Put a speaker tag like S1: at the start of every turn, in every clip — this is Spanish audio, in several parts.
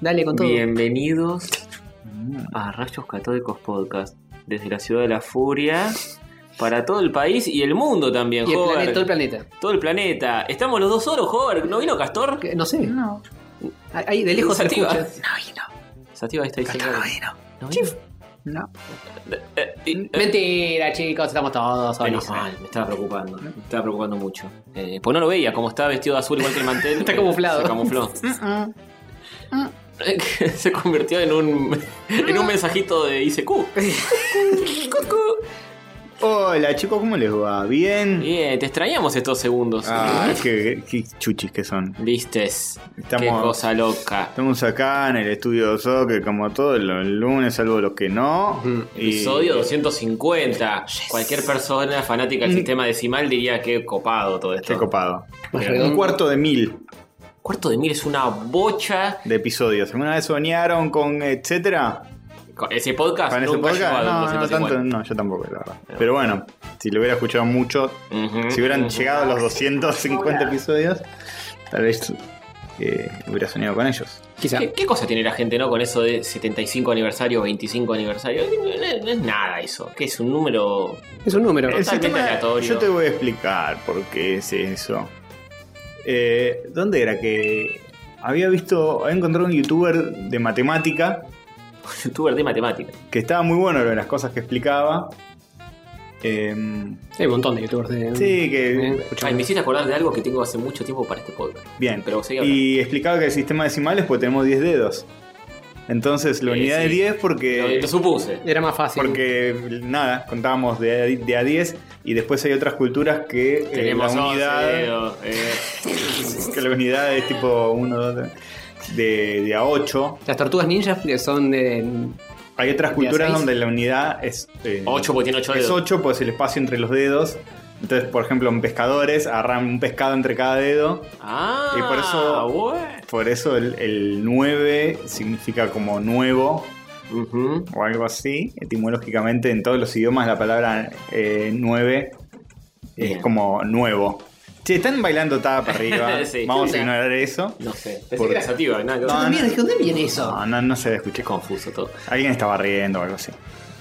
S1: Dale con todo.
S2: Bienvenidos a Rayos Católicos Podcast, desde la ciudad de la furia, para todo el país y el mundo también,
S1: Y el
S2: Hover.
S1: planeta, todo el planeta.
S2: Todo el planeta. Estamos los dos solos, Hover. ¿No vino Castor?
S1: Que- No sé.
S3: No.
S1: Ahí, de lejos se
S2: Sativa.
S1: escucha.
S2: Sativa está diciendo. ¿No vino?
S3: No.
S2: Eh, eh, eh,
S1: Mentira, chicos, estamos todos solos.
S2: Menos mal, me estaba preocupando. Me estaba preocupando mucho. Eh, pues no lo veía, como estaba vestido de azul igual que el mantel.
S1: Está
S2: eh,
S1: camuflado.
S2: Se camufló.
S3: Mm-mm.
S2: se convirtió en un, en un mensajito de ICQ.
S4: Hola chicos, ¿cómo les va? ¿Bien?
S2: Bien, te extrañamos estos segundos.
S4: Ah, qué, qué chuchis que son.
S2: Vistes. Qué
S4: Estamos-
S2: cosa loca.
S4: Estamos acá en el estudio de Soccer, como todos los lunes, salvo los que no. Y- Mm.
S2: Episodio 250. Cualquier persona fanática del sistema decimal diría que copado todo esto.
S4: Qué copado.
S2: Pero-
S4: Un cuarto de mil
S2: Cuarto de mil es una bocha.
S4: de episodios. ¿Alguna vez soñaron con etcétera?
S2: Con Ese podcast
S4: ¿Con ese
S2: Ah, nunca llegó
S4: podcast?
S2: a
S4: No, no
S2: 250.
S4: tanto, no, yo tampoco, la verdad. Pero bueno, si lo hubiera escuchado mucho,
S2: Ujú,
S4: si hubieran
S2: ujú.
S4: llegado a los 250 episodios, tal vez eh, hubiera soñado con ellos.
S1: Quizá.
S2: ¿Qué, qué cosa tiene la gente, no? Con eso de 75 aniversario, 25 aniversario. No es- no es nada eso. Que es un número.
S1: Es un número.
S2: Es- Totalmente aleatorio.
S4: yo te voy a explicar por qué es eso. Eh, ¿Dónde era que había visto, había encontrado un youtuber de matemática
S2: Youtuber de matemáticas.
S4: que estaba muy bueno lo de las cosas que explicaba? Em,
S1: Hay un montón de youtubers. De...
S2: Mm,
S1: Eh,
S4: sí, que
S2: Ay, me hiciste acordar de algo que tengo hace mucho tiempo para este podcast.
S4: Bien,
S2: Pero seguí hablando.
S4: y explicaba que el sistema decimal es porque tenemos 10 dedos. Entonces, la
S2: Eh,
S4: unidad de
S2: sí.
S4: 10
S2: Lo-
S4: porque,
S2: lo
S4: eh,
S2: supuse.
S1: Era más fácil.
S4: porque nada, contábamos de, a- de a 10 y después hay otras culturas que eh,
S2: Tenemos
S4: la
S2: 11
S4: unidad
S2: dedos, eh.
S4: que la unidad es tipo 1 2 3 de, de a 8.
S1: Las tortugas ninjas que son de.
S4: Hay otras
S1: De a
S4: culturas
S1: seis.
S4: donde la unidad es eh,
S2: 8 porque tiene 8
S4: es
S2: dedos.
S4: 8 pues el espacio entre los dedos. Entonces, por ejemplo, en pescadores agarran un pescado entre cada dedo.
S2: Ah,
S4: Y por eso-
S2: bueno.
S4: Por eso el, el 9 significa como nuevo
S2: Ujú.
S4: o algo así. Etimológicamente, en todos los idiomas, la palabra 9
S2: Bien.
S4: es como nuevo. Che, están bailando tapa para arriba.
S2: Sí.
S4: Vamos
S2: Sí.
S4: a ignorar eso.
S2: No sé. Pensé
S4: Por-
S2: que era sativa, nada que
S4: No,
S2: ver.
S4: no.
S1: dije, ¿dónde viene
S4: No, no, no se la escuché.
S2: Qué confuso todo.
S4: Alguien estaba riendo o algo así.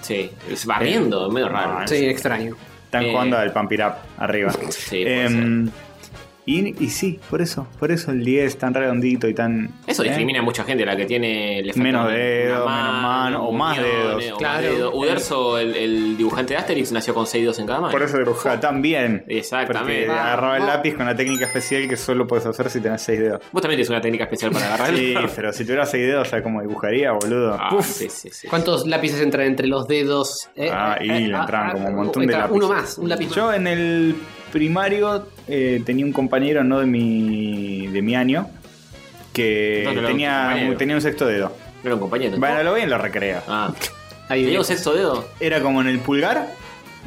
S2: Sí, es
S4: Eh,
S2: barriendo, es medio raro.
S4: no,
S1: Sí, extraño.
S4: Están
S2: Eh.
S4: jugando al Pampirap arriba.
S2: Sí, puede
S4: Em, y, y sí, por eso. Por eso el 10 tan redondito y tan.
S2: Eso
S4: ¿eh?
S2: discrimina a mucha gente, la que tiene le falta
S4: Menos
S2: una
S4: dedos, menos mano, o más
S2: uniones,
S4: dedos. Eh.
S2: o más
S1: Claro.
S2: dedos. Uderzo, el, el dibujante de Asterix, nació con 6 dedos en cada mano.
S4: Por eso dibujaba tan bien.
S2: Exactamente.
S4: Porque agarraba el lápiz con la técnica especial que solo puedes hacer si tenés 6 dedos.
S2: Vos también tenés una técnica especial para agarrar
S4: Sí, pero si tuviera 6 dedos, ¿sabes cómo dibujaría, boludo?
S2: Ah,
S4: Puf.
S2: sí, sí, sí.
S1: ¿Cuántos lápices entran entre los dedos? Eh,
S4: Ah,
S1: eh,
S4: y
S1: eh,
S4: le
S1: ah,
S4: entraban
S1: ah,
S4: como un montón de
S1: entra
S4: lápices.
S1: Uno más, un lápiz más.
S4: Yo en el primario eh, tenía un compañero, no de mi, de mi año, que
S2: No, no era un
S4: tenía,
S2: compañero.
S4: tenía un sexto dedo.
S2: No era un compañero.
S4: Bueno, lo vi en los recreos.
S2: Ah.
S1: Ahí
S2: ¿Tenía
S1: viene.
S2: un sexto dedo?
S4: Era como en el pulgar,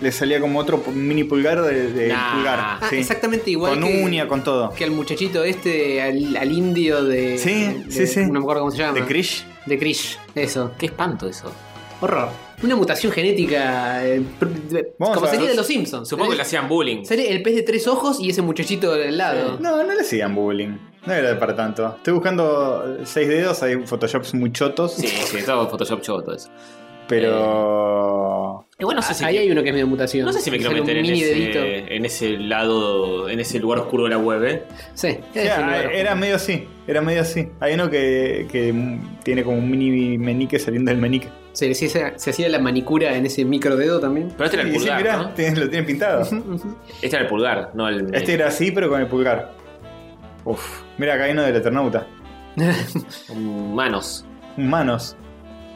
S4: le salía como otro pu- mini pulgar de, de
S2: Nah.
S4: pulgar.
S1: Ah,
S4: sí.
S1: exactamente igual.
S4: Con
S1: que,
S4: uña, con todo.
S1: Que al muchachito este, al, al indio de.
S4: Sí,
S1: de-
S4: sí, sí.
S1: No me acuerdo cómo se llama.
S4: ¿De Krish?
S1: De Krish, eso.
S2: Qué espanto eso.
S1: Horror. Una mutación genética. eh, pr- de-
S4: Vamos
S1: como
S4: a-
S1: sería de los Simpsons.
S2: Supongo que le
S1: ¿Tenés?
S2: hacían bullying.
S1: Sería el pez de tres ojos y ese muchachito del lado.
S4: No, no le hacían bullying. No era para tanto. Estoy buscando 6 dedos, hay photoshops muy chotos,
S2: Sí, sí, todo Photoshop todo eso.
S4: pero...
S2: Y bueno, no
S4: Ah,
S2: sé si
S1: Ah, Ahí hay uno que es medio mutación.
S2: No sé si me quiero
S1: Sale un
S2: meter en
S1: mini dedito.
S2: ese, en ese lado, en ese lugar oscuro de la web, ¿eh?
S1: Sí,
S4: Sí,
S1: es un
S4: ah,
S1: lugar.
S4: era medio así, era medio así. Hay uno que, que tiene como un mini menique saliendo del menique.
S1: Se, se- se- se hacía la manicura en ese micro dedo también.
S2: Pero este era el
S4: Y sí,
S2: pulgar,
S4: mirá,
S2: ¿no?
S4: tiene- lo tiene pintado.
S2: Este era el pulgar, no el...
S4: este era así, pero con el pulgar. Uf, mira, acá hay uno del Eternauta.
S2: mm, Manos.
S4: Manos.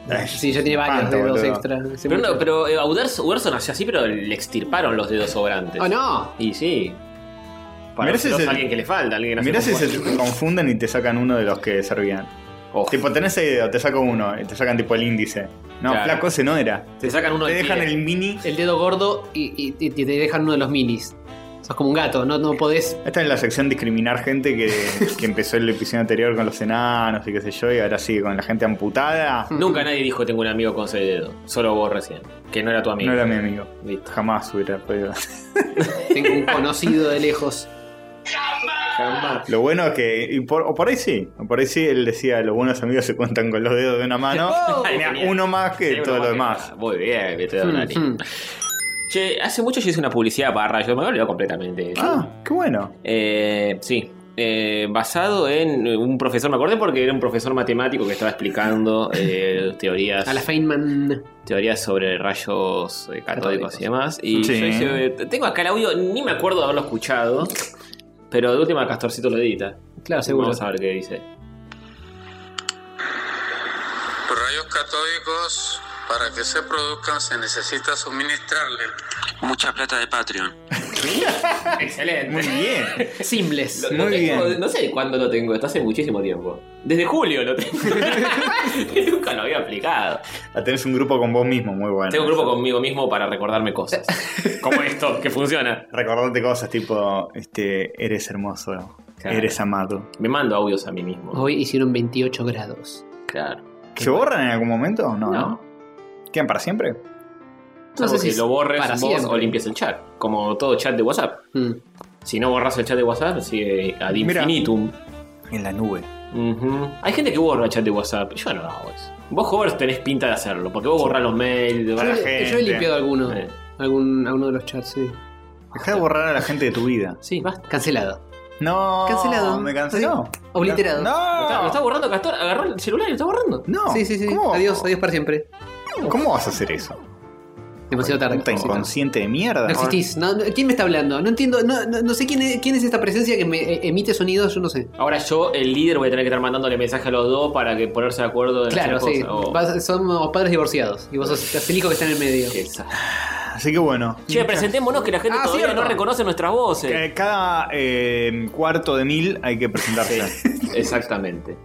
S4: Ay,
S1: Sí, ya tiene varios
S4: espanto,
S1: dedos
S4: boludo.
S1: extra.
S4: Este
S1: Ese
S2: Pero, no,
S1: muchacho.
S2: pero eh, Uderzo, Uderzo nació así, pero le extirparon los dedos sobrantes.
S1: ¡Oh, no!
S2: Y sí. Para
S4: Ah, Mirá si
S2: los
S4: es el-
S2: alguien que le falta, alguien que nació
S4: Mirá
S2: con
S4: si se
S2: cuatro.
S4: te confunden y te sacan uno de los que servían.
S2: Ojo.
S4: Tipo, tenés seis dedos, te saco uno y te sacan tipo el índice. No,
S2: Claro.
S4: flaco ese no era.
S2: Te sacan uno
S4: Te
S2: del
S4: dejan
S2: pie.
S4: el mini.
S1: El dedo gordo y, y- y te dejan uno de los minis. Sos como un gato, no, no podés.
S4: Esta es la sección discriminar gente que, que empezó el episodio anterior con los enanos y qué sé yo, y ahora sigue con la gente
S1: Mm,
S4: amputada.
S2: Nunca nadie dijo tengo un amigo con seis dedos. Solo vos recién. Que no era tu amigo.
S4: No era mi amigo.
S2: Listo.
S4: Jamás hubiera podido.
S1: Tengo un conocido de lejos.
S2: Jamás.
S4: Lo bueno es que. y por- o por ahí sí. o por ahí sí él decía: los buenos amigos se cuentan con los dedos de una mano. Tenía
S2: Genial.
S4: uno más que
S2: Sí,
S4: todo
S2: uno
S4: lo
S2: más que
S4: demás.
S2: nada. Muy bien, que te da
S1: Mm,
S2: un ari.
S1: mm.
S2: Che, hace mucho yo hice una publicidad para yo me he olvidado completamente.
S4: Ah, qué bueno.
S2: Eh, sí. Eh, basado en un profesor, me acordé porque era un profesor matemático que estaba explicando eh, teorías
S1: A la Feynman.
S2: teorías sobre rayos eh, catódicos y demás. Y
S4: Sí.
S2: yo hice- tengo acá el audio, ni me acuerdo de haberlo escuchado, pero de última Castorcito lo edita.
S1: Claro, seguro.
S2: Vamos a ver qué dice.
S3: Los rayos catódicos, para que se produzcan, se necesita suministrarle mucha plata de Patreon.
S4: Muy
S2: Excelente.
S4: bien.
S1: Simples.
S2: Lo- lo
S4: Muy
S2: tengo-
S4: bien.
S2: No sé cuándo lo tengo, está hace muchísimo tiempo. Desde julio lo tengo. Nunca lo había aplicado.
S4: Ah, Tenés un grupo con vos mismo, muy bueno.
S2: Tengo un grupo conmigo mismo para recordarme cosas. Como esto, que funciona.
S4: Recordarte cosas tipo: este, eres hermoso,
S2: Claro.
S4: eres amado.
S2: Me mando audios a mí mismo.
S1: Hoy hicieron 28 grados.
S2: Claro.
S4: ¿Se borran en algún momento? No, no.
S2: No.
S4: ¿Quedan para siempre?
S1: No sé
S2: Salvo
S1: si
S2: que lo borres
S1: para
S2: vos
S1: siempre.
S2: o limpies el chat. Como todo chat de WhatsApp.
S1: Mm.
S2: Si no borras el chat de WhatsApp, sigue ad
S4: Mira.
S2: infinitum.
S4: En la nube.
S2: Ujú. Hay gente que borra el chat de WhatsApp. Yo no lo hago eso. Vos, Hovers, tenés pinta de hacerlo. Porque vos borrás los mails.
S1: Yo,
S2: borrás-
S4: la
S1: le- yo
S4: gente.
S1: he limpiado alguno.
S2: Eh.
S1: Algún, alguno de los chats, sí.
S4: Deja de borrar a la gente de tu vida.
S2: Sí, basta.
S1: Cancelado.
S4: No.
S1: Cancelado.
S4: Me canceló.
S1: Obliterado.
S2: Lo está, lo
S4: No.
S2: está borrando Castor. Agarró el celular y lo está borrando.
S4: No.
S1: Sí, sí, sí.
S4: ¿Cómo?
S1: Adiós, adiós para siempre.
S4: ¿Cómo vas a hacer eso?
S1: Demasiado tarde. Demasiado
S4: Puta
S1: tarde.
S4: inconsciente de mierda.
S1: No existís. No, no- ¿Quién me está hablando? No entiendo. No, no, no sé quién es, quién es esta presencia que me eh, emite sonidos. Yo no sé.
S2: Ahora yo, el líder, voy a tener que estar mandándole mensaje a los dos para que ponerse de acuerdo en
S1: Claro,
S2: hacer
S1: sí.
S2: cosas, o-
S1: Vas- somos padres divorciados. Y vos sos el hijo que está en el medio.
S2: Qué sa-
S4: Así que bueno.
S2: Che, presentémonos que la gente
S1: Ah,
S2: todavía
S1: cierto.
S2: no reconoce nuestras voces.
S4: Eh, Cada eh, cuarto de mil hay que presentarse.
S2: Exactamente.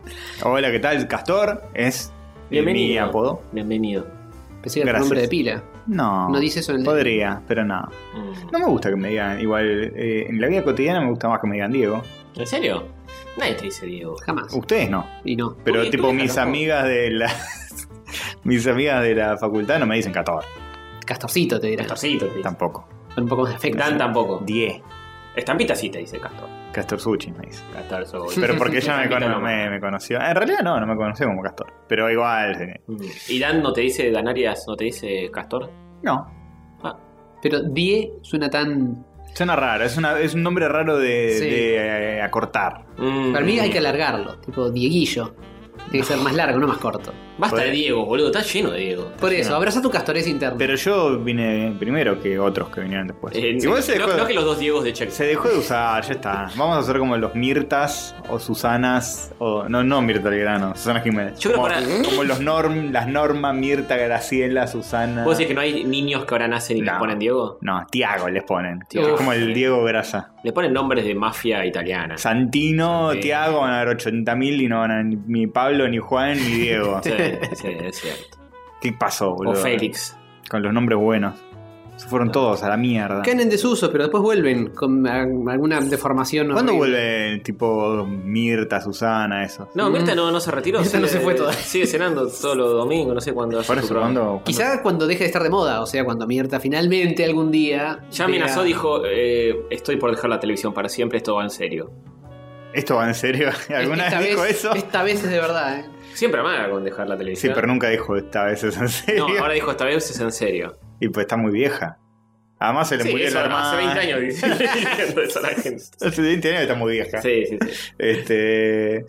S4: Hola, ¿qué tal? Castor es eh, mi
S2: Bienvenido.
S4: apodo.
S2: Bienvenido.
S1: Pensé que era tu
S4: Gracias.
S1: nombre de pila.
S4: No.
S1: No dice eso en el-
S4: Podría, pero no.
S2: Mm.
S4: No me gusta que me digan. Igual, eh, en la vida cotidiana me gusta más que me digan Diego.
S2: ¿En serio? Nadie te dice Diego.
S1: Jamás.
S4: Ustedes no.
S1: Y no.
S4: Pero
S2: Uy, tú
S4: tipo
S2: déjalo,
S4: mis
S2: ¿no?
S4: amigas de la. mis amigas de la facultad no me dicen 14.
S1: Castorcito te dirá.
S2: Castorcito te dice.
S4: Tampoco.
S1: Con un poco más de afecto.
S2: Dan tampoco.
S4: 10.
S2: Estampita sí te dice Castor.
S4: Castor Suchi me dice.
S2: Castor soy.
S4: Pero porque ella me,
S2: Estampita
S4: cono-
S2: no.
S4: me- me conoció. En realidad no, no me conoció como Castor. Pero igual. eh,
S2: Mm. ¿Y Dan no te dice Danarias, no te dice Castor?
S4: No.
S1: Pero Die suena tan.
S4: Suena raro. Es, una, es un nombre raro de,
S1: Sí.
S4: de, eh, acortar.
S2: Mm.
S1: Para mí hay que alargarlo. Tipo Dieguillo. Tiene que ser más largo, no más corto.
S2: Basta de
S4: Podría-
S2: Diego, boludo. Está lleno de Diego.
S1: Por eso, abraza tu castorés interno.
S4: Pero yo vine primero que otros que vinieron después.
S2: Eh,
S4: Igual se
S2: no,
S4: dejó,
S2: no que los dos Diegos de Chex.
S4: se dejó de usar, ya está. Vamos a hacer como los Mirtas o Susanas. O, no, no Mirta Legrano, Susana Jiménez.
S2: Yo creo
S4: como,
S2: para-
S4: como los norm, las Norma, Mirta, Graciela, Susana.
S2: ¿Vos decís que no hay niños que ahora nacen y les
S4: No.
S2: ponen Diego?
S4: No, Tiago les ponen.
S2: Tiago.
S4: Es como el Diego Grasa.
S2: Le ponen nombres de mafia italiana.
S4: Santino,
S2: Sí.
S4: Tiago van a haber 80.000 y no van a ni- ni Pablo, ni Juan, ni Diego.
S2: Sí, sí, es cierto.
S4: ¿Qué pasó,
S2: O
S4: boludo?
S2: Félix.
S4: Con los nombres buenos. Se fueron todos a la mierda.
S1: Caen en desuso, pero después vuelven con a- alguna deformación.
S4: ¿Cuándo
S1: horrible.
S4: vuelve el tipo Mirta, Susana, eso?
S2: No,
S1: Mm.
S2: Mirta no, no se retiró.
S1: Mirta no
S2: sigue-
S1: se fue todavía.
S2: Sigue cenando todos los domingos, no sé cuándo. hace
S4: Por
S2: su
S4: eso,
S2: programa.
S4: cuando.
S1: Quizá cuando deje de estar de moda, o sea, cuando Mirta finalmente algún día.
S2: Ya amenazó,
S1: vea-
S2: dijo, eh, estoy por dejar la televisión para siempre, esto va en serio.
S4: ¿Esto va en serio? ¿Alguna
S1: Esta
S4: vez dijo
S1: vez-
S4: eso?
S1: Esta vez es de verdad, ¿eh?
S2: Siempre amaga con dejar la
S4: Sí,
S2: televisión.
S4: pero nunca dijo esta vez es en serio.
S2: No, ahora dijo, esta vez es en serio.
S4: Y pues está muy vieja. Además se le
S2: Sí,
S4: murió
S2: eso,
S4: la hermana.
S2: hace 20 años diciendo eso a la gente.
S4: Hace 20 años está muy vieja.
S2: Sí, sí, sí.
S4: Este,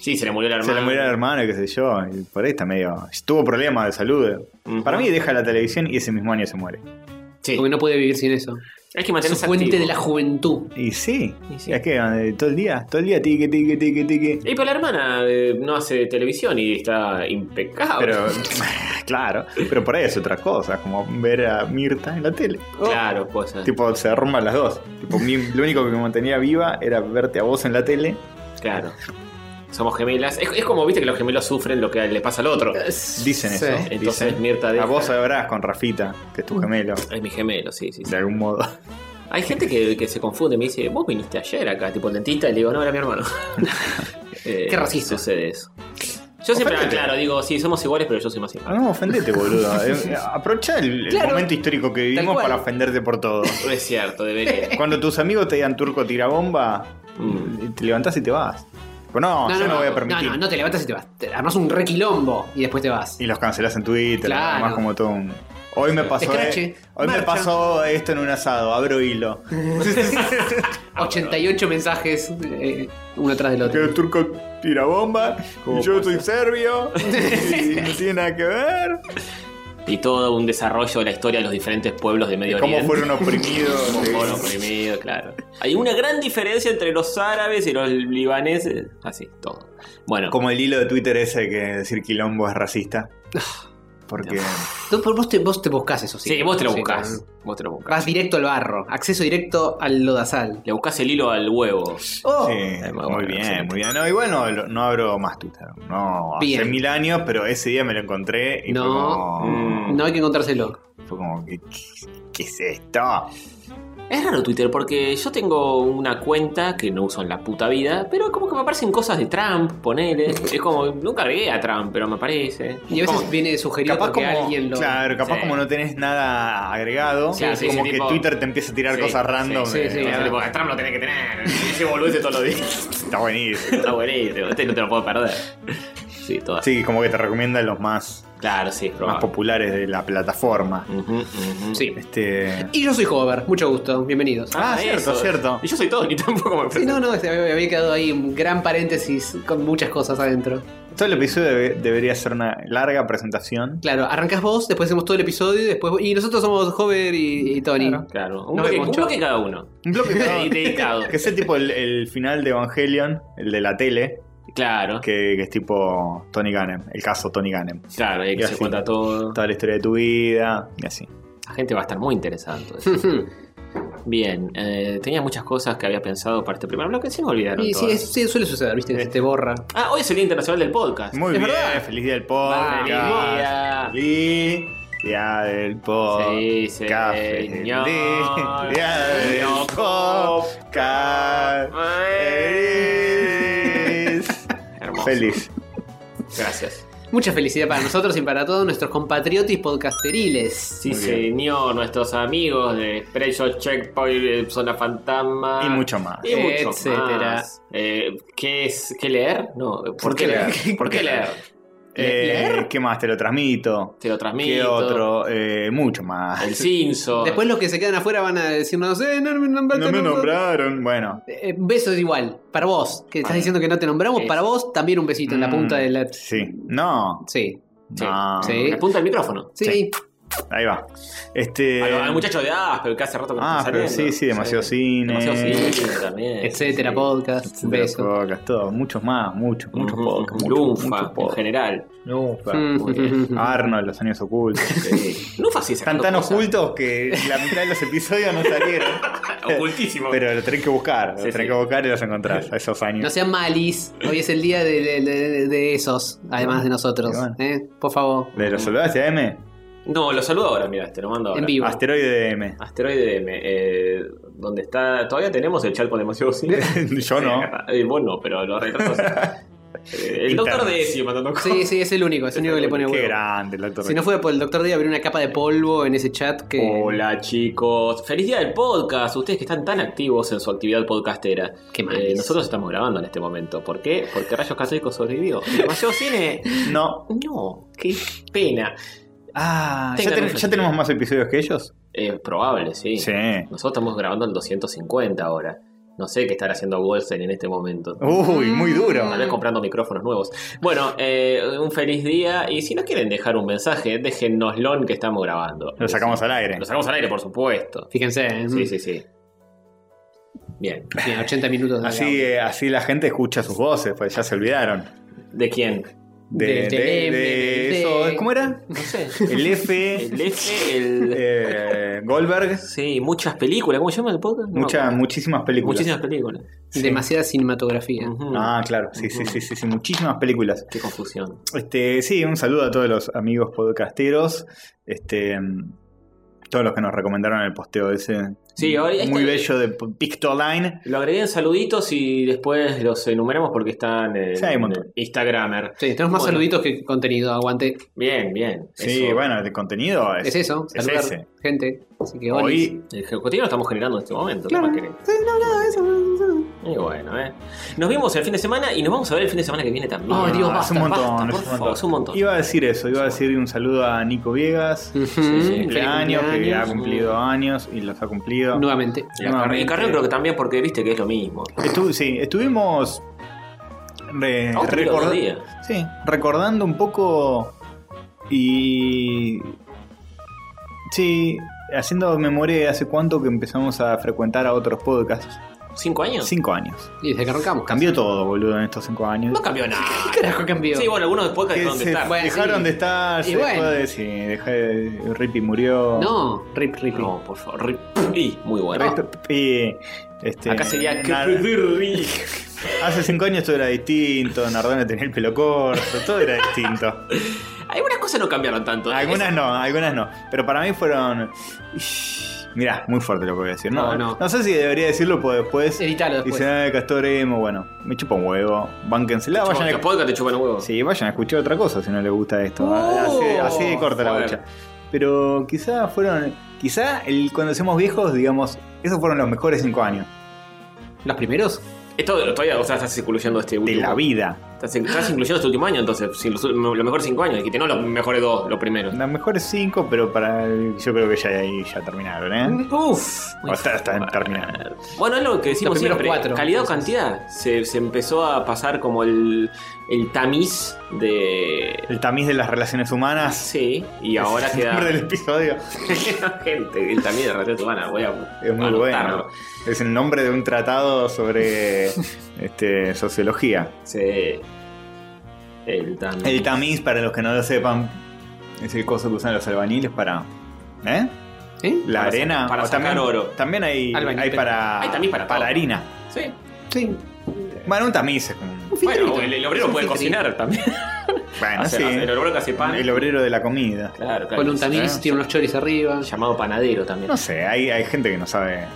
S2: Sí, se le murió la hermana.
S4: se le murió la hermana, qué sé yo. Y por ahí está medio. Tuvo problemas de salud.
S2: Ujú.
S4: Para mí deja la televisión y ese mismo año se muere.
S2: Sí.
S1: Porque no puede vivir sin eso.
S2: Hay que
S1: Su
S2: mantenerse
S1: fuente
S2: activo.
S1: de la juventud.
S4: Y sí.
S2: Y sí.
S4: ¿Y a qué? eh, ¿Todo el día? Todo el día tique, tique, tique, tique.
S2: Y pero la hermana eh, no hace televisión y está impecable.
S4: Pero, claro, pero por ahí es otra cosa, como ver a Mirta en la tele.
S1: Oh.
S2: Claro, pues, puede ser.
S4: Tipo, se derrumban las dos. Tipo, mi- lo único que me mantenía viva era verte a vos en la tele.
S2: Claro. Somos gemelas. Es, es como viste que los gemelos sufren lo que le pasa al otro.
S4: Dicen
S1: Sí.
S4: eso.
S2: Entonces
S4: dicen.
S2: Mirta
S4: A
S2: deja-
S4: vos sabrás con Rafita, que es tu gemelo,
S2: Es mi gemelo, sí, sí. sí.
S4: de algún modo.
S2: Hay gente que, que se confunde, me dice, vos viniste ayer acá, tipo el dentista, y le digo, no, era mi hermano. Eh,
S1: Qué racista.
S2: Sucede eso. Yo siempre
S4: Oféndete.
S2: aclaro, digo, sí, somos iguales, pero yo soy más
S4: Ah,
S2: importante.
S4: No, ofendete, boludo. Eh, Aprovecha el, el
S1: Claro.
S4: momento histórico que vivimos
S1: cual.
S4: para ofenderte por todo.
S2: No es cierto, debería.
S4: Cuando tus amigos te digan turco tirabomba,
S2: Mm.
S4: te levantás y te vas. Pero no, yo no, voy a permitir.
S1: No, no, no te levantas y te vas. Te armas un requilombo y después te vas.
S4: Y los cancelás en Twitter,
S1: Claro.
S4: además como todo un... Hoy me pasó,
S1: Escrache,
S4: eh, hoy me
S1: marcha.
S4: pasó esto en un asado, abro hilo.
S1: 88 mensajes eh, uno tras del
S4: Que
S1: otro.
S4: el turco tira bomba,
S2: ¿Cómo
S4: y yo
S2: pasa?
S4: soy serbio, y no tiene nada que ver.
S2: Y todo un desarrollo de la historia de los diferentes pueblos de Medio
S4: Cómo
S2: Oriente.
S4: fueron oprimidos.
S2: Como
S4: sí.
S2: fueron oprimidos, claro. Hay una gran diferencia entre los árabes y los libaneses. Así, todo. Bueno,
S4: Como el hilo de Twitter ese que decir quilombo es racista. Porque...
S1: Tú- por- Vos te, vos te buscás eso, sí.
S2: sí, vos te lo
S1: Sí,
S2: buscás.
S1: claro.
S2: Vos te lo buscás.
S1: Vas directo al barro. Acceso directo al lodazal.
S2: Le buscás el hilo al huevo.
S1: ¡Oh!
S4: Sí,
S2: Ahí va,
S4: muy
S2: bueno,
S4: bien,
S2: excelente.
S4: muy bien. No, igual no, lo- no abro más Twitter. No, hace
S1: Bien.
S4: mil años, pero ese día me lo encontré y fue
S1: No. mm,
S4: como...
S1: No hay que encontrárselo.
S4: Fue como, ¿qué, qué- qué es esto?
S2: Es raro Twitter porque yo tengo una cuenta que no uso en la puta vida, pero como que me aparecen cosas de Trump, ponele. Es como, nunca agregué a Trump, pero me aparece.
S1: Y a veces
S4: ¿Cómo?
S1: viene sugerido
S4: Capaz
S1: porque
S4: como,
S1: alguien lo.
S4: claro, capaz
S2: Sí.
S4: como no tenés nada agregado,
S2: Sí, sí,
S4: como
S2: sí,
S4: que
S2: tipo-
S4: Twitter te empieza a tirar
S2: Sí,
S4: cosas random.
S1: sí,
S4: eh,
S1: sí,
S2: Sí,
S1: claro.
S2: porque a Trump lo tenés que tener. Ese boludo todos los días.
S4: Está buenísimo.
S2: Está buenísimo. Este no te lo puedo perder. Sí, todo.
S4: Sí, como que te recomiendan los más,
S2: Claro, sí, es
S4: más
S2: probable.
S4: populares de la plataforma.
S2: Ujú, ujú.
S1: Sí.
S4: Este.
S1: Y yo soy Hover. Mucho gusto. Bienvenidos.
S4: Ah, cierto, cierto.
S2: Y yo soy todo, ni tampoco me
S1: Sí, no, no, se había había quedado ahí un gran paréntesis con muchas cosas adentro.
S4: Todo el episodio debe- debería ser una larga presentación.
S1: Claro, arrancas vos, después hacemos todo el episodio y después vos- y nosotros somos Hover y, y Tony.
S2: Claro, un
S1: Nos
S2: bloque,
S1: vemos,
S2: un
S1: chao.
S2: bloque cada uno.
S4: Un bloque
S2: Y dedicado.
S4: Que es tipo el, el final de Evangelion, el de la tele,
S2: Claro,
S4: que, que es tipo Tony Gannem, el caso Tony Gannem.
S2: claro, y ahí que
S4: Y
S2: se
S4: así.
S2: cuenta todo.
S4: Toda la historia de tu vida y así.
S2: La gente va a estar muy interesada. en todo eso. Bien, eh, tenía muchas cosas que había pensado para este primer bloque, se me olvidaron.
S1: y sí,
S2: todas.
S1: es- sí, suele suceder, ¿viste? Se te borra.
S2: Ah, hoy es el Día Internacional del Podcast.
S4: Muy
S1: Es
S4: bien,
S1: verdad.
S4: feliz día del podcast.
S2: Vamos,
S4: Feliz día del podcast.
S2: Sí, señor.
S4: Feliz día del
S2: Señor.
S4: podcast. Feliz.
S2: Hermoso.
S4: Feliz.
S2: Gracias.
S1: Mucha felicidad para nosotros y para todos nuestros compatriotis podcasteriles.
S2: Sí,
S4: Muy bien.
S2: señor, nuestros amigos de Precio Checkpoint, eh, Zona Fantasma.
S4: Y mucho más.
S2: Y mucho
S1: Etcétera.
S2: más. Eh, ¿Qué es? ¿Qué leer? No, ¿por,
S4: qué leer?
S2: ¿Por qué leer?
S1: ¿Le-
S4: Eh,
S1: leer?
S4: ¿Qué más? Te lo transmito.
S2: Te lo transmito.
S4: ¿Qué otro? Eh, mucho más.
S2: El Cinso.
S1: Después los que se quedan afuera van a decirnos, eh, no me nombraste.
S4: No me
S1: no-
S4: nombraron. Bueno.
S1: Eh, besos igual, para vos, que estás
S2: Ah.
S1: diciendo que no te nombramos,
S2: Es-
S1: para vos también un besito en la
S4: Mm,
S1: punta de la...
S4: Sí. No.
S1: Sí,
S2: Sí,
S4: No.
S1: sí.
S2: La punta del micrófono.
S1: sí,
S4: Sí. Ahí va. Este.
S2: A lo- al muchacho de Asper, que hace rato que no
S4: Ah,
S2: está
S4: pero
S2: saliendo.
S4: sí, sí, demasiado cine.
S2: Demasiado cine también.
S1: etcétera,
S2: Sí.
S1: podcast,
S4: Etcétera,
S1: besos.
S4: podcast, todo. Muchos más, muchos, muchos
S2: Ujú,
S4: podcasts.
S2: ujú.
S4: muchos,
S2: Lunfa,
S4: muchos
S2: en
S4: podcasts.
S2: general. Mm,
S4: Lunfa.
S2: muy
S1: Mm.
S2: bien.
S4: Arnold, los años ocultos.
S2: Sí. Lunfa sí
S4: Están
S2: sacando
S4: tan
S2: cosas.
S4: ocultos que la mitad de los episodios no salieron.
S2: Ocultísimo.
S4: Pero lo tenés que buscar, lo
S2: Sí,
S4: tenés
S2: sí.
S4: que buscar y los encontrás a esos años.
S1: No sean malis, hoy es el día de, de- de- de esos, además de nosotros.
S4: Y bueno.
S1: ¿eh? Por favor,
S4: ¿Le lo saludaste a M?
S2: No, lo saludo ahora, mira, te lo mando ahora.
S1: en vivo.
S4: Asteroide de M.
S2: Asteroide M, eh, donde está. Todavía tenemos el chat con demasiado cine.
S4: Yo no.
S2: Sí, acá está. Eh, vos no, pero los retratos. Eh, el doctor
S4: Internos.
S2: D sigue mandando cosas.
S1: Sí, sí, es el único, es el único que le pone
S4: Qué
S1: huevo.
S4: grande el doctor.
S1: Si no fuera por el doctor D, habría una capa de polvo en ese chat que...
S2: Hola chicos, feliz día del podcast. Ustedes que están tan activos en su actividad podcastera.
S1: Qué mal.
S2: Eh, nosotros estamos grabando en este momento. ¿Por qué? Porque Rayos Católicos sobrevivió. Demasiado cine.
S4: No.
S2: No, qué pena.
S4: Ah, ¿ya,
S2: Tengan
S4: ten-
S2: un
S4: ya tenemos más episodios que ellos?
S2: Eh, probable, sí.
S4: Sí.
S2: Nosotros estamos grabando el 250 ahora. No sé qué estará haciendo Wolsen en este momento.
S4: Uy, muy duro.
S2: Tal vez comprando micrófonos nuevos. Bueno, eh, un feliz día. Y si no quieren dejar un mensaje, déjennoslo en que estamos grabando.
S4: Lo sacamos al aire.
S2: Lo sacamos al aire, por supuesto.
S1: Fíjense, ¿eh?
S2: Sí, sí, sí. Bien.
S1: Bien, 80 minutos. de
S4: Así,
S1: audio.
S4: eh, así la gente escucha sus voces, pues ya se olvidaron.
S2: ¿De quién?
S4: De,
S1: Del
S4: de-
S1: M,
S4: de
S1: del
S4: eso,
S1: D.
S4: ¿Cómo era?
S2: No sé.
S4: El F,
S2: El F, el.
S4: eh, Goldberg,
S2: Sí, muchas películas. ¿Cómo se llama el podcast? No me
S4: muchas
S2: acuerdo.
S4: muchísimas películas.
S2: Muchísimas películas.
S4: Sí.
S1: Demasiada cinematografía.
S2: Ujú.
S4: Ah, claro, sí, sí, sí, sí, sí, muchísimas películas.
S2: Qué confusión.
S4: Este, sí, un saludo a todos los amigos podcasteros, este, mm, todos los que nos recomendaron el posteo ese
S2: Sí, ahora este-
S4: muy bello de Pictoline.
S2: Lo agregué en saluditos y después los enumeramos porque están en,
S4: Sí, hay un montón.
S2: Instagramer.
S1: Sí, tenemos más
S2: Bueno.
S1: saluditos que contenido, aguante.
S2: Bien, bien.
S4: Sí,
S2: Eso.
S4: bueno, de contenido es,
S1: Es eso,
S4: es
S1: saludar
S4: ese.
S1: gente. Así que olis.
S4: Hoy,
S2: El contenido lo estamos generando en este momento. ¿qué
S1: Claro.
S2: más querés?
S1: Sí, no, no, eso.
S2: Y bueno, eh. Nos vimos el fin de semana y nos vamos a ver el fin de semana que viene también.
S1: Ay, Dios,
S2: Ah,
S1: basta,
S4: es un montón,
S2: basta,
S4: es
S2: por
S4: un montón.
S2: favor, es un montón. Mm,
S4: Iba a decir eso, iba a decir un saludo a Nico Viegas,
S1: Ujú,
S2: sí,
S1: feliz
S4: cumpleaños, que ha
S1: cumpleaños.
S4: cumplido años y los ha cumplido.
S1: Nuevamente.
S2: Y a Carrión-
S4: nuevamente. Eh,
S2: y Carrión creo que también porque viste que es lo mismo.
S4: Estu- sí, estuvimos re-
S2: Ah, otro
S4: recorda-
S2: día.
S4: sí, recordando un poco y... Sí, haciendo memoria de hace cuánto que empezamos a frecuentar a otros podcasts.
S2: ¿Cinco años?
S4: Cinco años.
S1: Y desde que arrancamos.
S4: Cambió todo, boludo, en estos cinco años.
S2: No cambió nada.
S1: ¿Qué carajo cambió?
S2: Sí, bueno, algunos de podcast
S4: Que
S2: dejaron de
S4: se
S2: estar.
S1: Bueno,
S4: dejaron
S1: sí.
S4: de estar,
S1: Y
S4: se
S1: bueno.
S4: dejó de, sí, dejó de- Rippy murió.
S1: No, rip, rip, rip.
S2: No, por favor. Rip. Y, Muy bueno.
S4: Rippy, eh, este,
S2: Acá sería que-
S4: Nar- Hace cinco años todo era distinto, Nardone tenía el pelo corto, todo era distinto.
S2: Algunas cosas no cambiaron tanto.
S4: Algunas
S2: Es-
S4: no, algunas no. Pero para mí fueron. Mirá, muy fuerte lo que voy a decir. No,
S1: No,
S4: no,
S1: no.
S4: sé si debería decirlo, pues después.
S1: Editalo después.
S4: Dicen, ah, Castor Emo, bueno, me chupa un huevo. Bánquensela,
S2: Chupan
S4: vayan
S2: los
S4: a,
S2: podcasts te chupan un huevo.
S4: sí, vayan a escuchar otra cosa si no les gusta esto.
S2: Oh,
S4: así, así de corta la
S2: joder.
S4: bocha. Pero quizá fueron. Quizá el, cuando seamos viejos, digamos, esos fueron los mejores cinco años
S1: ¿Los primeros?
S2: Esto todavía, o sea, estás incluyendo este
S4: de
S2: último.
S4: la vida.
S2: Estás, estás incluyendo este último año, entonces. Sí, los, los mejores cinco años. Dijiste, no los mejores dos, los primeros.
S4: Los mejores cinco, pero para. Yo creo que ya ahí ya terminaron, ¿eh?
S2: Uf.
S4: O está, está terminado.
S2: Bueno, es lo que decimos
S1: Los primeros
S2: siempre.
S1: cuatro,
S2: calidad o
S1: entonces.
S2: cantidad. Se, se empezó a pasar como el, el tamiz de.
S4: El tamiz de las relaciones humanas.
S2: Sí, y ahora
S4: El nombre
S2: queda.
S4: del episodio.
S2: Gente, el tamiz de relaciones humanas. Voy a.
S4: Es muy
S2: anotarlo.
S4: bueno. Es el nombre de un tratado sobre este, sociología.
S2: Sí. El tamiz.
S4: El tamiz, para los que no lo sepan, es el coso que usan los albañiles para. ¿eh?
S1: ¿Eh?
S4: La
S2: Para
S4: arena.
S2: sa- para
S4: o
S2: sacar
S4: también,
S2: oro.
S4: También hay,
S1: Albañil,
S4: hay
S1: pero-
S4: para.
S2: Hay tamiz para todo.
S4: harina.
S2: Sí.
S1: Sí.
S4: Bueno, un tamiz es como. un-
S2: Bueno,
S1: filtrito.
S2: el, el
S1: Es
S2: obrero
S1: un
S2: puede
S1: filtrito.
S2: cocinar también.
S4: Bueno,
S2: Hace-
S4: Ah, sí.
S2: hace- el obrero que hace pan.
S4: El obrero de la comida.
S2: Claro, claro.
S1: Con un tamiz,
S4: Sí.
S1: tiene unos choris arriba.
S2: Llamado panadero también.
S4: No sé, hay, hay gente que no sabe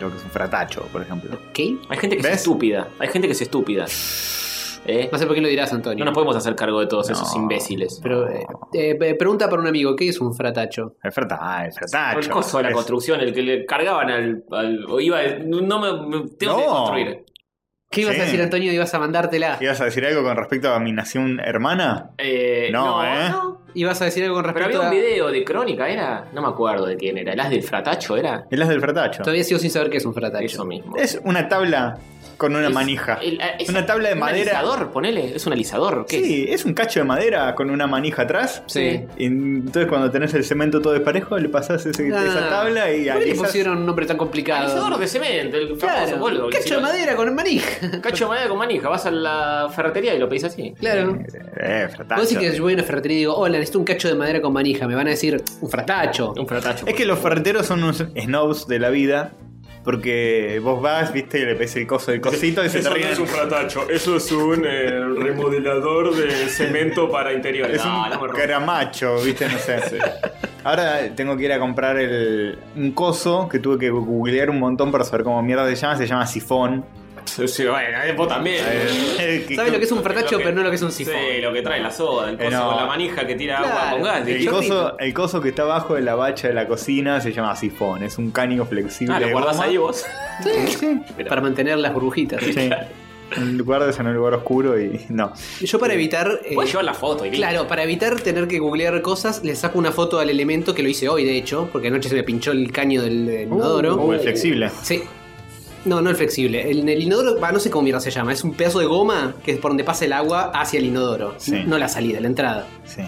S4: lo que es un fratacho, por ejemplo.
S1: ¿Qué?
S2: Hay gente que es
S4: ¿Ves?
S2: estúpida. Hay gente que es estúpida. ¿Eh?
S1: No sé por qué lo dirás,
S2: No
S1: Antonio.
S2: nos podemos hacer cargo de todos
S4: No.
S2: esos imbéciles.
S1: Pero eh, eh, pe- pregunta para un amigo, ¿qué es un fratacho?
S4: El fratacho, el fratacho.
S2: El coso de la
S4: Es-
S2: construcción, el que le cargaban al. al- o iba. No me. me- tengo que
S4: No.
S2: construir.
S1: ¿Qué ibas
S4: Sí.
S1: a decir, Antonio? ¿Ibas a mandártela?
S4: ¿Ibas a decir algo con respecto a mi nación hermana?
S2: Eh,
S4: No, ¿eh?
S1: ¿Ibas a decir algo con
S2: Pero
S1: respecto
S2: había un
S1: a-
S2: video de crónica, ¿era? No me acuerdo de quién era. ¿El as del fratacho era?
S4: El as del fratacho.
S1: Todavía sigo sin saber qué es un fratacho.
S2: Eso mismo.
S4: Es una tabla con una
S2: Es-
S4: manija.
S2: el- ah, eh, es-
S4: una tabla de
S2: un
S4: madera.
S2: alizador, ponele. Es un alizador. ¿Qué
S4: Sí, es un cacho de madera con una manija atrás.
S1: Sí.
S4: Y entonces cuando tenés el cemento todo desparejo, le pasás ese-
S1: Ah,
S4: esa tabla
S1: ¿Por qué
S4: y
S1: le
S4: alisas.
S1: pusieron un nombre tan
S2: es?
S1: complicado?
S2: Alizador de cemento. El famoso,
S1: Claro,
S2: boludo,
S1: cacho de
S2: si lo-
S1: madera con manija.
S2: Cacho de madera con manija. Vas a la ferretería y lo pedís así.
S1: Claro.
S4: Eh, fratacho.
S1: Vos decís que yo voy a una ferretería y digo, hola, necesito un cacho de madera con manija. Me van a decir, un fratacho.
S2: Un fratacho.
S4: Es que los ferreteros son unos snobs de la vida. Porque vos vas, viste, y le pedís el coso del cosito y se te
S5: Eso no
S4: ríen.
S5: es un fratacho, eso es un eh, remodelador de cemento para interiores.
S4: Es
S2: No,
S4: un
S2: no me rompas.
S4: caramacho, viste, no sé. Ahora tengo que ir a comprar el, un coso que tuve que googlear un montón para saber cómo mierda se llama. Se llama sifón.
S2: Sí, sí, bueno, eh, vos también.
S1: ¿Sabes lo que es un
S2: Lo que-
S1: fratacho,
S2: lo que-
S1: pero no lo que es un sifón?
S2: Sí, lo que trae la soda, el coso
S4: Eh, no.
S2: con la manija que tira agua
S1: Claro.
S2: con gas.
S4: El
S2: Yo-
S4: coso, el coso que está abajo de la bacha de la cocina se llama sifón. Es un cánico flexible.
S2: Ah, lo
S4: de
S2: guardás
S4: goma.
S2: ahí vos.
S4: Sí, sí.
S1: Para mantener las burbujitas.
S4: Sí. Lo guardas en un lugar oscuro y no.
S1: Yo para evitar... eh,
S2: Voy a llevar Pues la foto y
S1: Claro, para evitar tener que googlear cosas, le saco una foto al elemento que lo hice hoy, de hecho, porque anoche se me pinchó el caño del, del inodoro.
S4: Uh, el flexible.
S1: Sí. No, no el flexible. El, el inodoro, va, no sé cómo mierda se llama. Es un pedazo de goma que es por donde pasa el agua hacia el inodoro.
S4: Sí.
S1: No la salida, la entrada.
S4: Sí.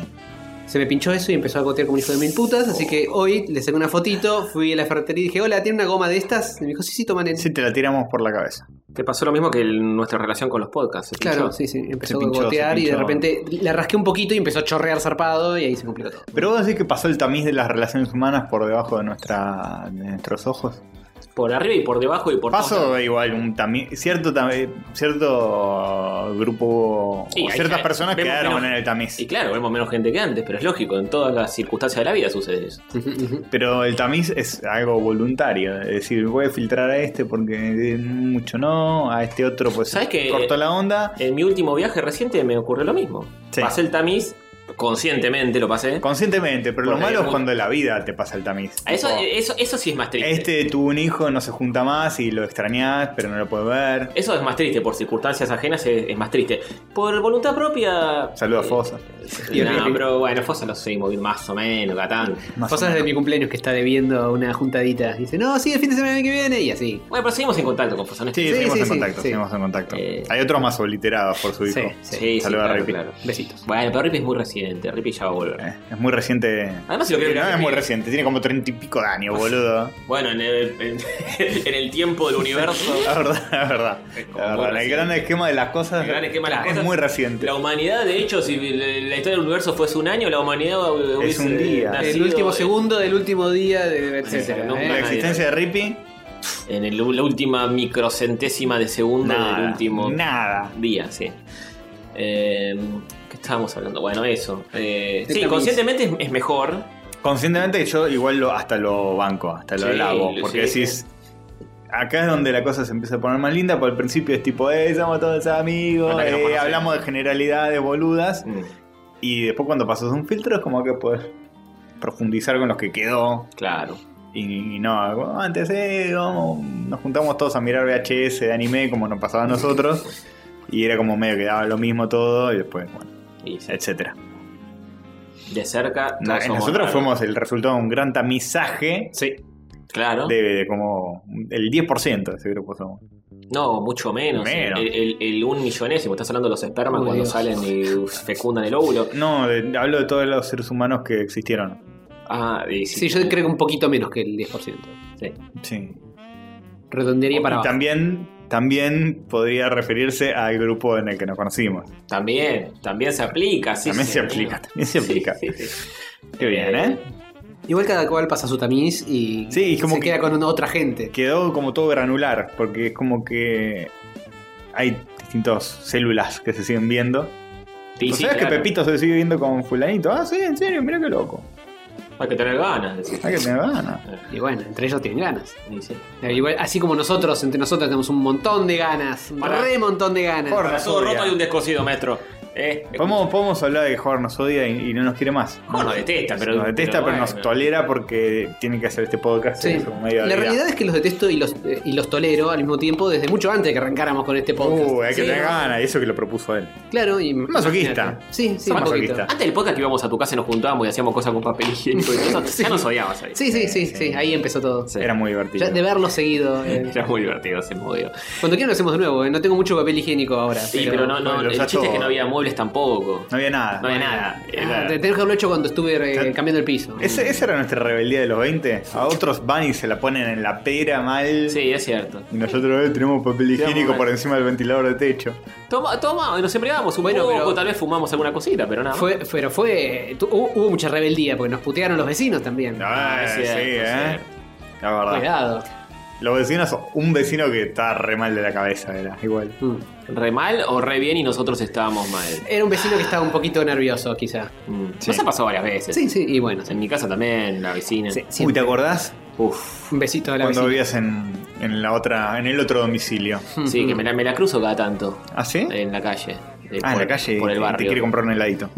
S1: Se me pinchó eso y empezó a gotear como un hijo de mil putas. Así que hoy le saqué una fotito, fui a la ferretería y dije, hola, ¿tiene una goma de estas? Y me dijo, sí, sí, toman el.
S4: Sí, te la tiramos por la cabeza.
S2: Te pasó lo mismo que el- nuestra relación con los podcasts. ¿se
S1: Claro,
S2: escuchó?
S1: sí, sí. Empezó
S4: Se pinchó,
S1: a gotear
S4: se
S1: y de
S4: pinchó.
S1: repente la rasqué un poquito y empezó a chorrear zarpado y ahí se complicó todo.
S4: Pero vos decís que pasó el tamiz de las relaciones humanas por debajo de, nuestra, de nuestros ojos.
S2: Por arriba y por debajo y por todos
S4: Paso
S2: lados.
S4: igual un tami- cierto tami- cierto grupo
S2: Sí,
S4: o
S2: hay-
S4: ciertas
S2: hay-
S4: personas
S2: vemos
S4: quedaron
S2: menos-
S4: en el tamiz.
S2: Y claro, vemos menos gente que antes, pero es lógico, en todas las circunstancias de la vida sucede eso.
S1: Ujú, ujú.
S4: Pero el tamiz es algo voluntario, es decir, voy a filtrar a este porque mucho no, a este otro pues
S2: ¿Sabes qué? Eh,
S4: cortó la onda.
S2: En mi último viaje reciente me ocurrió lo mismo.
S4: Sí.
S2: Pasé el tamiz, conscientemente lo pasé.
S4: Conscientemente, pero lo
S2: Porque
S4: malo es
S2: muy-
S4: cuando la vida te pasa el tamiz.
S2: A Eso,
S4: Tipo,
S2: eso, eso sí es más triste.
S4: este tuvo un hijo, no se junta más y lo extrañás, pero no lo puedes ver.
S2: Eso es más triste, por circunstancias ajenas es, es más triste. Por voluntad propia. Eh,
S4: Saludos a Fosa.
S2: No, pero bueno, Fosa lo seguimos moviendo más o menos, Gatán.
S4: Más o
S1: Cosas de
S4: menos.
S1: mi cumpleaños que está debiendo una juntadita. Dice, no, sí, el fin de semana que viene. Y así.
S2: Bueno, pero seguimos en contacto con Fosa, ¿no?
S4: Sí,
S1: Sí,
S4: seguimos
S1: sí,
S4: en
S1: sí,
S4: contacto,
S1: sí.
S4: seguimos en contacto.
S2: Eh.
S4: Hay otros más obliterados por su hijo.
S1: Sí,
S2: sí,
S1: sí.
S2: sí,
S4: Saluda a
S2: claro,
S4: Rippy.
S2: claro.
S1: Besitos.
S2: Bueno, pero Rippy es muy residente, Rippy ya va a volver.
S4: Eh, es muy reciente.
S2: Además, si lo querés
S4: no,
S2: ver,
S4: es muy
S2: Rippy-
S4: reciente, tiene como treinta y pico de años, boludo.
S2: Bueno, en el, en- en el tiempo del universo,
S4: La verdad, la verdad.
S2: Es como
S4: La
S2: muy
S4: verdad, El
S2: reciente.
S4: gran esquema de las cosas
S2: El gran esquema de las
S4: es
S2: cosas.
S4: muy reciente.
S2: la humanidad, de hecho, si la historia del universo fuese un año, la humanidad hubiese
S4: Es un día.
S2: nacido
S1: El último segundo del último día, de, etcétera.
S2: no,
S1: ¿eh?
S4: La
S2: nadie.
S4: existencia de Rippy,
S2: En el- la última microcentésima de segundo del
S4: nada.
S2: último
S4: Nada.
S2: día, sí. Eh, ¿Qué estábamos hablando? Bueno, eso. Eh,
S1: De
S2: sí,
S1: tamiz.
S2: conscientemente es, es mejor.
S4: Conscientemente yo igual lo, hasta lo banco, hasta lo
S2: Sí,
S4: lavo.
S2: lo-
S4: Porque
S2: sí.
S4: decís. Acá es donde la cosa se empieza a poner más linda, porque al principio es tipo, eh, somos todos amigos,
S2: Hasta que nos
S4: eh,
S2: conocemos.
S4: hablamos de generalidades boludas.
S2: Mm,
S4: Y después cuando pasas un filtro es como que puedes profundizar con los que quedó.
S2: Claro.
S4: Y, y no, bueno, antes eh, vamos, nos juntamos todos a mirar VHS de anime como nos pasaba a nosotros. Y era como medio que daba lo mismo todo y después, bueno,
S2: Y sí,
S4: etcétera.
S2: de cerca.
S4: No,
S2: todos somos
S4: nosotros
S2: raros.
S4: fuimos el resultado de un gran tamizaje
S1: Sí.
S2: Claro.
S4: de, de como el 10% de ese grupo somos.
S2: No, mucho menos.
S4: Menos.
S2: El, el- el un millonésimo. Estás hablando de los espermas
S1: Uy,
S2: cuando
S1: Dios.
S2: salen y fecundan el óvulo.
S4: No, de- hablo de todos los seres humanos que existieron.
S2: Ah, y
S1: Sí, yo creo que un poquito menos que el 10%.
S2: Sí.
S4: Sí.
S1: Redondearía para
S4: Oh, Y
S1: abajo.
S4: también, también podría referirse al grupo en el que nos conocimos.
S2: También, también se aplica. Sí,
S4: también se
S2: señor.
S4: aplica, también se aplica.
S2: Sí, sí, sí.
S4: Qué bien, ¿eh?
S1: Igual cada cual pasa su tamiz y
S4: Sí, y como
S1: se
S4: que-
S1: queda con una otra gente.
S4: Quedó como todo granular, porque es como que hay distintas células que se siguen viendo.
S2: Sí,
S4: ¿Tú
S2: sí,
S4: Pues ¿Sabes que
S2: claro.
S4: Pepito se sigue viendo con fulanito? Ah, sí, en serio, mira qué loco.
S2: Hay que tener ganas. decís.
S4: Hay que tener ganas.
S1: Y bueno, entre ellos tienen ganas.
S2: Y sí.
S1: Eh, igual- así como nosotros, entre nosotros tenemos un montón de ganas. Un
S2: Para-
S1: re montón de ganas.
S4: Por-
S2: Para todo
S4: Obvio.
S2: roto hay un descosido, maestro. Eh,
S4: Podemos, podemos hablar de que Jorge nos odia y, y no nos quiere más.
S2: No, nos detesta, pero.
S4: nos detesta, pero, nos
S2: bueno.
S4: tolera porque tiene que hacer este podcast.
S1: Sí.
S4: en su medio de
S1: La
S4: vida.
S1: realidad es que los detesto y los, eh, y los tolero al mismo tiempo desde mucho antes de que arrancáramos con este podcast.
S4: Uh, hay que
S2: Sí,
S4: tener
S2: no.
S4: ganas, y eso que lo propuso él.
S1: Claro, y.
S4: Masoquista.
S1: imagínate. Sí, sí, un poquito.
S4: Masoquista.
S2: Antes del podcast que íbamos a tu casa y nos juntábamos y hacíamos cosas con papel higiénico y todo eso, ya nos odiabas ahí.
S1: Sí, sí, sí, sí,
S4: Sí.
S1: ahí empezó todo.
S2: Sí.
S4: Era muy divertido.
S1: Ya de verlo seguido. eh.
S2: Era muy divertido ese modio.
S1: Cuando quieran lo hacemos de nuevo, eh. no tengo mucho papel higiénico ahora. Ah,
S2: Sí, pero no, no,
S4: bueno, lo
S2: el
S4: usás
S2: chiste es que
S4: todo.
S2: no había muebles tampoco.
S4: No había nada.
S2: No había nada.
S1: Ah,
S2: Era-
S1: te- tenés que haberlo hecho cuando estuve eh,
S4: Ya-
S1: cambiando el piso.
S4: Ese- esa era nuestra rebeldía de los 20. A otros van y se la ponen en la pera mal.
S2: Sí, es cierto.
S4: Y nosotros eh, tenemos papel higiénico
S2: mal.
S4: por encima del ventilador de techo.
S2: Toma, toma, nos embriagamos un
S1: Bueno,
S2: poco,
S1: pero-
S2: tal vez fumamos alguna cosita, pero nada. más.
S1: Fue, pero fue. tu- hu- hubo mucha rebeldía porque nos putearon los vecinos también.
S4: Ah,
S2: es
S4: sí,
S2: cierto, es
S4: eh.
S2: cierto.
S4: La verdad.
S1: Cuidado.
S4: Los vecinos, un vecino que está re mal de la cabeza, era igual.
S1: Mm.
S2: Re mal o re bien y nosotros estábamos mal.
S1: Era un vecino que estaba un poquito nervioso, quizá.
S2: Mm.
S4: Sí.
S2: Nos ha pasado varias veces.
S1: Sí, sí, y bueno. sí.
S2: En mi casa también, en la vecina.
S4: Uy,
S1: Siempre.
S4: ¿te acordás?
S2: Uf.
S1: Un besito de la
S4: Cuando
S1: vecina.
S4: vivías en, en la otra, en el otro domicilio.
S2: Sí, que me la, me la cruzo cada tanto.
S4: ¿Ah, sí?
S2: En la calle. Hmm. Eh,
S4: ah, en la calle
S2: Por
S4: y
S2: el barrio.
S4: te quiere comprar un heladito.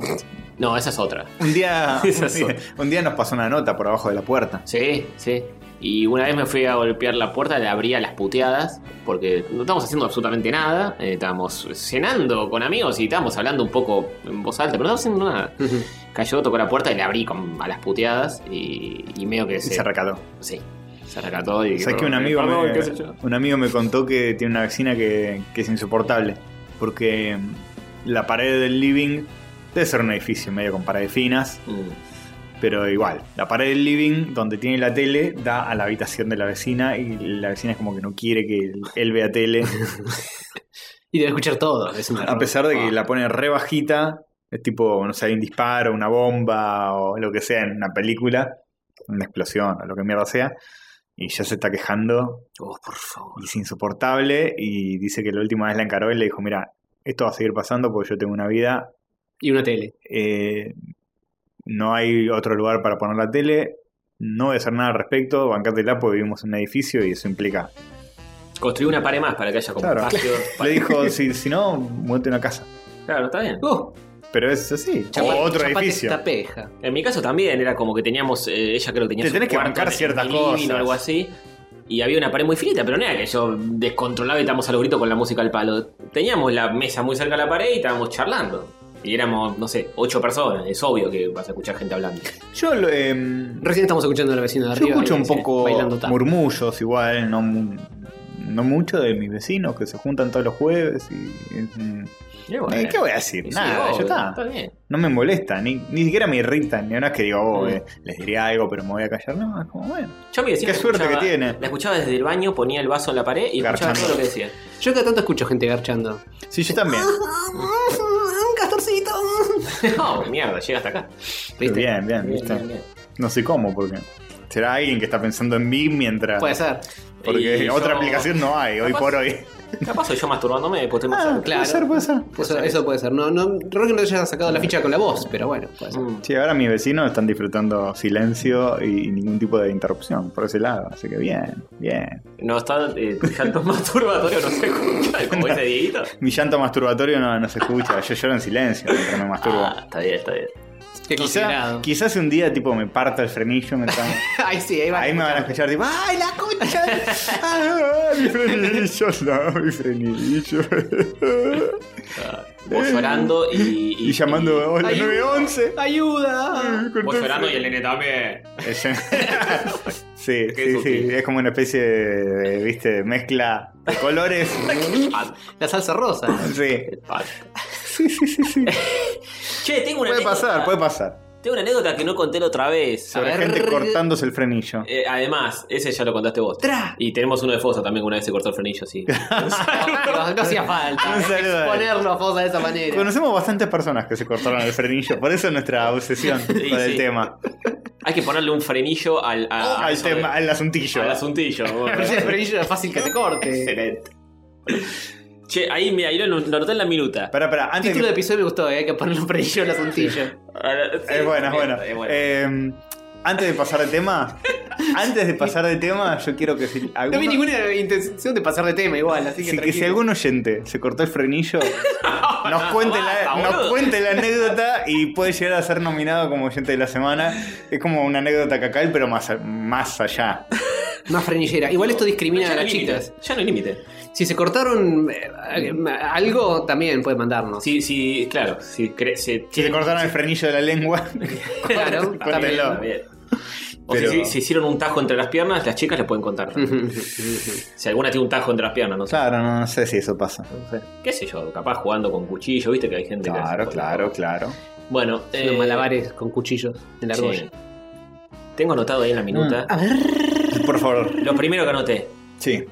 S2: No, esa es otra.
S4: Un día,
S2: Esa
S4: un,
S2: es
S4: día,
S2: otra.
S4: un día nos pasó una nota por abajo de la puerta.
S2: Sí, sí. Y una vez me fui a golpear la puerta, le abría las puteadas, porque no estábamos haciendo absolutamente nada. eh, estábamos cenando con amigos y estábamos hablando un poco en voz alta, pero no estábamos haciendo nada.
S1: Ujú.
S2: Cayó, tocó la puerta y le abrí con, a las puteadas y, y medio que
S4: Y se recató.
S2: Sí, se recató y.
S4: ¿Sabes que un
S2: eh,
S4: amigo,
S2: perdón,
S4: me,
S2: qué sé yo.
S4: un amigo me contó que tiene una vecina que, que es insoportable? Porque mm, la pared del living debe ser un edificio medio con paredes finas,
S2: Mm.
S4: pero igual. La pared del living donde tiene la tele da a la habitación de la vecina y la vecina es como que no quiere que él- él vea tele.
S1: Y debe escuchar todo. Es una
S4: a pesar
S2: Ah.
S4: de que la pone re bajita, es tipo, no sé, hay un disparo, una bomba o lo que sea en una película, una explosión o lo que mierda sea. Y ya se está quejando
S1: Oh, por favor.
S4: y es insoportable. Y dice que la última vez la encaró y le dijo: Mira, esto va a seguir pasando porque yo tengo una vida.
S1: Y una tele.
S4: eh, no hay otro lugar para poner la tele. No voy a hacer nada al respecto. Bancátela porque vivimos en un edificio y eso implica.
S2: Construir una pared más para que haya como
S4: Claro.
S2: espacio.
S4: Le dijo: Si, si no, muévete una casa.
S2: Claro, está bien.
S1: Oh,
S4: Pero es así.
S1: chapa-
S4: o otro
S1: chapate
S4: edificio.
S1: Esta peja.
S2: En mi caso también era como que teníamos, eh, ella creo que tenía
S4: Te
S2: su
S4: tenés que
S2: cuarto
S4: bancar
S2: en el
S4: ciertas
S2: living
S4: cosas.
S2: o algo así. Y había una pared muy finita, pero no era que yo descontrolaba y estábamos a los gritos con la música al palo. Teníamos la mesa muy cerca de la pared y estábamos charlando. Y éramos, no sé, ocho personas. Es obvio que vas a escuchar gente hablando.
S4: Yo lo, em,
S1: Recién estamos escuchando a la vecina de
S4: Yo
S1: arriba.
S4: escucho
S1: ahí,
S4: un
S1: sí,
S4: poco
S1: Bailando tap.
S4: murmullos igual, no, mu- no mucho de mis vecinos que se juntan todos los jueves y... y-
S2: Y bueno,
S4: eh, ¿Qué voy a decir?
S2: y sí,
S4: Nada,
S2: obvio,
S4: ya está.
S2: Está bien.
S4: No me molesta, ni, ni siquiera me irritan. Ni una es que digo, oh,
S2: Mm.
S4: eh, les diría algo, pero me voy a callar. No, es como, bueno.
S2: Yo a mi vecina
S4: Qué
S2: la
S4: suerte
S2: escuchaba-
S4: que tiene.
S2: La escuchaba desde el baño, ponía el vaso en la pared y escuchaba
S4: Garchando.
S2: todo lo que decía.
S1: Yo cada tanto escucho gente garchando.
S4: Sí, yo también.
S1: Un castorcito.
S2: No, Oh, mierda, llega hasta acá.
S1: ¿Viste?
S4: Bien, bien,
S2: Bien,
S4: ¿viste?
S2: bien, bien.
S4: No sé cómo, porque... Será alguien que está pensando en mí mientras...
S1: Puede ser.
S4: porque
S2: Pues, Y
S4: otra
S2: yo-
S4: aplicación no hay, hoy
S2: Capaz-
S4: por hoy.
S2: Capaz soy yo masturbándome después tengo
S4: Ah,
S1: claro.
S4: puede ser, puede ser.
S1: Eso, eso puede ser. No, no, creo que no haya sacado la ficha con la voz, pero bueno, puede ser.
S2: Mm.
S4: Sí, ahora mis vecinos están disfrutando silencio y ningún tipo de interrupción por ese lado, así que bien, bien.
S2: No, está eh, tu llanto masturbatorio, no se escucha, como dice Dieguito.
S4: Mi llanto masturbatorio no, no se escucha, yo lloro en silencio mientras me masturbo.
S2: Ah, está bien, está bien.
S1: Qué
S4: Quizá,
S1: considerado.
S4: quizás un día tipo me parta el frenillo mientras...
S1: Ahí sí, ahí va.
S4: Ahí me van a escuchar tipo, ¡ay, la concha! de- Ah, mi frenillo! No, mi frenillo.
S2: Ah, vos llorando y.
S4: Y llamando al
S1: Ay,
S4: 911. Mm.
S1: ¡Ayuda!
S2: Vos llorando
S4: eh,
S2: y el nene también.
S4: Es- sí,
S2: Qué
S4: sí, sí.
S2: sutil.
S4: Es como una especie de, de, viste, de mezcla de colores.
S2: Ah,
S1: La salsa rosa.
S4: sí.
S2: el pato.
S4: Sí, sí, sí, sí.
S2: Che, tengo una
S4: Puede
S2: anécdota.
S4: pasar, puede pasar.
S2: Tengo una anécdota que no conté la otra vez.
S1: A
S4: Sobre
S1: ver.
S4: gente cortándose el frenillo.
S2: Eh, además, ese ya lo contaste vos.
S1: Tra.
S2: Y tenemos uno de Fosa también, que una vez se cortó el frenillo, sí.
S1: No, no hacía falta eh,
S4: Un saludo.
S1: exponerlo a Fosa de esa manera.
S4: Conocemos bastantes personas que se cortaron el frenillo, por eso es nuestra obsesión
S2: Sí,
S4: con el
S2: sí.
S4: tema.
S2: Hay que ponerle un frenillo al. a-
S4: Oh, al
S2: sobre-
S4: tema, al asuntillo.
S2: Al asuntillo. bueno.
S1: Pero si es frenillo, es fácil que se corte.
S2: Excelente. Che, ahí, mira, ahí lo, lo anoté en la minuta.
S4: Pará, pará,
S1: El
S4: antes
S1: título
S4: que-
S1: del episodio me gustó, eh, hay que ponerle un frenillo al asuntillo.
S4: Es bueno, es bueno.
S2: Es bueno.
S4: Eh, antes de pasar de tema, antes de pasar de tema, yo quiero que si
S1: No
S4: alguno,
S1: vi ninguna intención de pasar de tema igual, así que.
S4: si, que si
S1: tranquilo.
S4: algún oyente se cortó el frenillo, nos cuente, la,
S2: basta,
S4: nos
S2: boludo.
S4: cuente la anécdota y puede llegar a ser nominado como oyente de la semana. Es como una anécdota cacal, pero más, a- más allá.
S1: Más frenillera. Igual esto discrimina a
S2: Ya no
S1: las
S2: hay límite,
S1: chicas.
S2: Ya no hay límite.
S1: Si se cortaron eh, algo, también puede mandarnos.
S2: Sí, sí, claro. Si cre- se-
S4: Si se cortaron el frenillo de la lengua,
S1: claro. también.
S4: cuéntenlo.
S2: Está bien. O
S4: Pero-
S2: si, si- si hicieron un tajo entre las piernas, las chicas le pueden contar. si alguna tiene un tajo entre las piernas, no sé.
S4: claro, no, no sé si eso pasa.
S2: No sé. ¿Qué sé yo? Capaz jugando con cuchillo, viste que hay gente que.
S4: Claro,
S2: hace-
S4: claro, claro.
S2: Bueno, eh,
S1: Los malabares con cuchillos en la
S2: sí.
S1: argolla.
S2: Tengo anotado ahí en la
S1: Ah.
S2: minuta.
S1: A ver.
S4: Por favor,
S2: Lo primero que anoté.
S4: sí.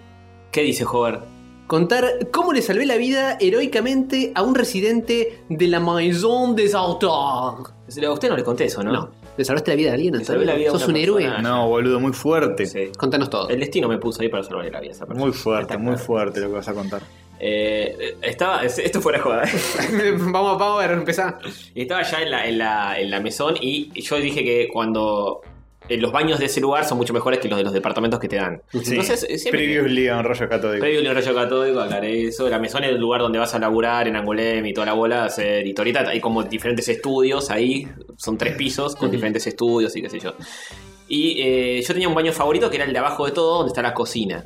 S2: ¿Qué dice Hover?
S1: Contar cómo le salvé la vida heroicamente a un residente de la Maison des Auteurs.
S2: A usted no le conté eso, ¿no?
S1: No. ¿Le salvaste la vida a alguien?
S2: Le salvé la vida a
S1: ¿Sos
S2: una
S1: un héroe?
S2: persona.
S4: No, boludo, muy fuerte.
S2: Ah, Sí.
S1: Contanos todo.
S2: El destino me puso ahí para salvarle la vida a esa persona.
S4: Muy fuerte,
S2: Está
S4: muy
S2: claro.
S4: fuerte lo que vas a contar.
S2: Eh, estaba, es- esto fue la joda.
S1: vamos, vamos a ver, empezá.
S2: estaba ya en la, en, la, en la mesón y yo dije que cuando eh, los baños de ese lugar son mucho mejores que los de los departamentos que te dan. Entonces, eh, siempre.
S4: Previously on Rollo Catódico.
S2: Previo un rayo catódico, aclaré eso. La mesón es el lugar donde vas a laburar en Angulem y toda la bola, a hacer y ahorita Hay como diferentes estudios ahí, son tres pisos con diferentes estudios y qué sé yo. Y eh, yo tenía un baño favorito que era el de abajo de todo, donde está la cocina.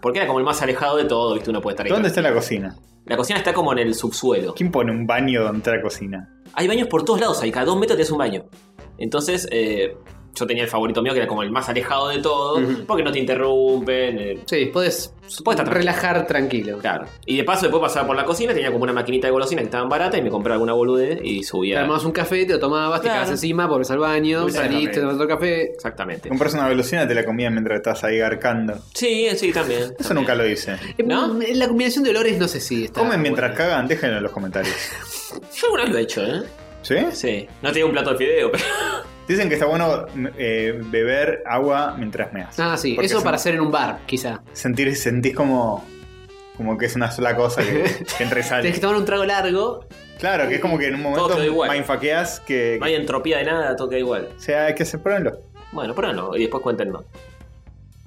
S2: Porque era como el más alejado de todo, ¿viste? Uno puede estar ahí.
S4: ¿Dónde está la cocina?
S2: La cocina está como en el subsuelo.
S4: ¿Quién pone un baño donde está la cocina?
S2: Hay baños por todos lados, ahí cada dos metros tienes un baño. Entonces, eh, yo tenía el favorito mío, que era como el más alejado de todo,
S1: Ujú.
S2: porque no te interrumpen. eh,
S1: Sí, podés
S2: Supongo que está
S1: relajar tranquilo.
S2: claro. Y de paso, después pasaba por la cocina, tenía como una maquinita de golosina que estaban barata y me compraba alguna boludez y
S1: Te
S2: subía.
S1: armabas un café, te lo tomabas, te
S2: Claro.
S1: quedabas encima, volvés al baño,
S2: Exactamente.
S1: salís, te tomas otro café.
S2: Exactamente.
S4: Compras una velocidad y te la comías mientras estás ahí garcando.
S2: Sí, sí, también.
S4: Eso nunca lo hice.
S2: ¿No?
S1: Eh, La combinación de olores no sé si está.
S4: Comen mientras
S1: buena.
S4: cagan, déjenlo en los comentarios.
S2: Yo alguna vez lo he hecho, ¿eh?
S4: ¿Sí?
S2: Sí. No tenía un plato de fideo, pero.
S4: Dicen que está bueno eh, beber agua mientras meas.
S1: Ah, sí.
S4: Porque
S1: Eso
S4: sen-
S1: para hacer en un bar, quizá.
S4: Sentir, sentís como, como que es una sola cosa que, que entra y
S1: Tienes que
S4: sale.
S1: tomar un trago largo.
S4: Claro, que es como que en un momento
S2: quedó igual.
S4: mindfuckeás que.
S2: No hay entropía de nada, toca igual.
S4: O sea, hay que hacer pruébenlo.
S2: Bueno, pruébenlo y después cuéntenos.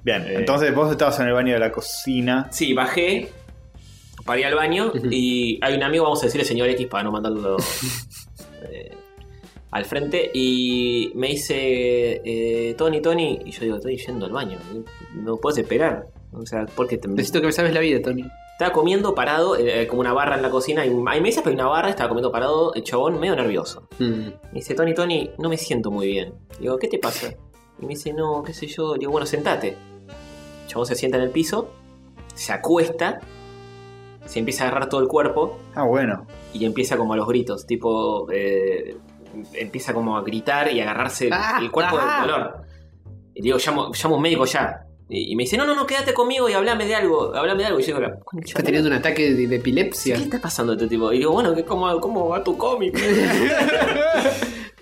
S4: Bien,
S2: Eh.
S4: entonces vos estabas en el baño de la cocina.
S2: Sí, bajé, paré al baño
S1: Ujú.
S2: y hay un amigo, vamos a decirle señor X para no mandarlo eh, al frente. Y me dice, eh, Tony, Tony. Y yo digo, estoy yendo al baño, no puedes esperar. O sea, porque te,
S1: Necesito que me sabes la vida, Tony.
S2: estaba comiendo parado, eh, como una barra en la cocina. Hay, hay mesas, pero hay una barra, estaba comiendo parado, el chabón medio nervioso.
S1: Mm.
S2: Me dice, Tony, Tony, no me siento muy bien. Digo, ¿qué te pasa? Y me dice, no, qué sé yo. Digo, bueno, sentate. El chabón se sienta en el piso, se acuesta, se empieza a agarrar todo el cuerpo
S4: Ah, bueno.
S2: y empieza como a los gritos, tipo, eh, empieza como a gritar y a agarrarse el-
S1: Ah,
S2: el cuerpo
S1: ajá.
S2: del dolor. Y digo, llamo, llamo a un médico ya. Y, y me dice, no, no, no, quédate conmigo y hablame de algo, hablame de algo. Y yo digo, la concha
S1: Está
S2: de la
S1: teniendo un ataque de, de epilepsia.
S2: ¿Qué está pasando a este tipo? Y digo, bueno, ¿qué- ¿cómo, cómo va tu cómic?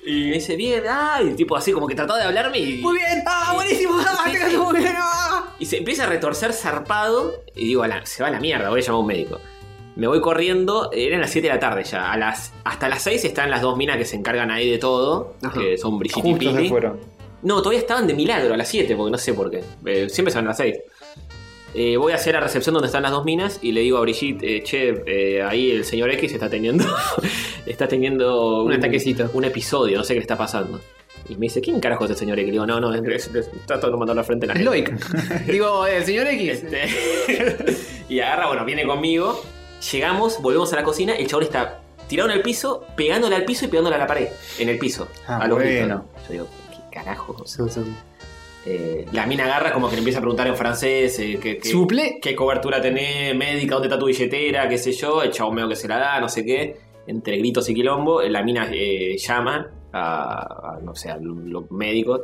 S2: y me dice, bien, ay, el tipo así como que trató de hablarme y,
S1: Muy bien, ah, buenísimo, ah,
S2: Sí,
S1: te
S2: sí.
S1: quedas muy bien, ah.
S2: y se empieza a retorcer zarpado. Y digo, a la- se va a la mierda, voy a llamar a un médico. Me voy corriendo, eh, eran las 7 de la tarde ya. A las, hasta las 6 están las dos minas que se encargan ahí de todo,
S1: Ajá.
S2: que son Brigitte y
S4: Justo se
S2: Pili.
S4: fueron.
S2: No, todavía estaban de milagro a las 7, porque no sé por qué. Eh, siempre son a las 6. Eh, voy hacia la recepción donde están las dos minas y le digo a Brigitte, eh, che, eh, ahí el señor X está teniendo, está teniendo
S1: Un ataquecito.
S2: un episodio, no sé qué le está pasando. Y me dice, ¿quién carajo es el señor X? Le digo, no, no, es- es- es- trato de no mandarlo al frente a la
S1: Es
S2: gente.
S1: Loic. Digo, el señor X.
S2: Este, y agarra, bueno, viene conmigo. Llegamos, volvemos a la cocina, el chabón está tirado en el piso, pegándole al piso y pegándole a la pared, en el piso.
S4: Ah,
S2: a los gritos.
S4: bueno.
S2: Yo digo, ¿qué carajo? O sea,
S1: Son- son-
S2: eh, la mina agarra como que le empieza a preguntar en francés eh, qué, qué-
S1: ¿Suple?
S2: qué cobertura tenés, médica, dónde está tu billetera, qué sé yo, el chabón medio que se la da, no sé qué, entre gritos y quilombo, eh, la mina eh, llama a, a, no sé, a los médicos.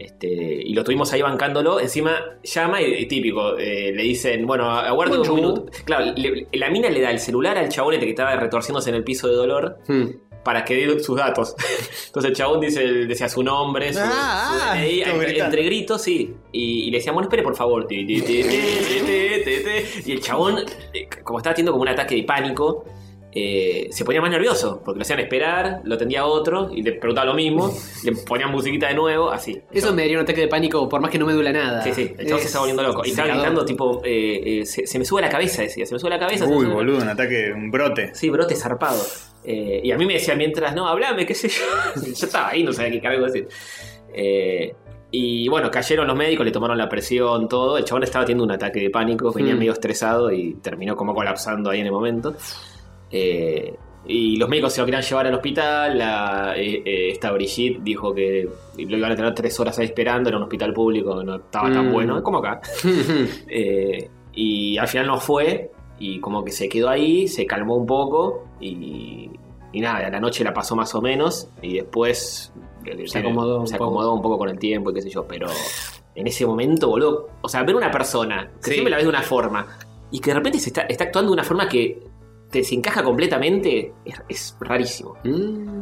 S2: Este, y lo tuvimos ahí bancándolo. Encima llama y, y típico. eh, le dicen, bueno, aguarde dos
S1: Bonjour.
S2: minutos. Claro, le- la mina le da el celular al chabón este que estaba retorciéndose en el piso de dolor
S1: Hmm.
S2: para que dé sus datos. Entonces el chabón dice, decía su nombre, su,
S4: Ah,
S2: su
S4: ah,
S2: DNI,
S4: todo
S2: entre,
S4: gritando.
S2: entre gritos, sí. Y, y le decía, bueno, espere por favor. Ti, ti, ti, ti, ti, ti, ti, ti. Y el chabón, eh, como estaba teniendo como un ataque de pánico, eh, se ponía más nervioso, porque lo hacían esperar, lo atendía otro y le preguntaba lo mismo, le ponían musiquita de nuevo, así.
S1: Eso me daría un ataque de pánico, por más que no me duela nada.
S2: Sí, sí, el chabón se
S1: Es
S2: estaba volviendo loco. Y estaba
S1: secador.
S2: gritando tipo, eh, eh, se, se me sube la cabeza, decía, se me sube la cabeza. se me
S4: Uy,
S2: sube la
S4: boludo, un ataque, un brote.
S2: Sí, brote zarpado. Eh, y a mí me decía mientras, no, hablame, qué sé yo. yo estaba ahí, no sabía qué cargo decir. Eh, y bueno, cayeron los médicos, le tomaron la presión, todo. El chabón estaba teniendo un ataque de pánico, venía
S1: Mm.
S2: medio estresado y terminó como colapsando ahí en el momento. Eh, y los médicos se lo querían llevar al hospital. la- eh, eh, esta Brigitte dijo que lo iban a tener tres horas ahí esperando. Era un hospital público, no estaba tan
S1: Mm.
S2: bueno como acá. Eh, y al final no fue. Y como que se quedó ahí, se calmó un poco. Y, y nada, la noche la pasó más o menos. Y después eh,
S1: Se acomodó un
S2: se
S1: poco.
S2: acomodó un poco con el tiempo y qué sé yo. Pero en ese momento, boludo. O sea, ver una persona que
S1: Sí.
S2: siempre la ves de una forma. Y que de repente se está, está actuando de una forma que te desencaja completamente. Es, es rarísimo.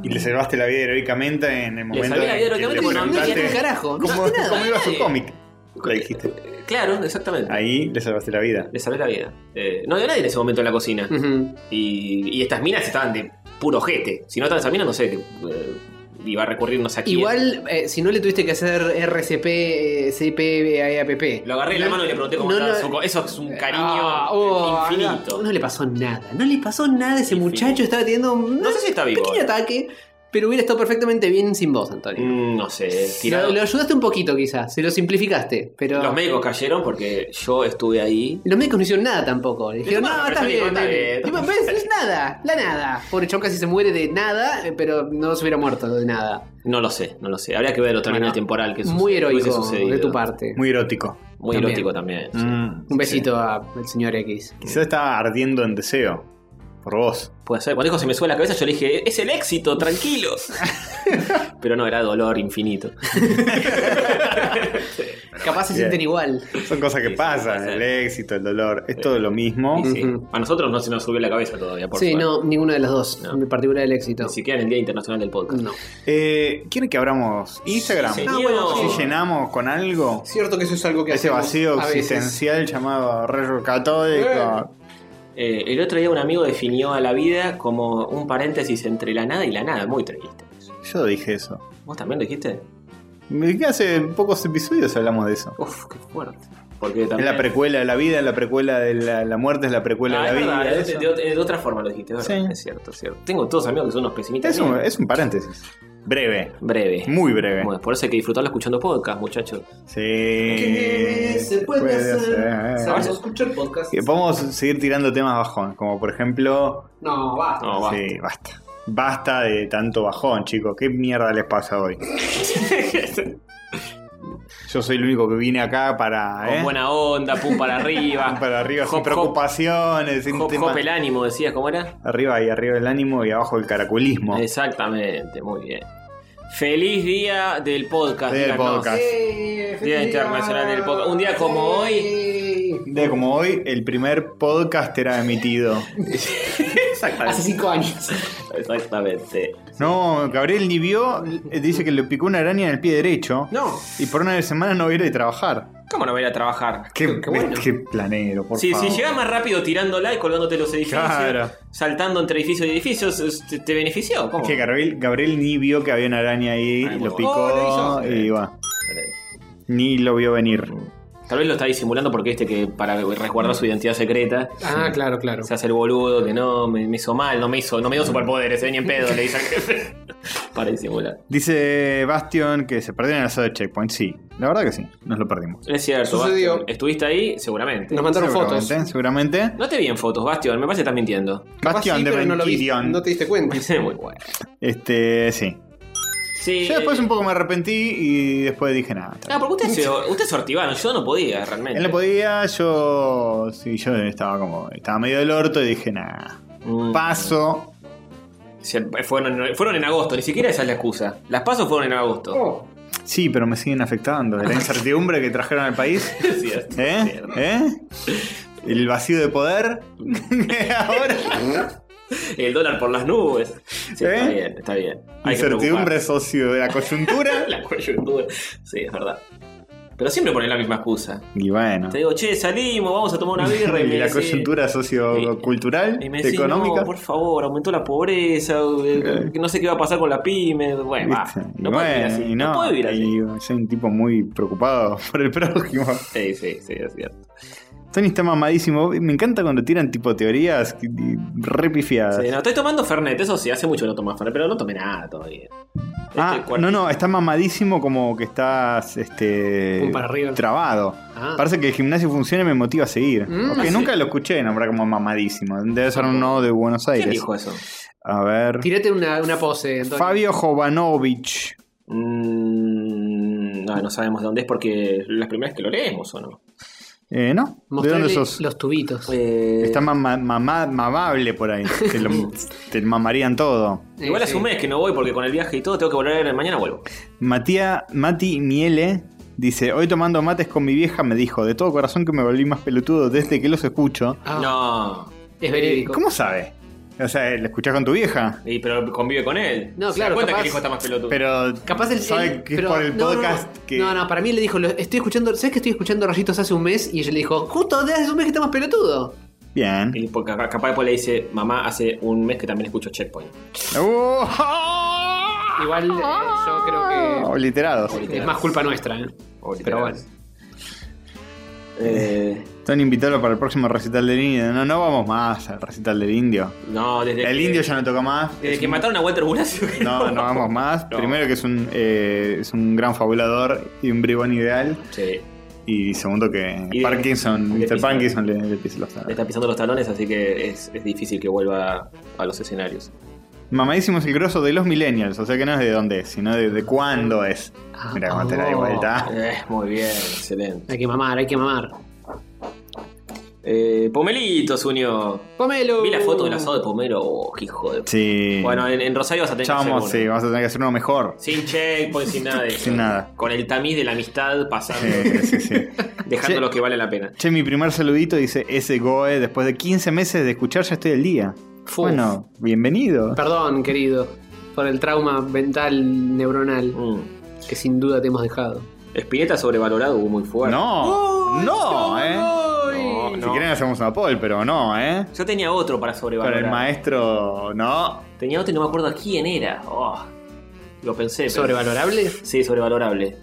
S1: Mm.
S4: Y le salvaste la vida heroicamente en el momento.
S2: salvé la vida
S4: en que le
S2: heroicamente y
S1: No
S2: no Preguntaste-
S1: digas un
S4: preguntaste
S1: carajo. no
S4: ¿Cómo,
S1: hace nada.
S4: cómo iba su
S2: nadie.
S4: cómic? Lo dijiste.
S2: Claro, exactamente.
S4: Ahí le salvaste la vida.
S2: Le salvé la vida. Eh, no había nadie en ese momento en la cocina.
S1: Ujú.
S2: Y, y estas minas estaban de puro jete. Si no estaban esas minas, no sé, que, eh, iba a recurrir no sé a quién.
S1: Igual, eh, si no le tuviste que hacer RCP, eh, CPAAPP.
S2: Lo agarré de la mano y le pregunté cómo
S1: No,
S2: estaba
S1: no.
S2: su co- Eso es un cariño
S1: Ah, oh,
S2: infinito.
S1: No,
S2: No,
S1: no le pasó nada. No le pasó nada. Ese
S2: Infinito.
S1: muchacho estaba teniendo un
S2: sé si está vivo.
S1: pequeño ataque, pero hubiera estado perfectamente bien sin vos, Antonio.
S2: Mm, no sé, tirado.
S1: Lo, lo ayudaste un poquito, quizás. Se lo simplificaste, pero.
S2: Los médicos cayeron porque yo estuve ahí.
S1: Los médicos no hicieron nada tampoco. Le dijeron,
S2: tomaron
S1: no,
S2: la
S1: estás
S2: presión y
S1: bien,
S2: dijo, "Está
S1: nene".
S2: bien,
S1: Tipo,
S2: está
S1: ves, es nada, la nada. Pobre chon casi se muere de nada, eh, pero no se hubiera muerto de nada.
S2: No lo sé, no lo sé. Habría que ver otra
S1: Bueno,
S2: línea temporal que
S1: Muy
S2: suce- hubiese
S1: heroico
S2: sucedido.
S1: de tu parte.
S4: Muy erótico.
S2: Muy
S1: También.
S2: erótico también.
S4: Mm,
S1: Un
S4: sí.
S1: besito al señor X.
S4: Quizás estaba ardiendo en deseo. Por vos.
S2: Puede ser. Cuando dijo se me sube la cabeza, yo le dije, es el éxito, tranquilo. Pero no, era dolor infinito.
S1: Capaz se
S4: Bien.
S1: sienten igual.
S4: Son cosas que
S2: Sí, sí,
S4: pasan,
S2: pasa.
S4: el éxito, el dolor, es todo lo mismo.
S2: Y sí.
S1: Ujú.
S2: A nosotros no se nos subió la cabeza todavía, por
S1: sí,
S2: suerte.
S1: no, ninguna de las dos.
S2: No.
S1: En particular el éxito.
S2: Ni siquiera en el Día Internacional del Podcast.
S1: No.
S4: Eh, ¿Quieren que abramos Instagram?
S2: Sí,
S1: Ah,
S2: señor.
S1: bueno,
S4: ¿Si llenamos con algo?
S1: Cierto que eso es algo que
S4: Ese
S1: hacemos
S4: vacío
S1: a veces.
S4: existencial llamado Rayo Católico.
S2: Eh, el otro día un amigo definió a la vida como un paréntesis entre la nada y la nada. Muy triste.
S4: Yo dije eso.
S2: ¿Vos también lo dijiste?
S4: Me- que Hace pocos episodios hablamos de eso.
S2: Uf, qué fuerte. Porque
S4: Es
S2: también...
S4: la precuela de la vida, la precuela de la, la muerte, es la precuela
S2: Ah,
S4: de
S2: es
S4: la
S2: verdad,
S4: vida.
S2: de,
S4: eso.
S2: de- de- de otra forma lo dijiste, es verdad.
S4: Sí.
S2: Es cierto, es cierto. Tengo todos amigos que son unos pesimistas.
S4: Es un,
S2: Bien.
S4: es un paréntesis. Breve.
S2: Breve.
S4: Muy breve.
S2: Bueno, por eso hay que disfrutarlo escuchando podcast, muchachos.
S4: Sí.
S1: ¿Qué se puede hacer?
S4: hacer.
S1: Sabemos escuchar podcast.
S4: Y Podemos seguir tirando temas bajón, como por ejemplo.
S1: No, basta.
S2: No, basta.
S4: Sí, basta. Basta de tanto bajón, chicos. ¿Qué mierda les pasa hoy? Yo soy el único que vine acá para.
S2: Con
S4: ¿eh?
S2: buena onda, pum para arriba.
S4: Para arriba, sin
S2: Hop,
S4: preocupaciones, sin
S2: Hop, hop,
S4: tema.
S2: hop el ánimo, decías, ¿cómo era?
S4: Arriba y arriba el ánimo y abajo el caracolismo.
S2: Exactamente, muy bien. Feliz día del podcast.
S4: Del
S2: díganos.
S4: podcast.
S2: Día Internacional del Podcast. Un día como hoy.
S4: Un día como hoy, el primer podcast era emitido.
S1: Hace cinco años.
S2: Exactamente.
S4: No, Gabriel ni vio, eh, dice que le picó una araña en el pie derecho.
S2: No.
S4: Y por una semana no iba a ir a trabajar.
S2: ¿Cómo no voy a ir a trabajar?
S4: Qué,
S1: qué bueno.
S4: qué planero, por
S2: Si,
S4: favor.
S2: si llegas más rápido tirándola y colgándote los edificios,
S4: Claro.
S2: saltando entre edificios y edificios, es- te, te benefició. ¿Cómo?
S4: Es que Gabriel, Gabriel ni vio que había una araña ahí,
S2: Ay,
S4: lo
S2: bueno.
S4: picó
S2: Oh, lo hizo.
S4: y va. Ni lo vio venir.
S2: Tal vez lo está disimulando porque este que para resguardar su identidad secreta
S1: Ah, claro, claro.
S2: se hace el boludo que no me, me hizo mal, no me hizo, no me dio superpoderes, eh, ni en pedo, le dice al jefe. para disimular.
S4: Dice Bastion que se perdieron el asado de Checkpoint. Sí, la verdad que sí, nos lo perdimos.
S2: Es cierto,
S1: Sucedió.
S2: Bastión. Estuviste ahí, seguramente.
S1: Nos mandaron fotos.
S4: seguramente, Seguramente.
S2: No te vi en fotos, Bastión, me parece que estás mintiendo.
S1: Capaz sí,
S4: Bastion de
S1: pero no, lo viste,
S4: Valkyrion.
S1: no te diste cuenta.
S2: Muy bueno.
S4: Este, sí.
S2: Sí.
S4: Yo después
S2: eh,
S4: un poco me arrepentí y después dije nada. está
S2: Ah, porque ustedes se, ustedes se ortivaron, yo no podía realmente.
S4: Él no podía, yo. Sí, yo estaba como. Estaba medio del orto y dije, nada.
S2: Mm.
S4: Paso.
S2: Si el- Fueron, fueron en agosto, ni siquiera esa es la excusa. Las pasos fueron en agosto.
S1: Oh,
S4: Sí, pero me siguen afectando. de La incertidumbre que trajeron al país.
S2: Es cierto, es
S4: ¿Eh?
S2: cierto.
S4: ¿Eh? El vacío de poder. Ahora.
S2: El dólar por las nubes. Sí,
S4: ¿Eh?
S2: está bien, está bien. Hay que
S4: Incertidumbre socio de la coyuntura.
S2: preocuparse. La coyuntura. Sí, es verdad. Pero siempre ponen la misma excusa.
S4: Y bueno.
S2: Te digo, che, salimos, vamos a tomar una birra. Y, me
S4: Y la
S2: decís-
S4: coyuntura sociocultural,
S2: Y me decís,
S4: económica.
S2: no, por favor, aumentó la pobreza, eh,
S4: Ok.
S2: que no sé qué va a pasar con la pyme. Bueno, va.
S4: ¿Viste? Y
S2: no, puedo vivir
S4: bueno,
S2: así.
S4: y
S2: no puedo vivir así.
S4: no. Y soy un tipo muy preocupado por el prójimo.
S2: Sí, sí, sí, es cierto.
S4: Tony está mamadísimo. Me encanta cuando tiran tipo teorías que- y repifiadas.
S2: Sí, no, estoy tomando Fernet, eso sí, hace mucho que no tomas Fernet, pero no tomé nada todavía.
S4: ah,
S2: Este cuarto-
S4: no, no, está mamadísimo como que estás este
S1: Un para arriba.
S4: trabado.
S1: Ah.
S4: Parece que el gimnasio funciona y me motiva a seguir.
S1: Mm,
S4: Porque
S2: sí.
S4: nunca lo escuché nombrar como mamadísimo. Debe ser uno de Buenos Aires.
S2: ¿Quién dijo eso?
S4: A ver.
S1: Tírate una, una pose, Antonio.
S4: Fabio Jovanovich.
S2: Mm, no, no sabemos de dónde es porque las primeras que lo leemos o no.
S4: Eh, ¿No?
S1: Mostrarle
S4: ¿De dónde sos?
S1: los tubitos.
S2: Eh,
S4: Está mamá, mamá- mamable por ahí. te, lo- te mamarían todo.
S1: Eh,
S2: igual hace
S1: sí.
S2: un mes que no voy porque con el viaje y todo tengo que volver mañana vuelvo.
S4: Matía, Mati Miele dice: Hoy tomando mates con mi vieja me dijo, de todo corazón que me volví más pelotudo desde que los escucho.
S1: Ah,
S2: No.
S1: Es verídico.
S4: ¿Cómo sabe? O sea, ¿lo escuchás con tu vieja?
S2: Y, pero convive con él.
S1: No,
S2: ¿Se
S1: claro,
S2: da cuenta
S1: capaz-
S2: que el hijo está más pelotudo.
S4: Pero.
S1: Capaz el,
S4: ¿Sabe
S1: el-
S4: que es
S1: pero-
S4: por el
S1: no, no,
S4: podcast
S1: no,
S4: que.
S1: No, no, para mí le dijo, lo- estoy escuchando, ¿sabes que estoy escuchando rayitos hace un mes? Y ella le dijo, justo desde hace un mes que estamos pelotudo.
S4: Bien.
S2: Y porque ca- capaz después le dice, mamá, hace un mes que también escucho Checkpoint.
S4: ¡Oh!
S1: Igual eh, yo
S4: Oh,
S1: creo
S4: Obliterados.
S1: que es más culpa nuestra, ¿eh?
S2: O
S1: Pero
S2: literal.
S1: bueno.
S2: Eh,
S4: Están invitados para el próximo recital del indio. No, no vamos más al recital del indio.
S2: no, desde
S4: El
S2: que,
S4: indio ya no toca más.
S2: Desde que mataron a Walter Bulacio.
S4: No, no vamos más.
S2: No.
S4: Primero que es un, eh, es un gran fabulador y un bribón ideal.
S2: Sí,
S4: Y segundo que
S2: Y de-
S4: Parkinson,
S2: le
S4: Mr.
S2: pisa-
S4: Parkinson le, le pisa los
S2: le
S4: talones.
S2: está pisando los talones, así que es, es difícil que vuelva a los escenarios.
S4: Mamadísimo es el grosso de los millennials, o sea que no es de dónde es, sino de, de cuándo es.
S1: Ah,
S4: Mira cómo te la di
S2: Ah,
S1: no.
S4: vuelta.
S2: Eh, muy bien, excelente.
S1: Hay que mamar, hay que mamar.
S2: Eh, Pomelito se unió.
S1: Pomelo.
S2: Vi la foto del asado de Pomelo. Oh, hijo de.
S4: Sí.
S2: Bueno, en, en Rosario vas a tener que hacer
S4: Chamo,
S2: uno.
S4: sí, vamos a tener que hacer uno mejor.
S2: Sin checkpoint, sin nada de eso.
S4: Sin nada.
S2: Con el tamiz de la amistad pasando,
S4: Sí, sí, sí.
S2: dejando
S4: Sí.
S2: lo que vale la pena.
S4: Che, mi primer saludito dice ese Goe, después de 15 meses de escuchar ya estoy al día.
S1: Uf.
S4: Bueno, bienvenido.
S1: Perdón, querido, por el trauma mental neuronal
S2: Mm.
S1: que sin duda te hemos dejado.
S2: Espineta sobrevalorado, muy fuerte.
S4: No, no, eh.
S2: No,
S4: Si
S2: no.
S4: quieren hacemos una poll, pero no, eh.
S2: Yo tenía otro para
S4: Pero
S2: sobrevalorar.
S4: el maestro, no.
S2: Tenía otro y no me acuerdo quién era. Oh, lo pensé. pero-
S1: ¿Sobrevalorable?
S2: Sí, sobrevalorable.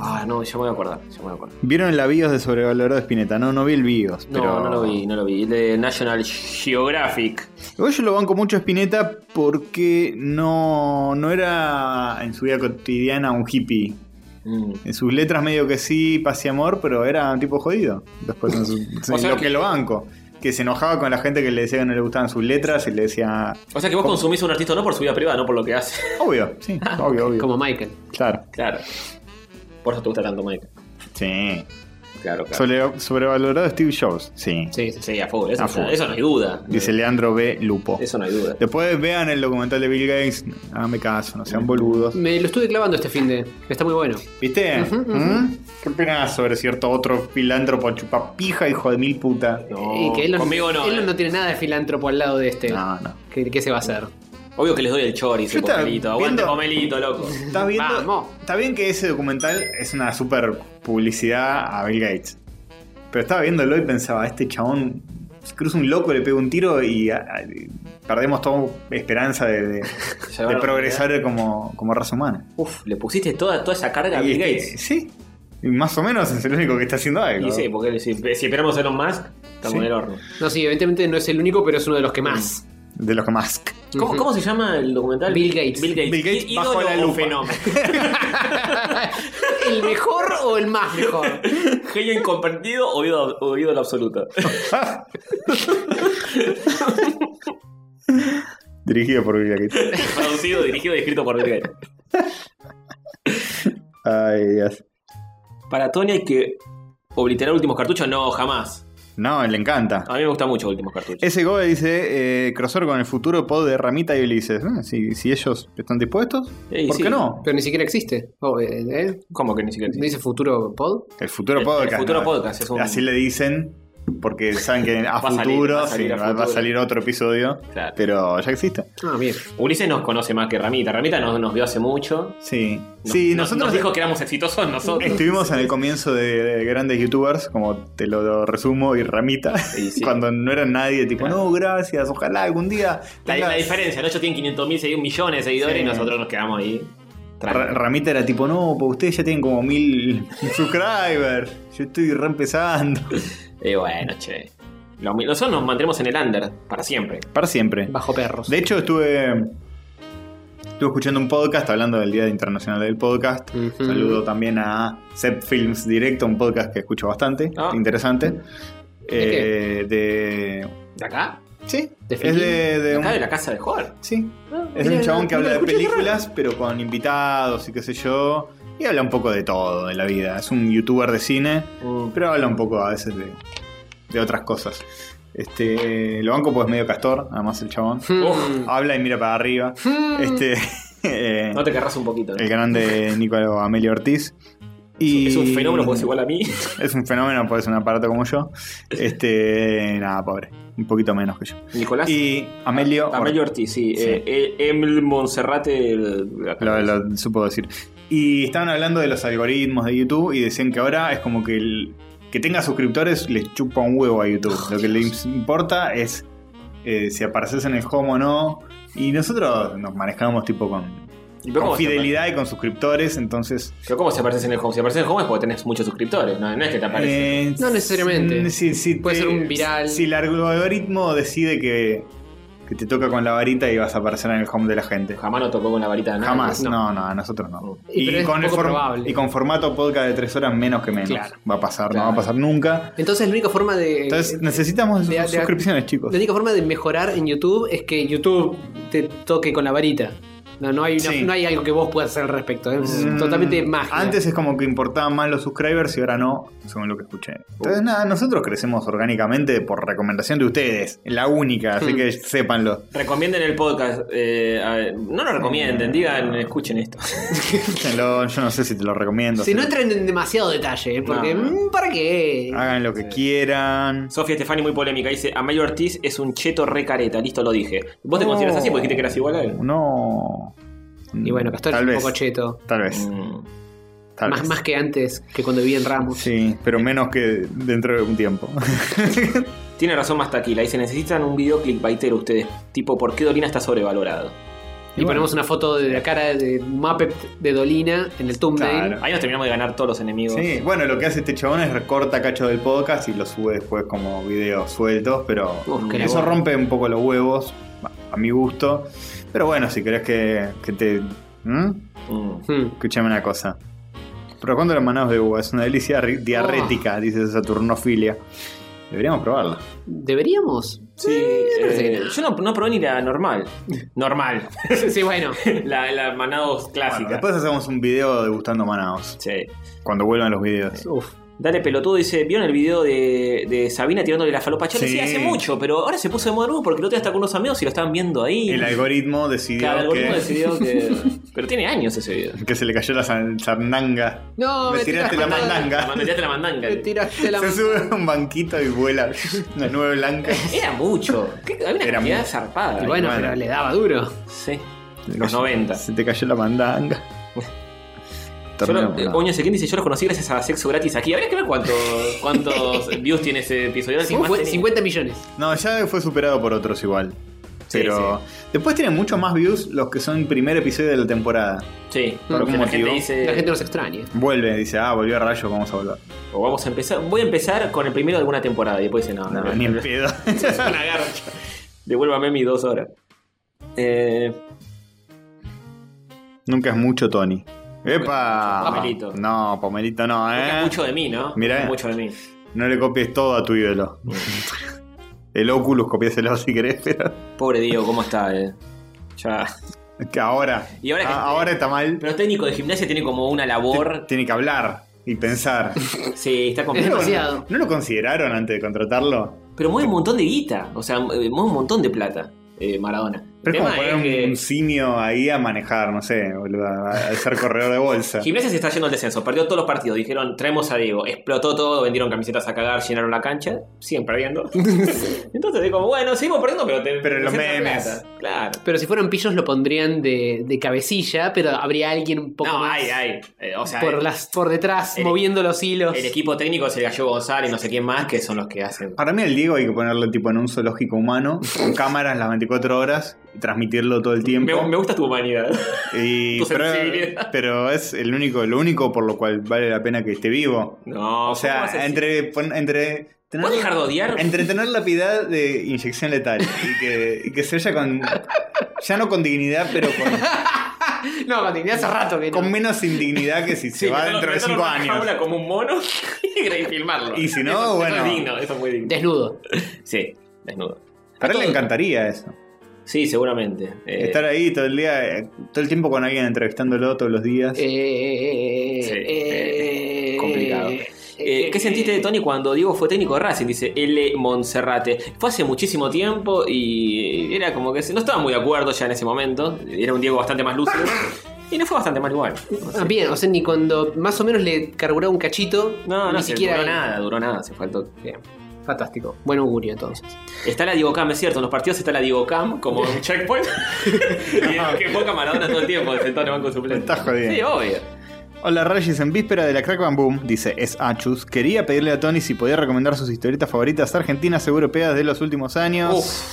S2: Ah, no, ya me voy a acordar. Ya me voy a acordar.
S4: ¿Vieron la BIOS de sobrevalorado de Spinetta? No, no vi el BIOS.
S2: No,
S4: pero...
S2: no lo vi, no lo vi. De National Geographic.
S4: Igual yo lo banco mucho a Spinetta porque no, no era en su vida cotidiana un hippie.
S2: Mm.
S4: En sus letras medio que sí, paz y amor, pero era un tipo jodido. Después en su- en
S2: sea
S4: lo
S2: que-
S4: que, lo banco. Que se enojaba con la gente que le decía que no le gustaban sus letras y le decía...
S2: O sea que vos consumís a un artista no por su vida privada, no por lo que hace.
S4: Obvio, sí, obvio, obvio.
S1: Como Michael.
S4: Claro,
S2: Claro. Por eso te gusta tanto Mike.
S4: sí.
S2: Claro, claro.
S4: Sobre- sobrevalorado Steve Jobs, sí.
S1: Sí, sí, sí.
S2: Sí, a full. Eso,
S4: A full.
S2: eso no hay duda.
S4: Dice Leandro B. Lupo.
S2: Eso no hay duda.
S4: Después vean el documental de Bill Gates, háganme caso, no sean boludos.
S1: Me lo estuve clavando este fin de. Está muy bueno.
S4: ¿Viste?
S1: Ujú, ujú.
S4: ¿Mm? ¿Qué opinas sobre cierto otro filántropo chupapija, hijo de mil puta?
S2: No,
S1: y que él, no-
S2: conmigo no.
S1: él
S2: eh.
S1: no tiene nada de filántropo al lado de este.
S4: No, no.
S1: ¿Qué, qué se va a hacer?
S2: Obvio que les doy el chori, ese
S4: Yo estaba
S2: pomelito. Aguante
S4: viendo-
S2: pomelito, loco.
S4: ¿Estás viendo?
S1: Vamos.
S4: Está bien que ese documental es una super publicidad a Bill Gates. Pero estaba viéndolo y pensaba, este chabón se cruza un loco, le pega un tiro y a- a- y perdemos toda esperanza de, de- de progresar como, como raza humana.
S2: Uf, le pusiste toda, toda esa carga a
S4: Y
S2: Bill
S4: este-
S2: Gates.
S4: Sí. Y más o menos es el único que está haciendo algo.
S2: Y sí, porque si, si esperamos a Elon Musk, estamos
S4: Sí.
S2: en el horno.
S1: No, sí, evidentemente no es el único, pero es uno de los que más.
S4: De los que más.
S2: ¿Cómo,
S1: Ujú.
S2: cómo se llama el documental?
S1: Bill Gates.
S2: Bill Gates,
S4: Bill Gates
S2: Í-
S4: bajo
S2: ídolo
S4: la
S2: o
S4: lupa.
S2: fenómeno.
S1: ¿El mejor o el más mejor?
S2: Genio incompartido o ídolo, o ídolo absoluto.
S4: Dirigido por Bill Gates.
S2: Producido, dirigido y escrito por Bill Gates.
S4: Ay, Dios.
S2: Para Tony hay que obliterar últimos cartuchos. No, jamás.
S4: No, le encanta.
S2: A mí me gusta mucho últimos cartuchos.
S4: Ese Gobe dice, eh, crossover con el futuro pod de Ramita y Ulises. Ah, si, si ellos están dispuestos,
S2: Ey,
S4: ¿por
S2: sí.
S4: qué no?
S1: Pero ni siquiera existe. Oh, eh, eh.
S2: ¿Cómo que ni siquiera?
S1: ¿No dice futuro pod?
S4: El futuro
S2: El-
S4: podcast.
S2: el futuro
S4: ¿no?
S2: podcast, es un-
S4: Así le dicen, porque saben que a
S2: Va a salir, va
S4: futuro
S2: a salir
S4: sí,
S2: a
S4: va- va a
S2: futuro.
S4: salir otro episodio,
S2: Claro.
S4: pero ya existe.
S1: Ah, bien.
S2: Ulises nos conoce más que Ramita. Ramita nos, nos vio hace mucho.
S4: Sí,
S2: Nos-
S4: sí
S2: nos-
S4: nosotros
S2: nos dijo que éramos exitosos nosotros.
S4: estuvimos en el comienzo de, de grandes youtubers, como te lo, resumo, y Ramita,
S2: Sí, sí.
S4: cuando no era nadie, tipo,
S2: Claro.
S4: no, gracias, ojalá algún día...
S2: La,
S4: tengas-
S2: la diferencia, ¿no? Ellos tienen 500 mil millones de seguidores
S4: Sí.
S2: y nosotros nos quedamos ahí.
S4: Ra-
S2: tranquilos.
S4: Ramita era tipo, no, porque ustedes ya tienen como mil subscribers. Yo estoy reempezando.
S2: Y bueno, che. Lo mi- Nosotros nos mantenemos en el under para siempre.
S4: Para siempre.
S1: Bajo perros.
S4: De hecho, estuve. Estuve escuchando un podcast hablando del Día Internacional del Podcast.
S1: Ujú.
S4: Saludo también a Zep Films Directo, un podcast que escucho bastante.
S2: Ah.
S4: Interesante.
S1: qué?
S4: Eh, de.
S2: ¿De acá?
S4: Sí.
S1: ¿De
S4: es de. de
S2: De
S4: un-
S2: acá de la casa de Jorge.
S4: Sí. Es
S1: Ah, mira,
S4: un chabón
S1: no,
S4: que
S1: no
S4: habla
S1: lo
S4: de
S1: escuché, qué
S4: películas, pero con invitados y qué sé yo. Y habla un poco de todo, de la vida. Es un youtuber de cine. Pero habla un poco a veces de, de otras cosas. Este, lo banco pues medio castor, además el chabón.
S1: Hmm.
S2: Uf.
S4: Habla y mira para arriba.
S1: Hmm.
S4: Este, eh,
S2: No te querrás un poquito. ¿no?
S4: el grande Nicolás Amelio Ortiz. Eh, Y
S2: Es un fenómeno, pues igual a mí.
S4: Es un fenómeno, pues es un aparato como yo. Este, nada, pobre. Un poquito menos que yo.
S2: Nicolás.
S4: Y Amelio, Or-
S2: Ah, Amelio Ortiz, sí.
S4: Sí.
S2: Eh, eh, Emil Monserrate. el- la-
S4: lo, lo supo decir. Y estaban hablando de los algoritmos de YouTube y decían que ahora es como que el que tenga suscriptores les chupa un huevo a YouTube. Lo que les importa es eh, si apareces en el home o no. Y nosotros nos manejamos tipo con,
S2: ¿Y
S4: con
S2: cómo se-
S4: fidelidad y con suscriptores, entonces...
S2: Pero ¿cómo se aparece en el home? Si aparece en el home es porque tenés muchos suscriptores. No, no es que te aparece.
S4: eh,
S1: No necesariamente.
S4: si- si
S1: Puede ser un viral.
S4: Si el algoritmo decide que, que te toca con la varita y vas a aparecer en el home de la gente.
S2: Jamás no tocó con la varita de nadie.
S4: Jamás,
S1: no.
S4: no, no, a nosotros no.
S1: Y pero es
S4: el
S1: poco
S4: form-
S1: probable.
S4: y con formato podcast de tres horas menos que menos.
S1: Claro.
S4: Va a pasar,
S2: Claro.
S4: no va a pasar nunca.
S1: Entonces la única forma de.
S4: Entonces necesitamos
S1: de- de-
S4: suscripciones, chicos.
S1: La única forma de mejorar en YouTube es que YouTube te toque con la varita. No, no, hay, una-
S4: Sí.
S1: no hay algo que vos puedas hacer al respecto. ¿eh? Es
S4: Mm,
S1: totalmente magia.
S4: Antes es como que importaban más los subscribers y ahora no, según lo que escuché.
S1: Uh.
S4: Entonces, nada, nosotros crecemos orgánicamente por recomendación de ustedes. La única, así
S1: Mm.
S4: que sépanlo.
S2: Recomienden el podcast. eh, a ver, no lo
S4: Eh.
S2: recomienden, digan, escuchen esto.
S4: Escúchenlo, yo no sé si te lo recomiendo.
S1: Si
S4: si-
S1: no entran en demasiado detalle, ¿eh? porque
S2: No.
S1: mm, ¿para qué?
S4: Hagan lo que quieran.
S2: Sofía Stefani, muy polémica, dice: Amayo Ortiz es un cheto re careta, listo, lo dije. ¿Vos te
S4: No.
S2: consideras así? Porque dijiste que eras igual a él.
S4: No.
S1: Y bueno, Castor
S4: tal
S1: es un
S4: vez,
S1: poco cheto.
S4: Tal vez.
S2: Mm.
S4: Tal
S1: Más,
S4: vez.
S1: más que antes, que cuando viví en Ramos.
S4: Sí, pero
S2: Eh,
S4: menos que dentro de un tiempo.
S2: Tiene razón más taquila, dice: Necesitan un video clickbaitero ustedes. Tipo, ¿por qué Dolina está sobrevalorado?
S1: Y ponemos una foto de la cara de Muppet de Dolina en el thumbnail.
S4: Claro.
S2: Ahí nos terminamos de ganar todos los enemigos.
S4: Sí, bueno, lo que hace este chabón es recorta cacho del podcast y lo sube después como videos sueltos, pero
S1: Uf, qué
S4: eso
S1: labor.
S4: rompe un poco los huevos, a mi gusto. Pero bueno, si querés que, que te... ¿Mm?
S2: Mm.
S1: Hmm.
S4: Escuchame una cosa. Pero cuando los manados de uva es una delicia
S2: Ah.
S4: ri- diarrética, dice Saturnofilia. Deberíamos probarla.
S1: ¿Deberíamos?
S2: Sí,
S1: parece
S2: eh,
S1: que no.
S2: yo no, no probé ni la normal. Normal.
S1: sí, bueno.
S2: la, la Manaus
S4: Bueno,
S2: clásica.
S4: después hacemos un video degustando manados.
S2: Sí.
S4: Cuando vuelvan los videos.
S1: Uf.
S2: Dale pelotudo, dice, ¿vieron el video de, de Sabina tirándole la falopa? Yo lo
S4: Sí.
S2: decía hace mucho, pero ahora se puso de moda de nuevo porque el otro día está con unos amigos y lo estaban viendo ahí.
S4: El algoritmo decidió
S2: Claro, el algoritmo
S4: que,
S2: decidió que... Pero tiene años ese video.
S4: que se le cayó la san- sarnanga.
S1: No,
S4: Me tiraste la
S1: patada.
S4: mandanga.
S2: La mandé la mandanga.
S1: Me tiraste la
S4: Se sube a un banquito y vuela una nube blanca.
S2: Era mucho. ¿Qué? Había una
S4: Era
S2: cantidad
S4: mucho.
S2: zarpada.
S1: Y bueno,
S4: Bueno.
S1: pero le daba duro.
S2: Sí. Los 90.
S4: Se te cayó la mandanga.
S2: Yo lo-
S4: Terminamos,
S2: eh,
S4: ¿no?
S2: Oño Sequín dice, yo los conocí gracias a Sexo Gratis aquí. Habría que ver cuánto- cuántos views tiene ese episodio. Ahora sí,
S1: Fue
S2: más tenía.
S1: 50 millones.
S4: No, ya fue superado por otros igual.
S2: Sí,
S4: Pero después tienen mucho más views los que son primer episodio de la temporada.
S2: Sí,
S1: ¿Por
S2: porque
S4: algún
S2: la gente
S4: motivo?
S2: dice...
S1: La gente nos extraña.
S4: Vuelve, dice, ah, volvió a rayo, vamos a volver.
S2: O vamos a empezar. Voy a empezar con el primero de alguna temporada y después dice, no,
S4: No,
S2: no,
S4: ni en pedo.
S2: es una garcha. Devuélvame mis dos horas. Eh,
S4: Nunca es mucho Tony. ¡Epa!
S2: Pomelito.
S4: No, Pomelito no,
S2: nunca es
S4: eh.
S2: mucho de mí, ¿no?
S4: Mirá.
S2: Nunca es Mucho de mí.
S4: No le copies todo a tu ídolo. El Oculus copiéselo si querés, pero.
S2: Pobre Diego, ¿cómo está? eh? Ya.
S4: Que ahora.
S2: Y ahora que-
S4: Ah, ahora está mal.
S2: Pero técnico de gimnasia tiene como una labor.
S4: Tiene que hablar y pensar.
S2: Sí, está
S1: Es
S2: complicado.
S1: demasiado.
S4: ¿No lo consideraron antes de contratarlo?
S2: Pero mueve un montón de guita. O sea, eh, mueve un montón de plata. eh, Maradona. El
S4: Pero es como
S2: tema
S4: poner
S2: es
S4: un,
S2: que
S4: un simio ahí a manejar, no sé, boludo, a, a ser corredor de bolsa.
S2: Gimnasia se está yendo al descenso, perdió todos los partidos, dijeron traemos a Diego, explotó todo, vendieron camisetas a cagar, llenaron la cancha, siguen perdiendo. Entonces digo, bueno, seguimos perdiendo, pero te-
S4: Pero
S2: te
S4: los
S2: sientan
S4: memes.
S2: plata. Claro.
S1: Pero si fueran pillos lo pondrían de, de cabecilla, pero habría alguien un poco
S2: no,
S1: más
S2: hay, hay. Eh, o sea,
S1: por,
S2: el,
S1: las, por detrás,
S2: el-
S1: moviendo los hilos.
S2: el equipo técnico es el Gallego González, no sé quién más, que son los que hacen.
S4: Para mí al Diego hay que ponerlo tipo en un zoológico humano, con cámaras las 24 horas, y transmitirlo todo el tiempo.
S2: Me, me gusta tu humanidad.
S4: Y-
S2: Tu
S4: pero,
S2: sensibilidad.
S4: pero es el único, lo único por lo cual vale la pena que esté vivo.
S2: No,
S4: O sea, entre, pon- entre tener,
S2: ¿Puedes dejar de odiar?
S4: entre tener la piedad de inyección letal y que, y que se haya con. Ya no con dignidad, pero con,
S1: No, Martín, hace rato que no.
S4: con menos indignad que si se
S2: Sí,
S4: va
S2: meterlo-
S4: dentro de
S2: meterlo
S4: 5
S2: en una
S4: años.
S2: jaula como un mono y filmarlo.
S4: Y si no,
S2: Eso- eso
S4: bueno.
S2: es digno, eso es muy digno.
S1: Desnudo.
S2: Sí, desnudo.
S4: Para él le
S2: Todo-
S4: encantaría eso.
S2: Sí, seguramente. Eh,
S4: Estar ahí todo el día, eh, todo el tiempo con alguien entrevistándolo todos los días.
S1: Eh, eh,
S2: Sí,
S1: eh,
S2: eh, complicado.
S1: eh,
S2: Eh, ¿Qué sentiste de Tony cuando Diego fue técnico de Racing? Dice L. Monserrate. Fue hace muchísimo tiempo y era como que se- no estaba muy de acuerdo ya en ese momento. Era un Diego bastante más lúcido. Y no fue bastante mal igual.
S1: Ah, bien, o sea, ni cuando más o menos le carburaba un cachito,
S2: No,
S1: ni
S2: no, se-
S1: siquiera.
S2: duró nada, duró nada, se faltó.
S1: Bien, fantástico. Buen augurio entonces.
S2: Está la Diego Cam, es cierto, en los partidos está la Diego Cam como un checkpoint. y es que poca Maradona todo el tiempo sentado en el banco suplente.
S4: Me estás jodiendo.
S2: Sí, obvio.
S4: Hola Regis, en víspera de la Crack Bam Boom, dice es Achus, quería pedirle a Tony si podía recomendar sus historietas favoritas argentinas europeas de los últimos años.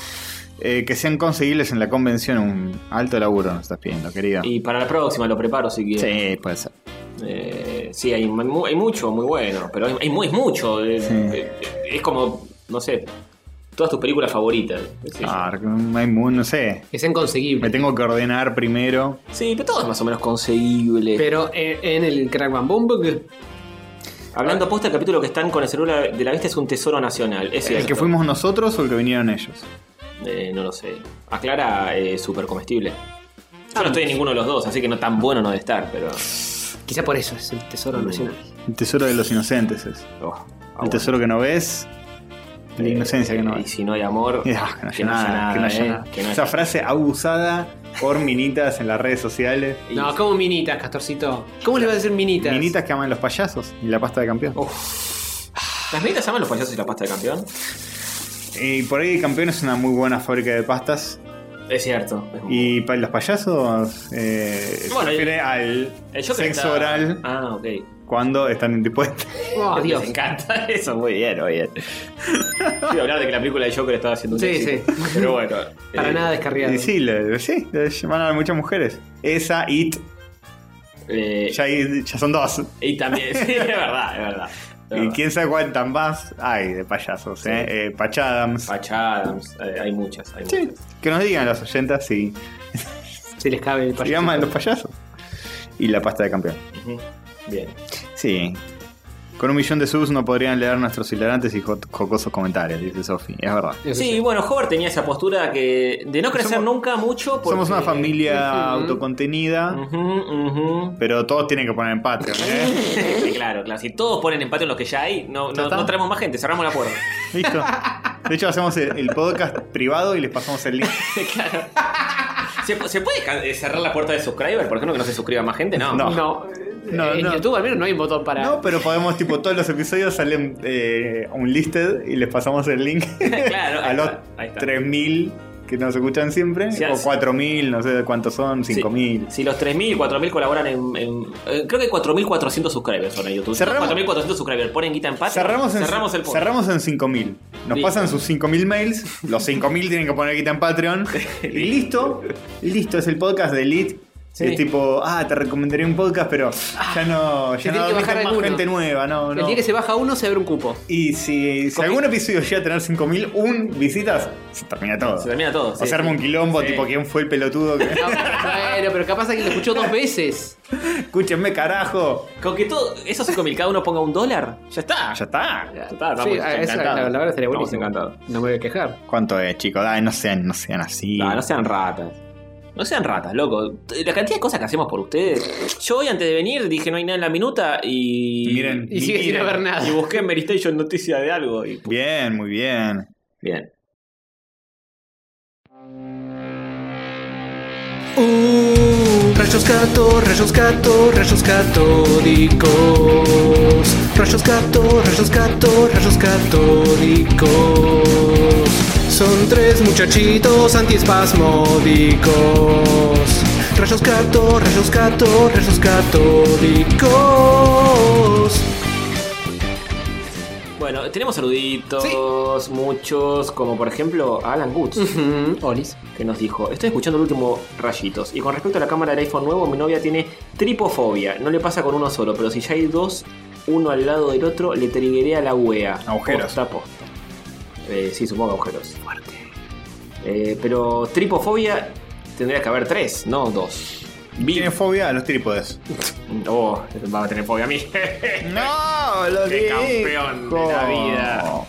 S4: eh, que sean conseguibles en la convención, un alto laburo nos estás pidiendo, querido.
S2: Y para la próxima lo preparo si quieres.
S4: Sí, puede ser.
S2: Eh, sí, hay, mu- hay mucho muy bueno, pero hay, hay muy, es mucho. eh,
S4: Sí.
S2: eh, es como, no sé, todas tus películas favoritas. qué sé yo.
S4: Ah, hay mu- no sé.
S1: Es inconseguible.
S4: Me tengo que ordenar primero.
S2: Sí, pero todo es más o menos conseguible.
S1: Pero en, en el Crack Bam Boom, porque-
S2: Hablando posta, el capítulo que están con el celular de la vista es un tesoro nacional. Es
S4: ¿El
S2: cierto.
S4: que fuimos nosotros o el que vinieron ellos?
S2: Eh, no lo sé. Aclara, eh, super comestible. Yo
S4: Ah.
S2: no estoy en ninguno de los dos, así que no tan bueno no debe estar, pero.
S1: Quizá por eso es el
S2: Mm.
S1: tesoro nacional.
S4: El tesoro de los inocentes es.
S2: oh, ah,
S4: El
S2: bueno.
S4: tesoro que no ves, la
S2: Eh,
S4: inocencia que no
S2: Y
S4: ves.
S2: si no hay amor,
S4: Y, ah,
S2: que no haya nada.
S4: que no haya
S2: eh,
S4: nada.
S2: que no
S4: Esa
S2: haya-
S4: frase abusada por minitas en las redes sociales.
S1: No, como minitas, Castorcito. ¿Cómo le vas a decir minitas?
S4: Minitas que aman los payasos y la pasta de campeón.
S2: ¿Las meditas llaman los payasos y la pasta de campeón?
S4: Y Eh, por ahí campeón es una muy buena fábrica de pastas.
S2: Es cierto. es muy-
S4: Y para los payasos eh, se
S2: Bueno, y-
S4: refiere al
S2: El Joker
S4: sexo
S2: está-
S4: oral
S2: Ah, ok.
S4: cuando están en dispuestos.
S1: Oh, Dios.
S2: Me encanta eso, muy bien, muy bien. Iba a hablar de que la película de Joker estaba haciendo un
S1: Sí,
S2: éxito, Pero bueno.
S1: Para
S2: eh,
S1: nada descarriado.
S4: Y sí, le- sí, le llaman a muchas mujeres. Esa, It,
S2: eh,
S4: ya, hay- ya son dos.
S2: y también, sí, es verdad, es verdad. es
S4: Y
S2: verdad.
S4: quién sabe cuántas más hay de payasos,
S2: Sí.
S4: ¿eh? Eh, Patch Adams.
S2: Patch Adams, eh, hay muchas, hay
S4: Sí,
S2: muchas.
S4: que nos digan los 80 si
S1: Si les cabe el
S4: se
S1: payaso.
S4: llaman los payasos. Y la pasta de campeón.
S2: Ujú. Bien.
S4: Sí. Con un millón de subs no podrían leer nuestros hilarantes y jo- jocosos comentarios, dice Sofi. Es verdad.
S1: Eso
S2: Sí, bueno, Howard tenía esa postura que de no crecer
S4: Somos-
S2: nunca mucho. Porque...
S4: Somos una familia
S1: Ujú.
S4: autocontenida,
S2: pues Ujú, ujú.
S4: pero todos tienen que poner en Patreon, ¿eh?
S2: Sí, claro, claro. Si todos ponen empate en lo que ya hay, no,
S4: Ya
S2: no,
S4: está.
S2: no traemos más gente, cerramos la puerta.
S4: Listo. De hecho, hacemos el, el podcast privado y les pasamos el link.
S2: claro. ¿Se, se puede ca- eh, cerrar la puerta de subscriber? ¿Por qué no que no se suscriba más gente? No.
S4: No.
S1: No.
S4: No,
S1: en
S4: no.
S1: YouTube al menos no hay un botón para.
S4: No, pero podemos, tipo, todos los episodios salen eh, un listed y les pasamos el link
S2: Claro, Ah, ahí
S4: a los
S2: está, ahí está.
S4: 3.000 que nos escuchan siempre,
S2: Sí,
S4: o
S2: sí.
S4: 4.000, no sé cuántos son,
S2: Sí.
S4: 5.000.
S2: Si los 3.000, 4.000 colaboran en. en- eh, creo que 4.400 subscribers son en YouTube. Si
S4: Cerramos-
S2: 4.400 subscribers ponen guita en empate.
S4: Cerramos en,
S2: Ah, cerramos el podcast.
S4: cerramos en 5.000. Nos
S2: Listo.
S4: pasan sus 5.000 mails. Los 5.000 tienen que poner guita en Patreon. Y listo. Listo. Es el podcast de Elite.
S2: Sí. Ah,
S4: Es tipo, ah, te recomendaría un podcast, pero ya no,
S1: Se
S4: ya
S1: tiene
S4: no
S1: que bajar
S4: admiten más
S1: alguno.
S4: gente nueva. No,
S1: El
S4: no.
S1: día que se baja uno se abre un cupo.
S4: Y si, si
S2: Comi-
S4: algún episodio llega a tener 5.000, un visitas, se termina todo.
S2: Se termina todo.
S4: o
S2: sí,
S4: se arma
S2: sí.
S4: un quilombo,
S2: Sí.
S4: tipo, ¿quién fue el pelotudo? Que...
S1: No, bueno, pero capaz alguien lo escuchó dos veces.
S4: Escúchenme, carajo. Ah,
S2: Con que todo, esos 5.000 cada uno ponga un dólar, ya está.
S4: Ya está.
S1: Ya
S2: está, estamos encantados.
S1: ah, la, la verdad estaría
S2: Estamos
S1: buenísimo.
S2: encantados.
S1: No me voy a quejar.
S4: ¿Cuánto es, chicos? Ay, no sean, no sean así.
S2: No, no sean ratas. No sean ratas, loco. La cantidad de cosas que hacemos por ustedes. Yo hoy antes de venir dije no hay nada en la minuta y.
S4: Miren.
S1: Y sigue sin
S4: Miren.
S1: haber nada.
S2: Y busqué en Mary Station noticia de algo. Y...
S4: Bien, muy bien.
S2: Bien.
S6: Uh, rayos gato, rayos gato, rayos catódicos. Rayos gato, rayos gato, rayos catódicos. Son tres muchachitos antiespasmódicos. Rayos gato, rayos gato, rayos catódicos.
S2: Bueno, tenemos saluditos, muchos, como por ejemplo a Alan Goods,
S1: Olis.
S2: que nos dijo: Estoy escuchando el último rayitos. Y con respecto a la cámara del iPhone nuevo, mi novia tiene tripofobia. No le pasa con uno solo, pero si ya hay dos, uno al lado del otro, le triguería la wea.
S4: Agujeros.
S2: Posta, posta. Eh, sí, supongo agujeros. Fuerte. Eh, pero tripofobia tendría que haber tres, no dos.
S4: Tiene fobia a los trípodes.
S2: Oh, va a tener fobia a mí.
S4: ¡No! ¡Lo
S2: Qué
S4: dijo.
S2: campeón de la vida.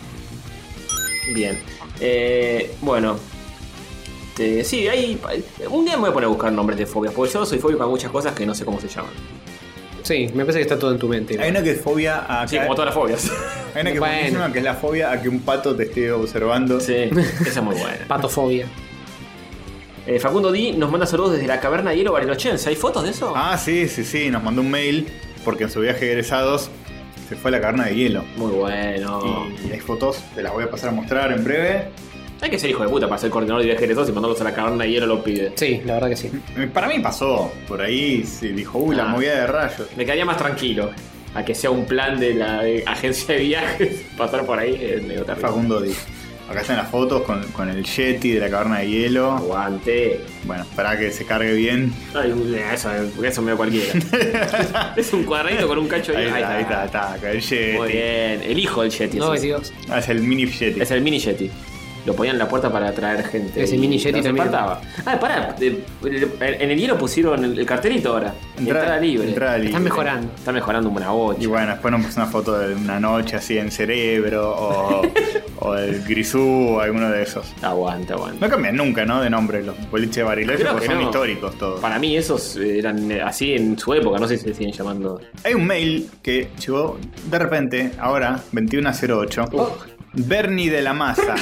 S2: Bien. Eh, bueno. Te- sí, hay. Un día me voy a poner a buscar nombres de fobias, porque yo soy fóbico a muchas cosas que no sé cómo se llaman.
S1: Sí, me parece que está todo en tu mente.
S4: Hay una que es fobia a.
S2: Sí,
S4: caer-
S2: como todas las fobias.
S4: Hay una que es
S1: Bueno.
S4: buenísima, que es la fobia a que un pato te esté observando.
S2: sí, esa es muy buena.
S1: Patofobia.
S2: Eh, Facundo Di nos manda saludos desde la caverna de hielo Barilochense. ¿Hay fotos de eso?
S4: Ah, sí, sí, sí. Nos mandó un mail porque en su viaje de egresados se fue a la caverna de hielo.
S2: Muy bueno.
S4: Y hay fotos, te las voy a pasar a mostrar en breve.
S2: Hay que ser hijo de puta para ser coordinador de viajes de todos y mandarlos a la caverna de hielo los pibes.
S1: Sí, la verdad que sí.
S4: Eh, Para mí pasó. Por ahí se dijo, uy, la
S2: Ah.
S4: movida de rayos.
S2: Me quedaría más tranquilo a que sea un plan de la eh, agencia de viajes. Pasar por ahí es medio terrible.
S4: Facundo dijo. Acá están las fotos con, con el Yeti de la caverna de hielo.
S2: Aguante.
S4: Bueno, para que se cargue bien.
S2: Ay, eso, eso me da cualquiera. es un cuadradito con un cacho de
S4: Ahí, está, ahí está, está, acá el Yeti.
S2: Muy bien. El hijo del Yeti.
S1: No,
S2: es, ese.
S1: Dios.
S4: Ah, es el mini Yeti.
S2: Es el mini Yeti. lo ponían en la puerta para atraer gente.
S1: Ese
S2: y
S1: mini Yeti
S2: los
S1: también.
S2: espantaba. Ah, pará, eh, en el hielo pusieron el, el cartelito ahora. Entrada, libre.
S4: entrada libre.
S1: Están mejorando.
S2: Está mejorando un buena bocha.
S4: Y bueno, después nos puso una foto de una noche así en cerebro o, o el grisú o alguno de esos.
S2: Aguanta, aguanta.
S4: No cambian nunca, ¿no? De nombre los boliches de Bariloche
S2: Creo
S4: porque
S2: que
S4: son
S2: no.
S4: históricos todos.
S2: Para mí esos eran eh, así en su época, no sé si se siguen llamando.
S4: Hay un mail que llegó de repente, ahora, 2108. Bernie de la Maza.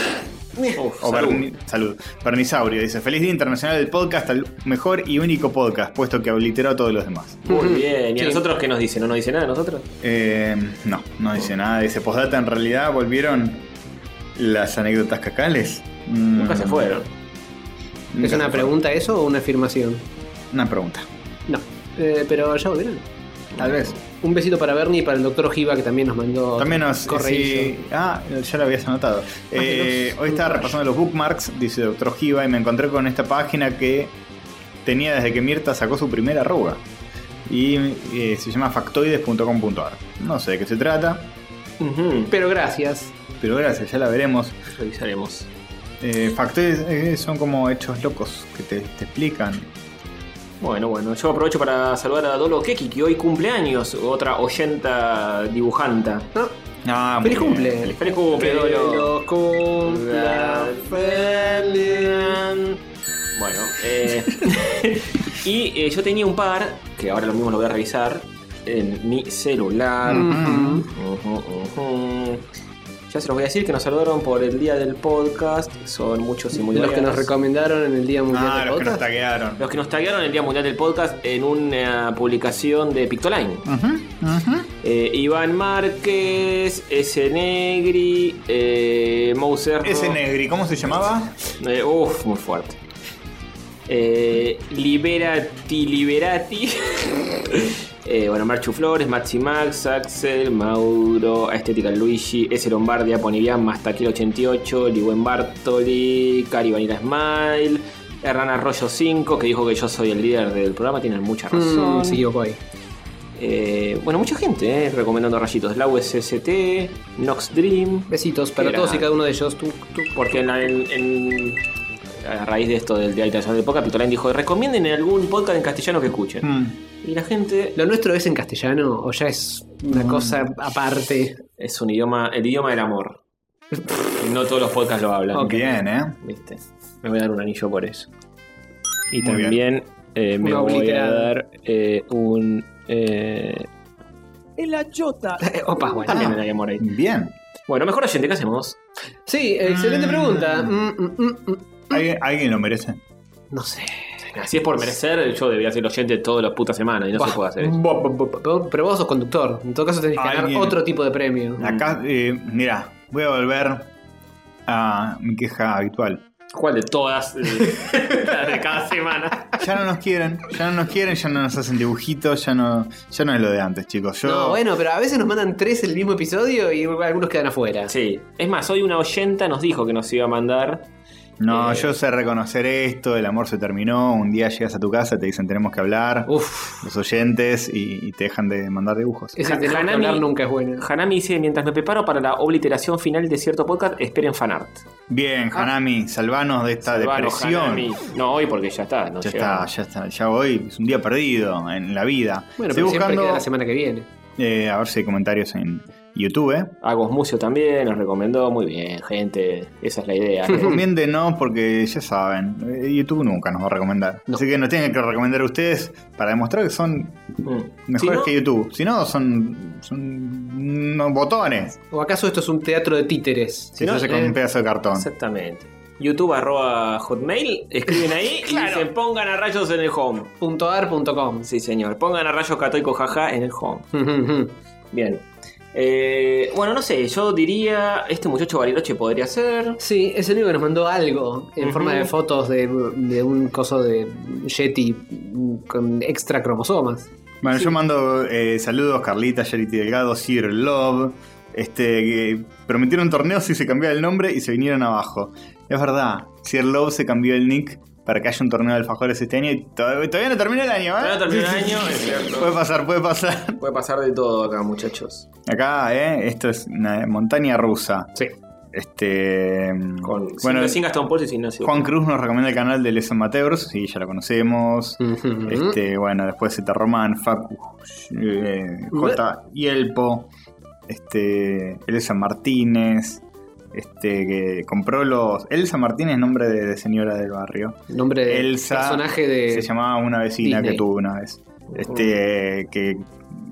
S2: Uf,
S4: Eh, O
S2: salud.
S4: Berni- salud. Bernisaurio dice: Feliz Día Internacional del Podcast, al mejor y único podcast, puesto que obliteró a todos los demás.
S2: Muy bien. ¿Y a
S1: Sí.
S2: nosotros qué nos dice? ¿No nos dice nada a nosotros?
S4: Eh, no, no dice nada. Dice: Postdata, en realidad volvieron las anécdotas cacales. Mm,
S2: Nunca se fueron.
S4: nunca
S1: ¿Es una
S4: se fueron.
S1: pregunta eso o una afirmación?
S4: Una pregunta.
S1: No. Eh, pero ya volvieron.
S4: Tal vez.
S1: Un besito para Bernie y para el doctor Ojiva que también nos mandó.
S4: También nos.
S1: correízo.
S4: sí, ah, ya lo habías anotado. Eh,
S1: los-
S4: hoy estaba repasando los bookmarks, dice Doctor Giva, y me encontré con esta página que tenía desde que Mirta sacó su primera arruga. Y eh, se llama factoides.com.ar. No sé de qué se trata,
S2: Ujú.
S1: Pero gracias.
S4: pero gracias, ya la veremos.
S2: Revisaremos.
S4: Eh, factoides eh, son como hechos locos que te, te explican.
S2: Bueno, bueno, yo aprovecho para saludar a Dolo Keki, que hoy cumpleaños, otra oyenta dibujanta.
S1: No,
S4: Ah,
S1: feliz
S4: muy bien.
S1: cumple.
S2: Feliz cumple, Dolo.
S1: cumpla
S2: Bueno, eh, y eh, yo tenía un par, que ahora lo mismo lo voy a revisar, en mi celular.
S1: Ujú.
S2: Ujú, ujú. Ya se los voy a decir que nos saludaron por el día del podcast, son muchos y muy
S1: Los que
S2: variados.
S1: nos recomendaron en el Día Mundial
S4: Ah,
S1: del
S4: los que nos
S1: Podcast.
S4: taguearon.
S2: Los que nos taguearon el Día Mundial del Podcast en una publicación de Pictoline.
S1: Ah.
S4: Ujú, ujú.
S2: Eh, Iván Márquez, S. Negri, eh, Mouser.
S4: Ese negri, ¿cómo se llamaba?
S2: Eh, uf, muy fuerte. Eh, Liberati, Liberati. Eh, bueno, Marchu Flores, Maxi Max, Axel, Mauro, Estética Luigi, S. Lombardia, Ponivian, Mastaquil 88, Liguen Bartoli, Cari Vanilla Smile, Hernán Arroyo 5, que dijo que yo soy el líder del programa, tienen mucha razón.
S1: Mm, se equivocó ahí.
S2: Eh, bueno, mucha gente eh, recomendando rayitos. La USST, Nox Dream.
S1: Besitos para
S2: Qué
S1: todos
S2: grande.
S1: y cada uno de ellos. Tú, tú.
S2: Porque en, la- en- en- a raíz de esto del Día Internacional del Podcast, Pitolán dijo: recomienden algún podcast en castellano que escuchen.
S4: Mm.
S2: Y la gente.
S1: ¿Lo nuestro es en castellano o ya es una cosa aparte?
S2: Es un idioma, el idioma del amor. no todos los podcasts lo hablan.
S1: Ok.
S4: Bien, ¿eh?
S2: ¿Viste? Me voy a dar un anillo por eso. Y
S4: Muy
S2: también eh, me
S1: Una
S2: voy a
S1: obliterada.
S2: dar eh, un. eh,
S1: Eh, Opa, bueno.
S2: también el amor ahí.
S4: Bien.
S2: Bueno, mejor oyente, ¿qué hacemos?
S1: Sí, excelente
S4: Mm.
S1: pregunta. Mm, mm, mm, mm.
S4: ¿Alguien, alguien lo merece.
S1: No sé.
S2: Si es por merecer, yo debería ser oyente todas las putas semanas y no
S1: Buah.
S2: se puede hacer eso.
S1: Bo- bo- bo- bo- Pero vos sos conductor. En todo caso tenés que ganar
S4: Alguien.
S1: otro tipo de premio.
S4: Acá, eh, mira, voy a volver a mi queja habitual.
S2: ¿Cuál de todas? eh, las de cada semana.
S4: Ya no nos quieren, ya no nos quieren, ya no nos hacen dibujitos, ya no, ya no es lo de antes, chicos. Yo,
S1: No, bueno, pero a veces nos mandan tres el mismo episodio y algunos quedan afuera.
S2: Sí. Es más, hoy una oyenta nos dijo que nos iba a mandar.
S4: no,
S2: eh,
S4: yo sé reconocer esto, el amor se terminó, un día llegas a tu casa, te dicen tenemos que hablar,
S1: Uf,
S4: los oyentes, y, y te dejan de mandar dibujos.
S1: ese
S2: Ha-
S1: de no
S2: Hanami-
S1: hablar nunca es bueno.
S2: Hanami dice: Mientras me preparo para la obliteración final de cierto podcast, esperen fanart.
S4: Bien,
S1: Ah.
S4: Hanami, salvanos de esta
S2: Salvano,
S4: depresión.
S2: Hanami. No, hoy porque ya está. no
S4: Ya
S2: llega.
S4: está, ya está, ya voy, es un día perdido en la vida.
S1: Bueno,
S4: Estoy
S1: pero siempre
S4: buscando,
S1: queda la semana que viene.
S4: eh, a ver si hay comentarios en YouTube. eh.
S2: Agos Mucio también nos recomendó. Muy bien, gente. Esa es la idea. ¿eh?
S4: Recomienden no, porque ya saben, eh, YouTube nunca nos va a recomendar.
S1: No.
S4: Así que nos tienen que recomendar a ustedes para demostrar que son
S2: Mm. Si
S4: mejores
S2: no,
S4: que YouTube. Si no, son, son unos botones.
S1: ¿O acaso esto es un teatro de títeres?
S4: Si
S2: no,
S4: se hace con
S2: eh,
S4: un pedazo de cartón.
S2: Exactamente. YouTube arroba hotmail, escriben ahí y dicen pongan a rayos en el home.
S1: .ar.com
S2: Sí, señor. Pongan a rayos católico jaja en el home.
S1: Yo
S2: Bien. Eh, bueno, no sé, yo diría, este muchacho Bariloche podría ser.
S1: Sí, es el único que nos mandó algo en
S2: Ujú.
S1: forma de fotos de, de un coso de Yeti con extra cromosomas.
S4: Bueno, yo mando eh, saludos, Carlita, Charity Delgado, Sir Love. Este, que prometieron torneos y se cambió el nombre y se vinieron abajo. Es verdad, Sir Love se cambió el nick para que haya un torneo de alfajores este año y todavía, todavía no termina el
S1: Ah,
S4: año, ¿eh?
S2: Ahora terminó el año, es cierto.
S4: Puede pasar, puede pasar.
S2: Puede pasar de todo acá, muchachos.
S4: Acá, ¿eh? Esto es una montaña rusa.
S1: Sí.
S4: Este,
S2: Con,
S4: bueno,
S2: sin, sin Gastón Paul y sin Ignacio.
S4: Juan Cruz nos recomienda el canal de Les Amateurs, sí, ya lo conocemos.
S1: Ujú.
S4: Este, bueno, después Z Román, Facu, eh, J. Yelpo, este, Elsa Martínez, este, que compró los. Elsa Martínez, nombre de, de señora del barrio.
S1: Nombre de
S4: Elsa
S1: personaje de.
S4: Se llamaba una vecina
S1: Disney. Oh.
S4: que tuve una vez. Este, que eh,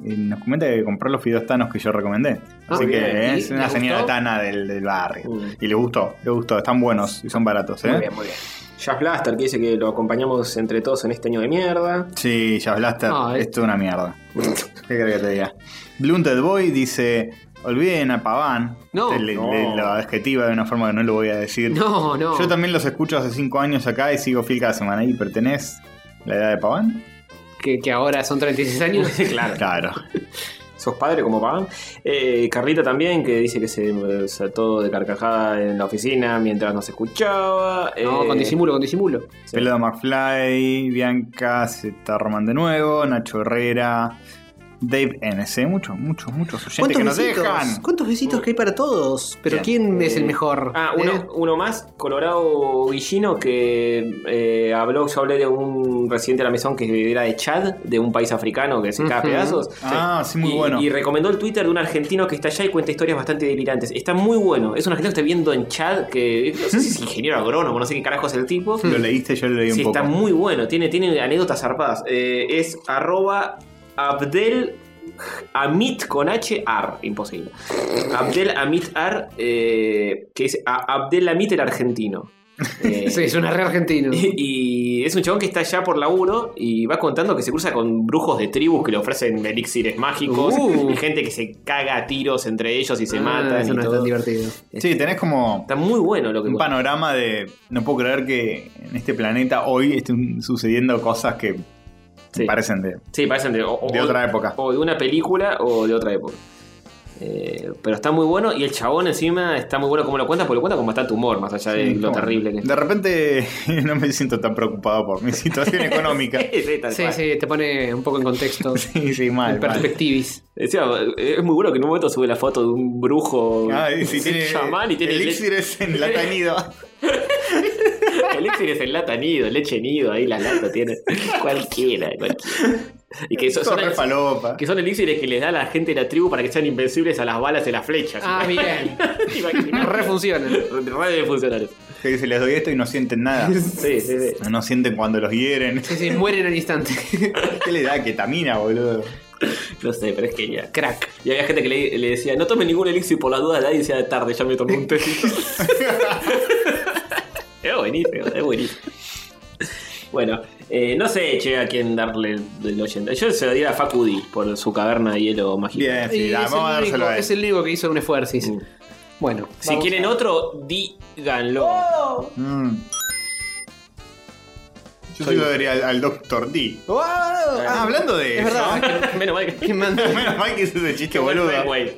S4: nos comenta que compró los fideos tanos que yo recomendé.
S1: Ah,
S4: Así
S1: bien.
S4: que eh,
S1: ¿Y
S4: es una
S1: le
S4: señora
S1: gustó?
S4: tana del, del barrio.
S2: Mm.
S4: Y le gustó, le gustó. Están buenos y son baratos, ¿eh?
S2: Muy bien, muy bien. Jazz Blaster, que dice que lo acompañamos entre todos en este año de mierda.
S4: Sí, ya hablaste.
S1: Ay.
S4: Esto es una mierda. ¿Qué crees que te diga? Blunted Boy dice: Olviden a Paván.
S1: No.
S4: Te- Este, le-
S2: No.
S4: le- lo adjetiva de una forma que no lo voy a decir.
S1: No, no.
S4: Yo también los escucho hace cinco años acá y sigo fiel cada semana. ¿Y pertenés la edad de Paván?
S1: Que, que ahora son 36 años.
S2: claro.
S4: Claro.
S2: ¿Sos padre como pagan? Eh, Carlita también, que dice que se eh, saltó de carcajada en la oficina mientras nos escuchaba.
S1: No,
S2: Eh,
S1: con disimulo, con disimulo.
S2: sí.
S4: Peludo McFly, Bianca Z. Román de nuevo, Nacho Herrera, Dave NC. Muchos, muchos, muchos oyentes que nos dejan.
S1: ¿Cuántos besitos que hay para todos? Pero ¿quién es el mejor?
S2: Ah,
S1: ¿Eh?
S2: uno, uno más, Colorado Villino, que eh, habló, yo hablé de un residente de la mesón que era de Chad, de un país africano que se cae a
S1: Ujú.
S2: pedazos.
S4: Ah, sí, muy
S2: y,
S4: bueno.
S2: Y recomendó el Twitter de un argentino que está allá y cuenta historias bastante delirantes. Está muy bueno. Es un argentino que está viendo en Chad, que no sé si es ingeniero agrónomo, no sé qué carajo es el tipo.
S4: Lo leíste, yo lo leí
S2: Sí,
S4: un poco.
S2: está muy bueno. Tiene, tiene anécdotas zarpadas. Eh, es arroba Abdel Amit con H R. Imposible. Abdel Amit R. eh, que es a- Abdel Amit el argentino. Eh,
S1: Sí, es un re argentino.
S2: Y es un chabón que está allá por la 1 y va contando que se cruza con brujos de tribus que le ofrecen elixires mágicos
S1: Uh.
S2: y gente que se caga a tiros entre ellos y se
S1: Ah,
S2: matan.
S1: Eso
S2: y
S1: no es
S2: todo.
S1: tan divertido.
S4: Sí, tenés como.
S2: Está muy bueno lo que
S4: un
S2: cuenta.
S4: panorama de no puedo creer que en este planeta hoy estén sucediendo cosas que
S2: Sí.
S4: parecen de
S2: Sí, parecen de, o- o-
S4: De otra época.
S2: O de una película o de otra época. Eh, pero está muy bueno y el chabón encima está muy bueno como lo cuenta, porque lo cuenta con bastante humor, más allá de
S4: Sí,
S2: lo
S4: como-
S2: terrible que es.
S4: De repente no me siento tan preocupado por mi situación económica.
S2: Sí, tal
S1: Sí,
S2: cual.
S1: sí, te pone un poco en contexto.
S4: Sí, sí, mal.
S1: en
S4: mal.
S1: perspectivis.
S2: Encima, eh, es muy bueno que en un momento sube la foto de un brujo
S4: Ah, y si
S2: un
S4: tiene,
S2: chamán y tiene
S4: elixir es en la tañida.
S2: leche- elixir es en lata nido, leche nido, ahí la lata tiene. cualquiera, cualquiera. Y que, son- son,
S4: Torre falopa.
S2: que son elixires que les da a la gente de la tribu para que sean invencibles a las balas y las flechas.
S1: Ah, bien.
S2: Imagínate.
S1: Refunciona.
S2: Re de funcionarios.
S4: Que dice, les doy esto y no sienten nada.
S2: Sí, sí, sí.
S4: No sienten cuando los hieren.
S1: Sí, sí, mueren al instante.
S4: ¿Qué le da ketamina, boludo?
S2: No sé, pero es que ya.
S1: Crack.
S2: Y había gente que le, le decía, no tome ningún elixir por la duda de ahí, y decía, tarde, ya me tomé un tecito. es buenísimo, es buenísimo. Bueno, eh, no sé, che, a quién darle el oyente. Yo se lo diría a Facudi por su caverna de hielo mágico.
S4: Bien, sí,
S1: Y
S4: da,
S1: es, el
S4: vamos a
S1: único,
S4: dárselo a él.
S1: es el único que hizo un esfuerzo.
S2: Mm.
S1: Bueno,
S2: Si quieren otro, díganlo.
S4: Mm. Yo se lo daría al, al Doctor D.
S1: ¡Oh!
S4: Ah, hablando de
S1: Es
S4: eso. ¿eh?
S1: verdad.
S2: Menos mal que...
S1: ¿Quién manda?
S4: Menos mal que hice ese chiste, boludo.
S2: Güey.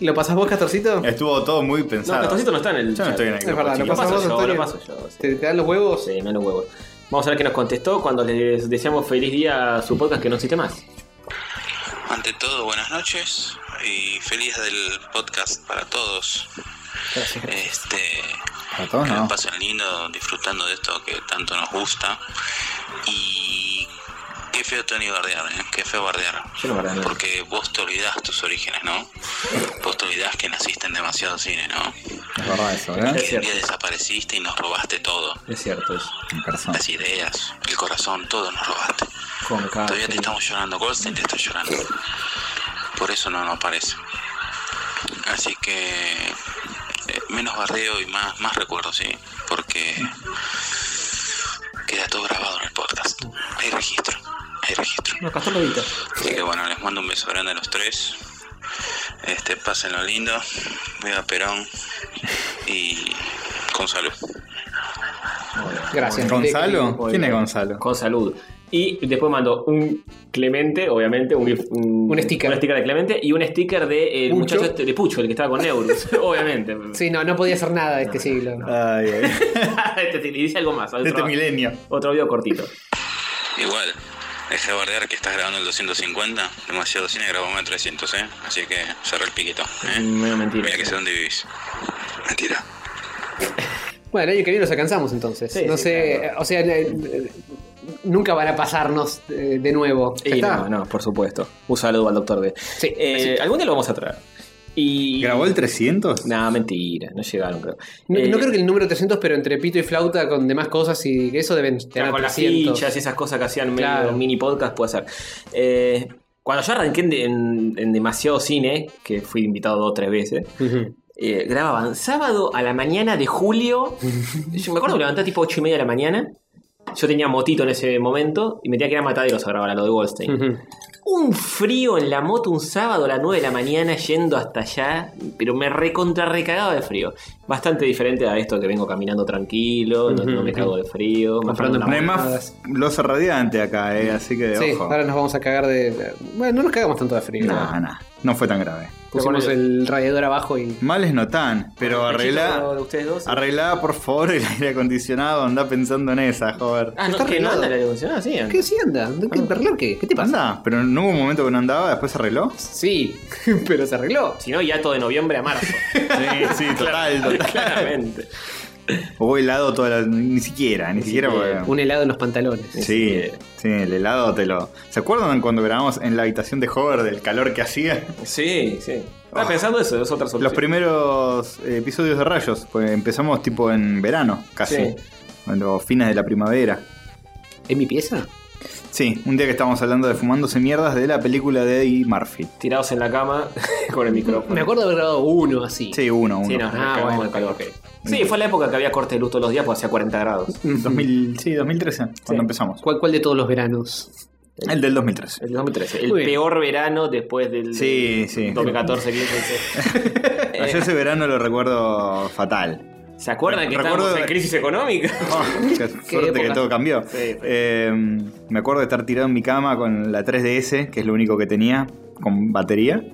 S1: ¿Lo pasás vos, Castorcito?
S2: Eh.
S4: Estuvo todo muy
S2: No,
S4: pensado.
S2: Castorcito no está en el
S4: Yo no estoy en el
S1: Es
S4: grupo,
S1: verdad, lo
S2: Lo
S4: chicos.
S1: pasamos
S2: paso yo, lo
S1: Antonio.
S2: paso yo. sí.
S1: ¿Te, te dan los huevos?
S2: Sí, me lo huevo. Vamos a ver qué nos contestó cuando les deseamos feliz día a su podcast que no existe más.
S3: Ante todo, buenas noches y feliz del podcast para todos. Este,
S4: Para todos,
S3: que la
S4: no.
S3: pasen lindo disfrutando de esto que tanto nos gusta. Y qué feo Tony bardear, ¿eh? qué feo bardear.
S2: Yo no guardé nada.
S3: Porque vos te olvidás tus orígenes, ¿no? Vos te olvidás que naciste en demasiado cine, ¿no?
S4: Es verdad eso, ¿eh?
S2: Es
S3: Que un día
S2: cierto,
S3: desapareciste y nos robaste todo.
S2: es cierto. Es
S4: En persona.
S3: Las ideas, el corazón, todo nos robaste.
S2: como cada
S3: Todavía te estamos llorando, Goldstein te está llorando. Por eso no nos aparece. Así que eh, menos barreo y más, más recuerdo, sí. Porque queda todo grabado en el podcast. Hay registro, hay registro.
S2: No, Castor lo edita.
S3: Así que bueno, les mando un beso grande a los tres. Este, pásenlo lindo. Viva Perón. Y con salud.
S1: Gracias.
S4: ¿Gonzalo?
S2: Muy
S4: ¿Quién es
S2: bien.
S4: Gonzalo?
S2: Con salud. Y después mando un Clemente, obviamente, un, gif- un,
S1: Un sticker.
S2: un de Clemente y un sticker de el
S1: Pucho.
S2: muchacho este- de Pucho, el que estaba con Neurus, obviamente.
S1: Sí, no, no podía hacer nada este siglo.
S4: Ay, ay.
S2: este, te- y dice algo más.
S4: De este
S2: Otro,
S4: milenio.
S2: otro video cortito.
S3: Eh, Igual, dejé de bardear que estás grabando el 250. Demasiado cine grabamos el 300, ¿eh? Así que cerré el piquito. ¿eh?
S2: No mentira.
S3: Mira que sé dónde vivís. Mentira.
S1: Bueno, el año que viene los alcanzamos entonces.
S2: Sí,
S1: no
S2: sí,
S1: sé,
S2: claro.
S1: o sea, eh, eh, nunca van a pasarnos eh, de nuevo. Ya
S2: Y
S1: está.
S2: no, no, por supuesto. Un saludo al doctor D.
S1: Sí,
S2: Eh, algún día lo vamos a traer. Y.
S4: ¿Grabó el 300?
S2: Nah, mentira, no llegaron, creo.
S1: no,
S2: Eh,
S1: no creo que el número 300, pero entre pito y flauta con demás cosas y eso deben tener
S2: Claro, con las
S1: 300.
S2: fichas y esas cosas que hacían medio
S1: Claro.
S2: mini podcast puede ser. Eh, cuando yo arranqué en, en- en demasiado cine, que fui invitado dos o tres veces,
S1: Ujú.
S2: eh, grababan sábado a la mañana de julio. yo me acuerdo que me levanté tipo ocho y media de la mañana. Yo tenía motito en ese momento y me tenía que ir a Mataderos a grabar a lo de Goldstein.
S1: Ujú.
S2: Un frío en la moto un sábado a las 9 de la mañana yendo hasta allá, pero me recontra recagaba de frío. Bastante diferente a esto que vengo caminando tranquilo, no, no me cago de frío. me
S1: Comprando
S2: afanan
S4: No
S2: la
S4: hay más losa radiante acá, eh, así que
S1: Sí,
S4: ojo.
S1: ahora nos vamos a cagar de. Bueno, no nos cagamos tanto de frío.
S4: Nah, nah, no fue tan grave.
S1: Pusimos
S2: Pero
S1: el radiador abajo y.
S4: Males no tan, pero
S2: ¿Pechito
S4: arregla,
S2: de ustedes dos?
S4: arregla por favor el aire acondicionado, anda pensando en esa, joder.
S2: Ah, no,
S1: Está
S2: que no
S1: arreglado.
S2: anda la devolución. Ah, sí.
S1: ¿Qué sí anda? ¿De ¿Qué, arreglar qué? ¿Qué te pasa?
S4: Anda, pero no hubo un momento que no andaba, después se arregló.
S1: Sí, pero se arregló.
S2: Si no, ya todo de noviembre a marzo.
S4: Sí, sí, total, total.
S2: Claramente.
S4: Hubo helado toda la- ni siquiera, ni
S2: siquiera.
S4: siquiera.
S2: eh.
S4: porque-
S1: Un helado en los pantalones.
S4: Sí, sí, el helado te lo. ¿Se acuerdan cuando grabamos en la habitación de Hover del calor que hacía?
S2: Sí, sí. Estaba
S4: Ah.
S2: pensando eso, es otra
S4: Los
S2: solución.
S4: primeros eh, episodios de Rayos, pues empezamos tipo en verano, casi.
S2: Sí.
S4: Cuando fines de la primavera.
S1: ¿Es mi pieza?
S4: Sí, un día que estábamos hablando de Fumándose Mierdas de la película de Eddie Murphy.
S2: Tirados en la cama con el micrófono.
S1: Me acuerdo haber grabado uno así.
S4: Sí, uno, uno.
S2: Sí, no,
S1: Ah,
S2: ah,
S1: bueno,
S2: el calor. Sí, fue la época que había corte de luz todos los días porque hacía 40 grados.
S4: 2000, sí, 2013,
S2: Sí.
S4: cuando empezamos.
S1: ¿Cuál, ¿Cuál de todos los veranos?
S4: El del 2013.
S2: El 2013. El
S1: Muy bien.
S2: peor verano después del
S4: Sí, sí.
S2: 2014, 15, 16.
S4: Yo
S2: Eh.
S4: ese verano lo recuerdo fatal.
S2: ¿Se acuerdan que
S4: Recuerdo-
S2: estábamos en crisis económica?
S4: Oh, qué suerte que
S1: época.
S4: todo cambió.
S2: Sí, sí.
S4: Eh, me acuerdo de estar tirado en mi cama con la 3DS, que es lo único que tenía, con batería.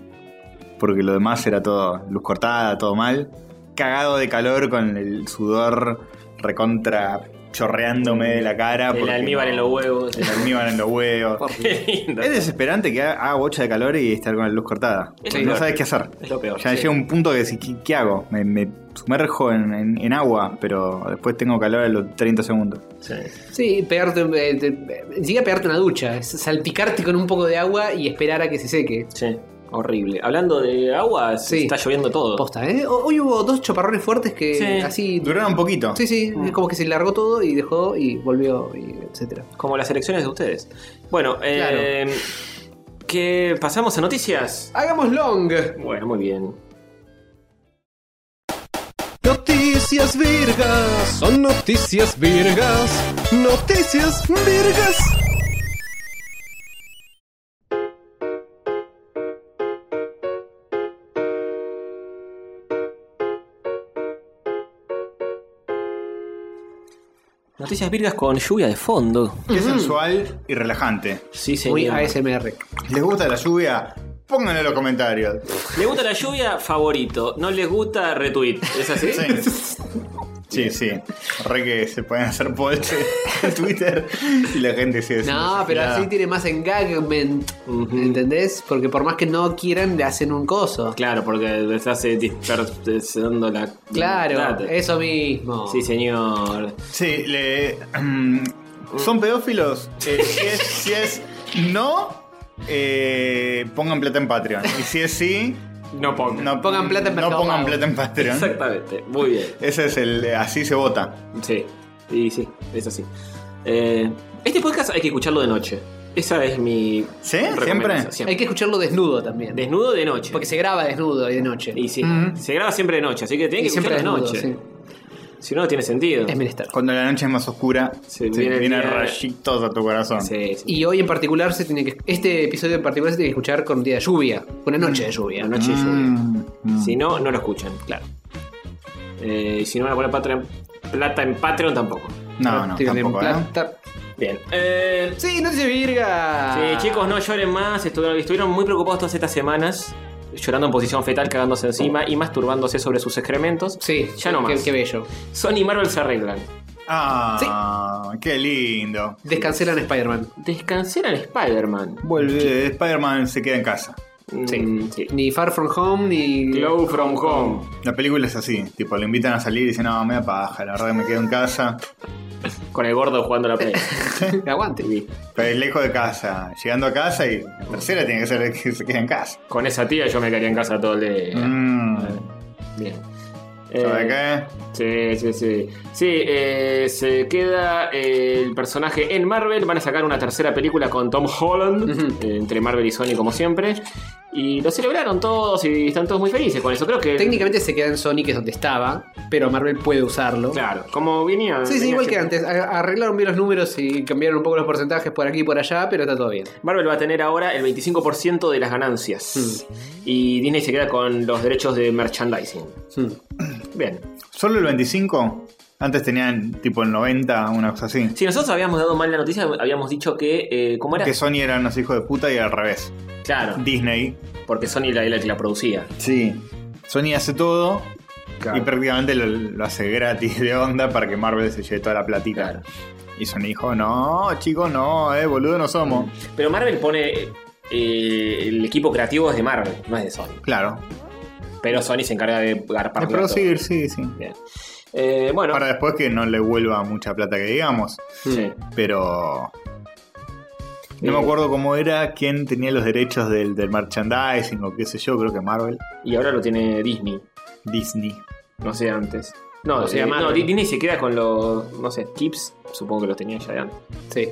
S4: Porque lo demás era todo luz cortada, todo mal. Cagado de calor con el sudor recontra chorreándome de la cara.
S2: El
S4: Ah, porque
S2: almíbar
S4: no-
S2: en los huevos.
S4: El almíbar en los huevos.
S2: Qué lindo.
S4: Es desesperante que haga haga bocha de calor y estar con la luz cortada.
S2: Es
S4: no
S2: peor.
S4: sabes qué hacer.
S2: Es lo peor.
S4: Ya
S2: sí.
S4: llega un punto que decís, ¿qué, qué hago? Me, me sumerjo en, en- en agua, pero después tengo calor a los 30 segundos.
S2: Sí.
S1: Sí, pegarte. eh, te- eh, sigue a pegarte una ducha. Es salpicarte con un poco de agua y esperar a que se seque.
S2: Sí, horrible. Hablando de agua, se
S1: Sí.
S2: está lloviendo todo.
S1: Posta, ¿eh? Ho- Hoy hubo dos choparrones fuertes que
S2: Sí.
S1: así.
S4: Duraron un poquito.
S1: Sí, sí, es como que se largó todo y dejó y volvió, y etcétera.
S2: Como las elecciones de ustedes. Bueno, eh, ¿qué pasamos a noticias?
S1: ¡Hagamos long!
S2: Bueno, muy bien.
S6: Noticias virgas, son noticias virgas, noticias virgas.
S2: Noticias virgas con lluvia de fondo.
S4: Qué sensual y relajante.
S2: Sí,
S1: Muy
S2: señor.
S1: ASMR.
S4: ¿Les gusta la lluvia? Pónganlo en los comentarios.
S2: ¿Le gusta la lluvia? Favorito. ¿No le gusta? Retweet. ¿Es así?
S4: Sí. Sí, sí. Re que se pueden hacer polche en Twitter y la gente sigue
S1: No,
S4: siendo
S1: pero
S4: vigilada.
S1: así tiene más engagement.
S2: Ujú.
S1: ¿Entendés? Porque por más que no quieran, le hacen un coso.
S2: Claro, porque estás eh, dispersando la...
S1: Claro,
S2: Date.
S1: eso mismo.
S2: Sí, señor.
S4: Sí, le. mm, ¿Son pedófilos? Eh, si, es, si es no, eh, pongan plata en Patreon. Y si es sí,
S2: No pongo.
S4: no
S1: Pongan plata en
S4: no
S1: Mercado
S4: pongan
S1: Pago.
S4: plata en Patreon.
S2: Exactamente. Muy bien.
S4: Ese es el. Así se vota.
S2: Sí, sí, sí, es así. Eh, este podcast hay que escucharlo de noche. Esa es mi.
S4: ¿Sí?
S2: recomendación.
S4: ¿Siempre?
S1: Hay que escucharlo desnudo también.
S2: Desnudo de noche.
S1: Porque se graba desnudo y de noche.
S2: Y sí,
S4: Mm.
S2: se graba siempre de noche, así que
S1: Y
S2: tiene que escucharlo de noche.
S1: sí.
S2: Si no, no tiene sentido.
S1: Es menester.
S4: Cuando la noche es más oscura,
S2: Sí,
S4: se
S2: viene
S4: vienen
S2: el día-
S4: rayitos a tu corazón.
S2: Sí, sí.
S1: Y hoy en particular se tiene que. Este episodio en particular se tiene que escuchar con un día de lluvia. Una noche de lluvia.
S2: La noche llueve.
S4: Mm, mm.
S2: Si no, no lo escuchan, claro. Eh, y si no van a poner Patreon- plata en Patreon tampoco.
S4: No, no,
S1: Tienen
S4: tampoco, ¿eh?
S1: plata.
S2: Bien. Eh,
S1: Sí, noche virga.
S2: Sí, chicos, no lloren más. Estuvieron, estuvieron muy preocupados todas estas semanas, llorando en posición fetal, cagándose encima y masturbándose sobre sus excrementos.
S1: Sí,
S2: ya no
S1: qué-
S2: más.
S1: Qué bello.
S2: Sony y Marvel se arreglan.
S4: Ah, qué lindo.
S1: Descancelan a Spider-Man.
S2: Descancelan Spider-Man.
S4: Vuelve, Spider-Man se queda en casa.
S1: Mm, Ni Far From Home, ni.
S7: Glow from home.
S4: La película es así, tipo, le invitan a salir y dicen, no, me da paja, la verdad que me quedo en casa.
S5: Con el gordo jugando a la play.
S1: Aguante.
S4: Pero lejos de casa, llegando a casa y la tercera tiene que ser que se quede en casa.
S5: Con esa tía yo me quedaría en casa todo el día.
S4: Mm,
S5: Bien.
S4: ¿Sabe
S5: Eh,
S4: qué?
S5: Sí, sí, sí. Sí, eh, se queda eh, el personaje en Marvel. Van a sacar una tercera película con Tom Holland, eh, entre Marvel y Sony, como siempre. Y lo celebraron todos y están todos muy felices con eso. Creo que.
S1: Técnicamente se queda en Sony, que es donde estaba, pero Marvel puede usarlo.
S5: Claro, como venía.
S1: Sí, sí,
S5: venía
S1: igual que
S5: siendo.
S1: antes. A- Arreglaron bien los números y cambiaron un poco los porcentajes por aquí y por allá, pero está todo bien.
S5: Marvel va a tener ahora el 25% de las ganancias. Y Disney se queda con los derechos de merchandising.
S1: Hmm.
S5: Bien.
S4: ¿Solo el 25? Antes tenían tipo el 90, una cosa así.
S5: Si nosotros habíamos dado mal la noticia, habíamos dicho que. Eh, ¿Cómo era?
S4: Que Sony eran los hijos de puta y al revés.
S5: Claro,
S4: Disney.
S1: Mm.
S5: porque Sony era la que la producía.
S4: Sí. Sony hace todo y
S5: Claro.
S4: prácticamente lo, lo hace gratis de onda para que Marvel se lleve toda la platita.
S5: Claro.
S4: Y Sony dijo, no, chicos, no, eh, boludo, no somos.
S5: Pero Marvel pone. eh, el equipo creativo es de Marvel, no es de Sony.
S4: Claro.
S5: Pero Sony se encarga de garpar
S4: De
S5: todo.
S4: producir, sí, sí.
S5: Bien. Eh, bueno,
S4: Para después que no le vuelva mucha plata que digamos.
S5: sí.
S4: Pero.
S5: Eh.
S4: No me acuerdo cómo era, quién tenía los derechos del, del merchandising o qué sé yo, creo que Marvel,
S5: y ahora lo tiene Disney,
S4: Disney.
S5: no sé antes. No,
S1: O sea,
S5: eh,
S1: Marvel.
S5: no, Di- Disney se queda con los, no sé, Kips, supongo que los tenía ya de antes.
S1: Sí.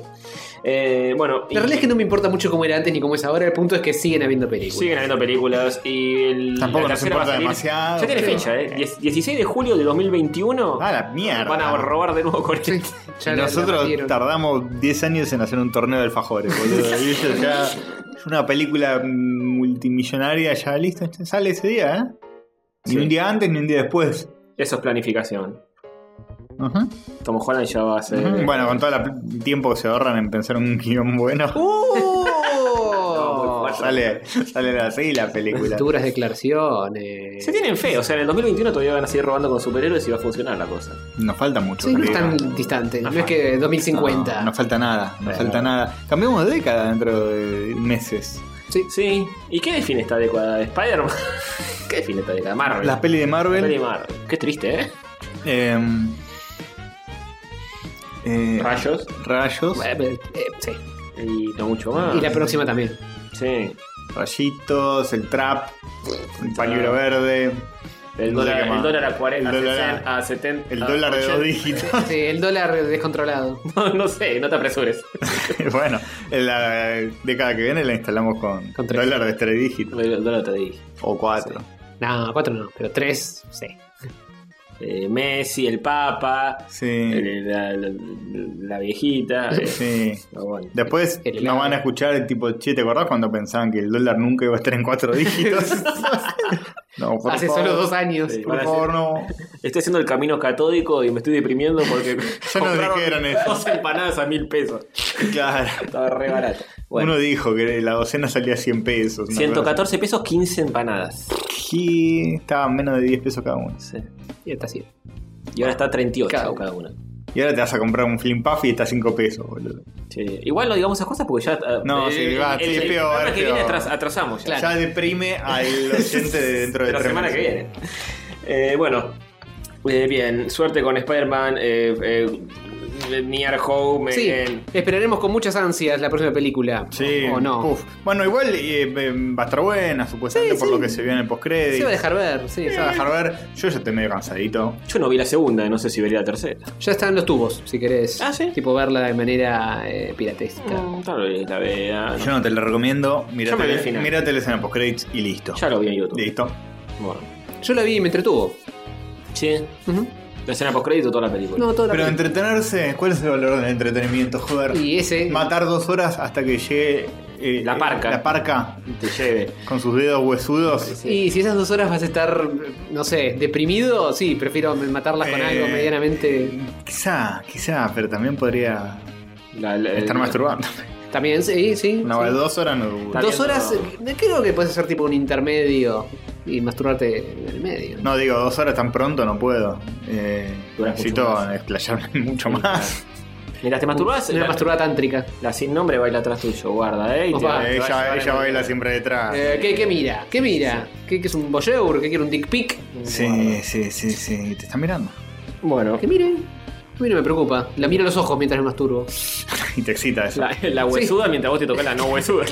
S5: Eh, bueno, y
S1: La realidad es que no me importa mucho cómo era antes ni cómo es ahora. El punto es que siguen habiendo películas.
S5: siguen habiendo películas y el,
S4: Tampoco
S5: la
S4: nos
S5: tercera va
S4: importa
S5: a salir-
S4: demasiado,
S5: Ya tiene
S4: pero-
S5: fecha, ¿eh? Diez- 16 de julio de 2021.
S4: Ah, la mierda.
S5: Van a robar de nuevo con
S1: Sí, ya la- la
S4: Nosotros
S1: metieron.
S4: tardamos 10 años en hacer un torneo de alfajores, boludo. Y ellos ya. Una película multimillonaria ya lista, ya sale ese día, ¿eh? Ni
S5: Sí.
S4: un día antes ni un día después.
S5: Eso es planificación.
S4: Ajá.
S5: Tom Holland ya va a ser.
S4: Ujú. Bueno, con todo la pl- el tiempo que se ahorran en pensar un guión bueno,
S5: Uh.
S1: ¡Oh!
S4: sale, sale así la película.
S1: Duras declaraciones.
S5: Se tienen fe, o sea, en el 2021 todavía van a seguir robando con superhéroes y va a funcionar la cosa.
S4: Nos falta mucho.
S1: Sí, no es
S4: creo.
S1: tan distante. No
S5: Ajá.
S1: es que 2050.
S4: No, no falta nada, no
S5: Bueno.
S4: falta nada. Cambiamos de década dentro de meses.
S1: Sí.
S5: Sí, ¿y qué define esta década? de ¿Spider-Man? ¿Qué define esta década? Marvel.
S4: Las pelis de Marvel.
S5: Peli Marvel. Qué triste, ¿eh?
S4: em, eh,
S5: Rayos.
S4: Rayos,
S1: Bueno, eh, eh, sí.
S5: Y no mucho
S4: Ah.
S5: más.
S1: Y la próxima también.
S5: Sí.
S4: rayitos, el trap, el pañuelo verde,
S5: El
S4: No sé
S5: dólar,
S4: qué más.
S5: el dólar a 40,
S4: El dólar a-
S5: 60, a 70.
S4: el
S5: a
S4: dólar de dos
S5: 80.
S4: dígitos.
S1: Sí, el dólar descontrolado.
S5: No, no sé, no te apresures.
S4: bueno, en la década que viene la instalamos con,
S1: Con tres.
S4: dólar de tres dígitos
S5: El dólar te dije.
S4: o cuatro.
S1: No, cuatro no, pero tres, sí.
S5: Eh, Messi, el Papa,
S4: Sí.
S5: eh, la, la- la viejita. eh,
S4: Sí.
S5: pero bueno.
S4: Después
S1: El
S4: nos
S1: helado.
S4: van a escuchar el tipo, che, ¿te acordás cuando pensaban que el dólar nunca iba a estar en cuatro dígitos? no, por
S1: Hace
S4: favor.
S1: solo dos años.
S5: Sí.
S4: Por favor, no.
S5: Estoy haciendo el camino catódico y me estoy deprimiendo porque.
S4: Ya nos
S5: compraron
S4: dijeron eso.
S5: Dos empanadas a mil pesos.
S4: Claro.
S5: Estaba re barato. Bueno,
S4: Uno dijo que la docena salía 100 pesos. una cosa
S5: 114 pesos, 15 empanadas.
S4: así. Y Estaban menos de 10 pesos cada uno.
S5: Sí.
S1: Y está así.
S5: Y ahora está 38
S1: Cada
S5: cada,
S1: uno.
S5: una.
S4: Y ahora te vas a comprar un Flim Puff y está 5 pesos, boludo.
S5: Sí. Igual no digamos esas cosas porque ya. eh,
S4: No, sí, va, sí, es peor,
S5: programa
S4: es
S5: que viene
S4: peor.
S5: atras- atrasamos ya.
S1: Claro.
S4: Ya deprime al oyente de dentro de
S5: la
S4: tres
S5: semana que
S4: meses.
S5: viene. Eh, bueno, eh, bien, suerte con Spider-Man. Eh, eh, Near Home.
S1: Sí,
S5: eh,
S1: esperaremos con muchas ansias la próxima película.
S4: Sí.
S1: O Oh, no.
S4: Uf. Bueno, igual eh, eh, va a estar buena, supuestamente,
S1: Sí,
S4: por
S1: sí.
S4: lo que se vio en el
S1: Se
S4: postcrédito.
S1: va a dejar ver, sí.
S4: Se va a dejar ver. Yo ya estoy medio cansadito.
S5: yo no vi la segunda, no sé si vería la tercera.
S1: Ya están los tubos, si querés.
S5: Ah, ¿sí?
S1: Tipo verla de manera eh, piratésica.
S5: Mm, Tal vez la vea.
S4: Yo no te la recomiendo.
S5: Yo me vi el
S4: Míratele
S5: final.
S4: míratele en el postcréditos y listo.
S5: Ya lo vi en YouTube.
S4: Listo.
S5: Bueno.
S1: Yo la vi y me entretuvo.
S5: Sí.
S1: Ujú.
S5: La escena postcrédito, toda la película.
S1: No, toda la
S4: Pero
S1: película.
S4: entretenerse, ¿cuál es el valor del entretenimiento? Joder.
S1: Y ese.
S4: Matar dos horas hasta que llegue. eh,
S5: La parca.
S4: La parca
S5: Te lleve.
S4: con sus dedos huesudos.
S5: Sí.
S1: Y si esas dos horas vas a estar, no sé, deprimido, sí, prefiero matarlas con
S4: Eh,
S1: algo medianamente.
S4: Quizá, quizá, pero también podría
S5: La- la-
S4: estar
S5: la-
S4: masturbando.
S1: También, sí, sí.
S4: No,
S1: sí.
S4: dos horas no dura.
S1: Dos
S5: Está bien,
S1: horas, eh, creo que puedes hacer tipo un intermedio y masturbarte en el medio.
S4: No, digo, dos horas tan pronto no puedo. Eh,
S5: Dura mucho
S4: necesito
S5: más.
S4: explayarme mucho más.
S2: Mientras te masturbas,
S1: Una
S2: la,
S1: masturbada tántrica.
S2: la sin nombre baila atrás tuyo, guarda, ¿eh? Y te
S1: Opa.
S2: va- te va
S5: Ah,
S2: a
S4: ella
S2: llevar
S4: ella
S2: en-
S4: baila siempre detrás.
S1: Eh, ¿qué, qué mira? ¿Qué mira? ¿Qué, qué es un voyeur? ¿Qué quiere un dick pic?
S4: Sí, sí, sí, sí. Te están mirando.
S2: Bueno,
S1: Que mire. A mí no me preocupa. La miro a los ojos mientras me masturbo.
S4: Y te excita eso.
S2: la, la huesuda mientras vos te tocas la no huesuda.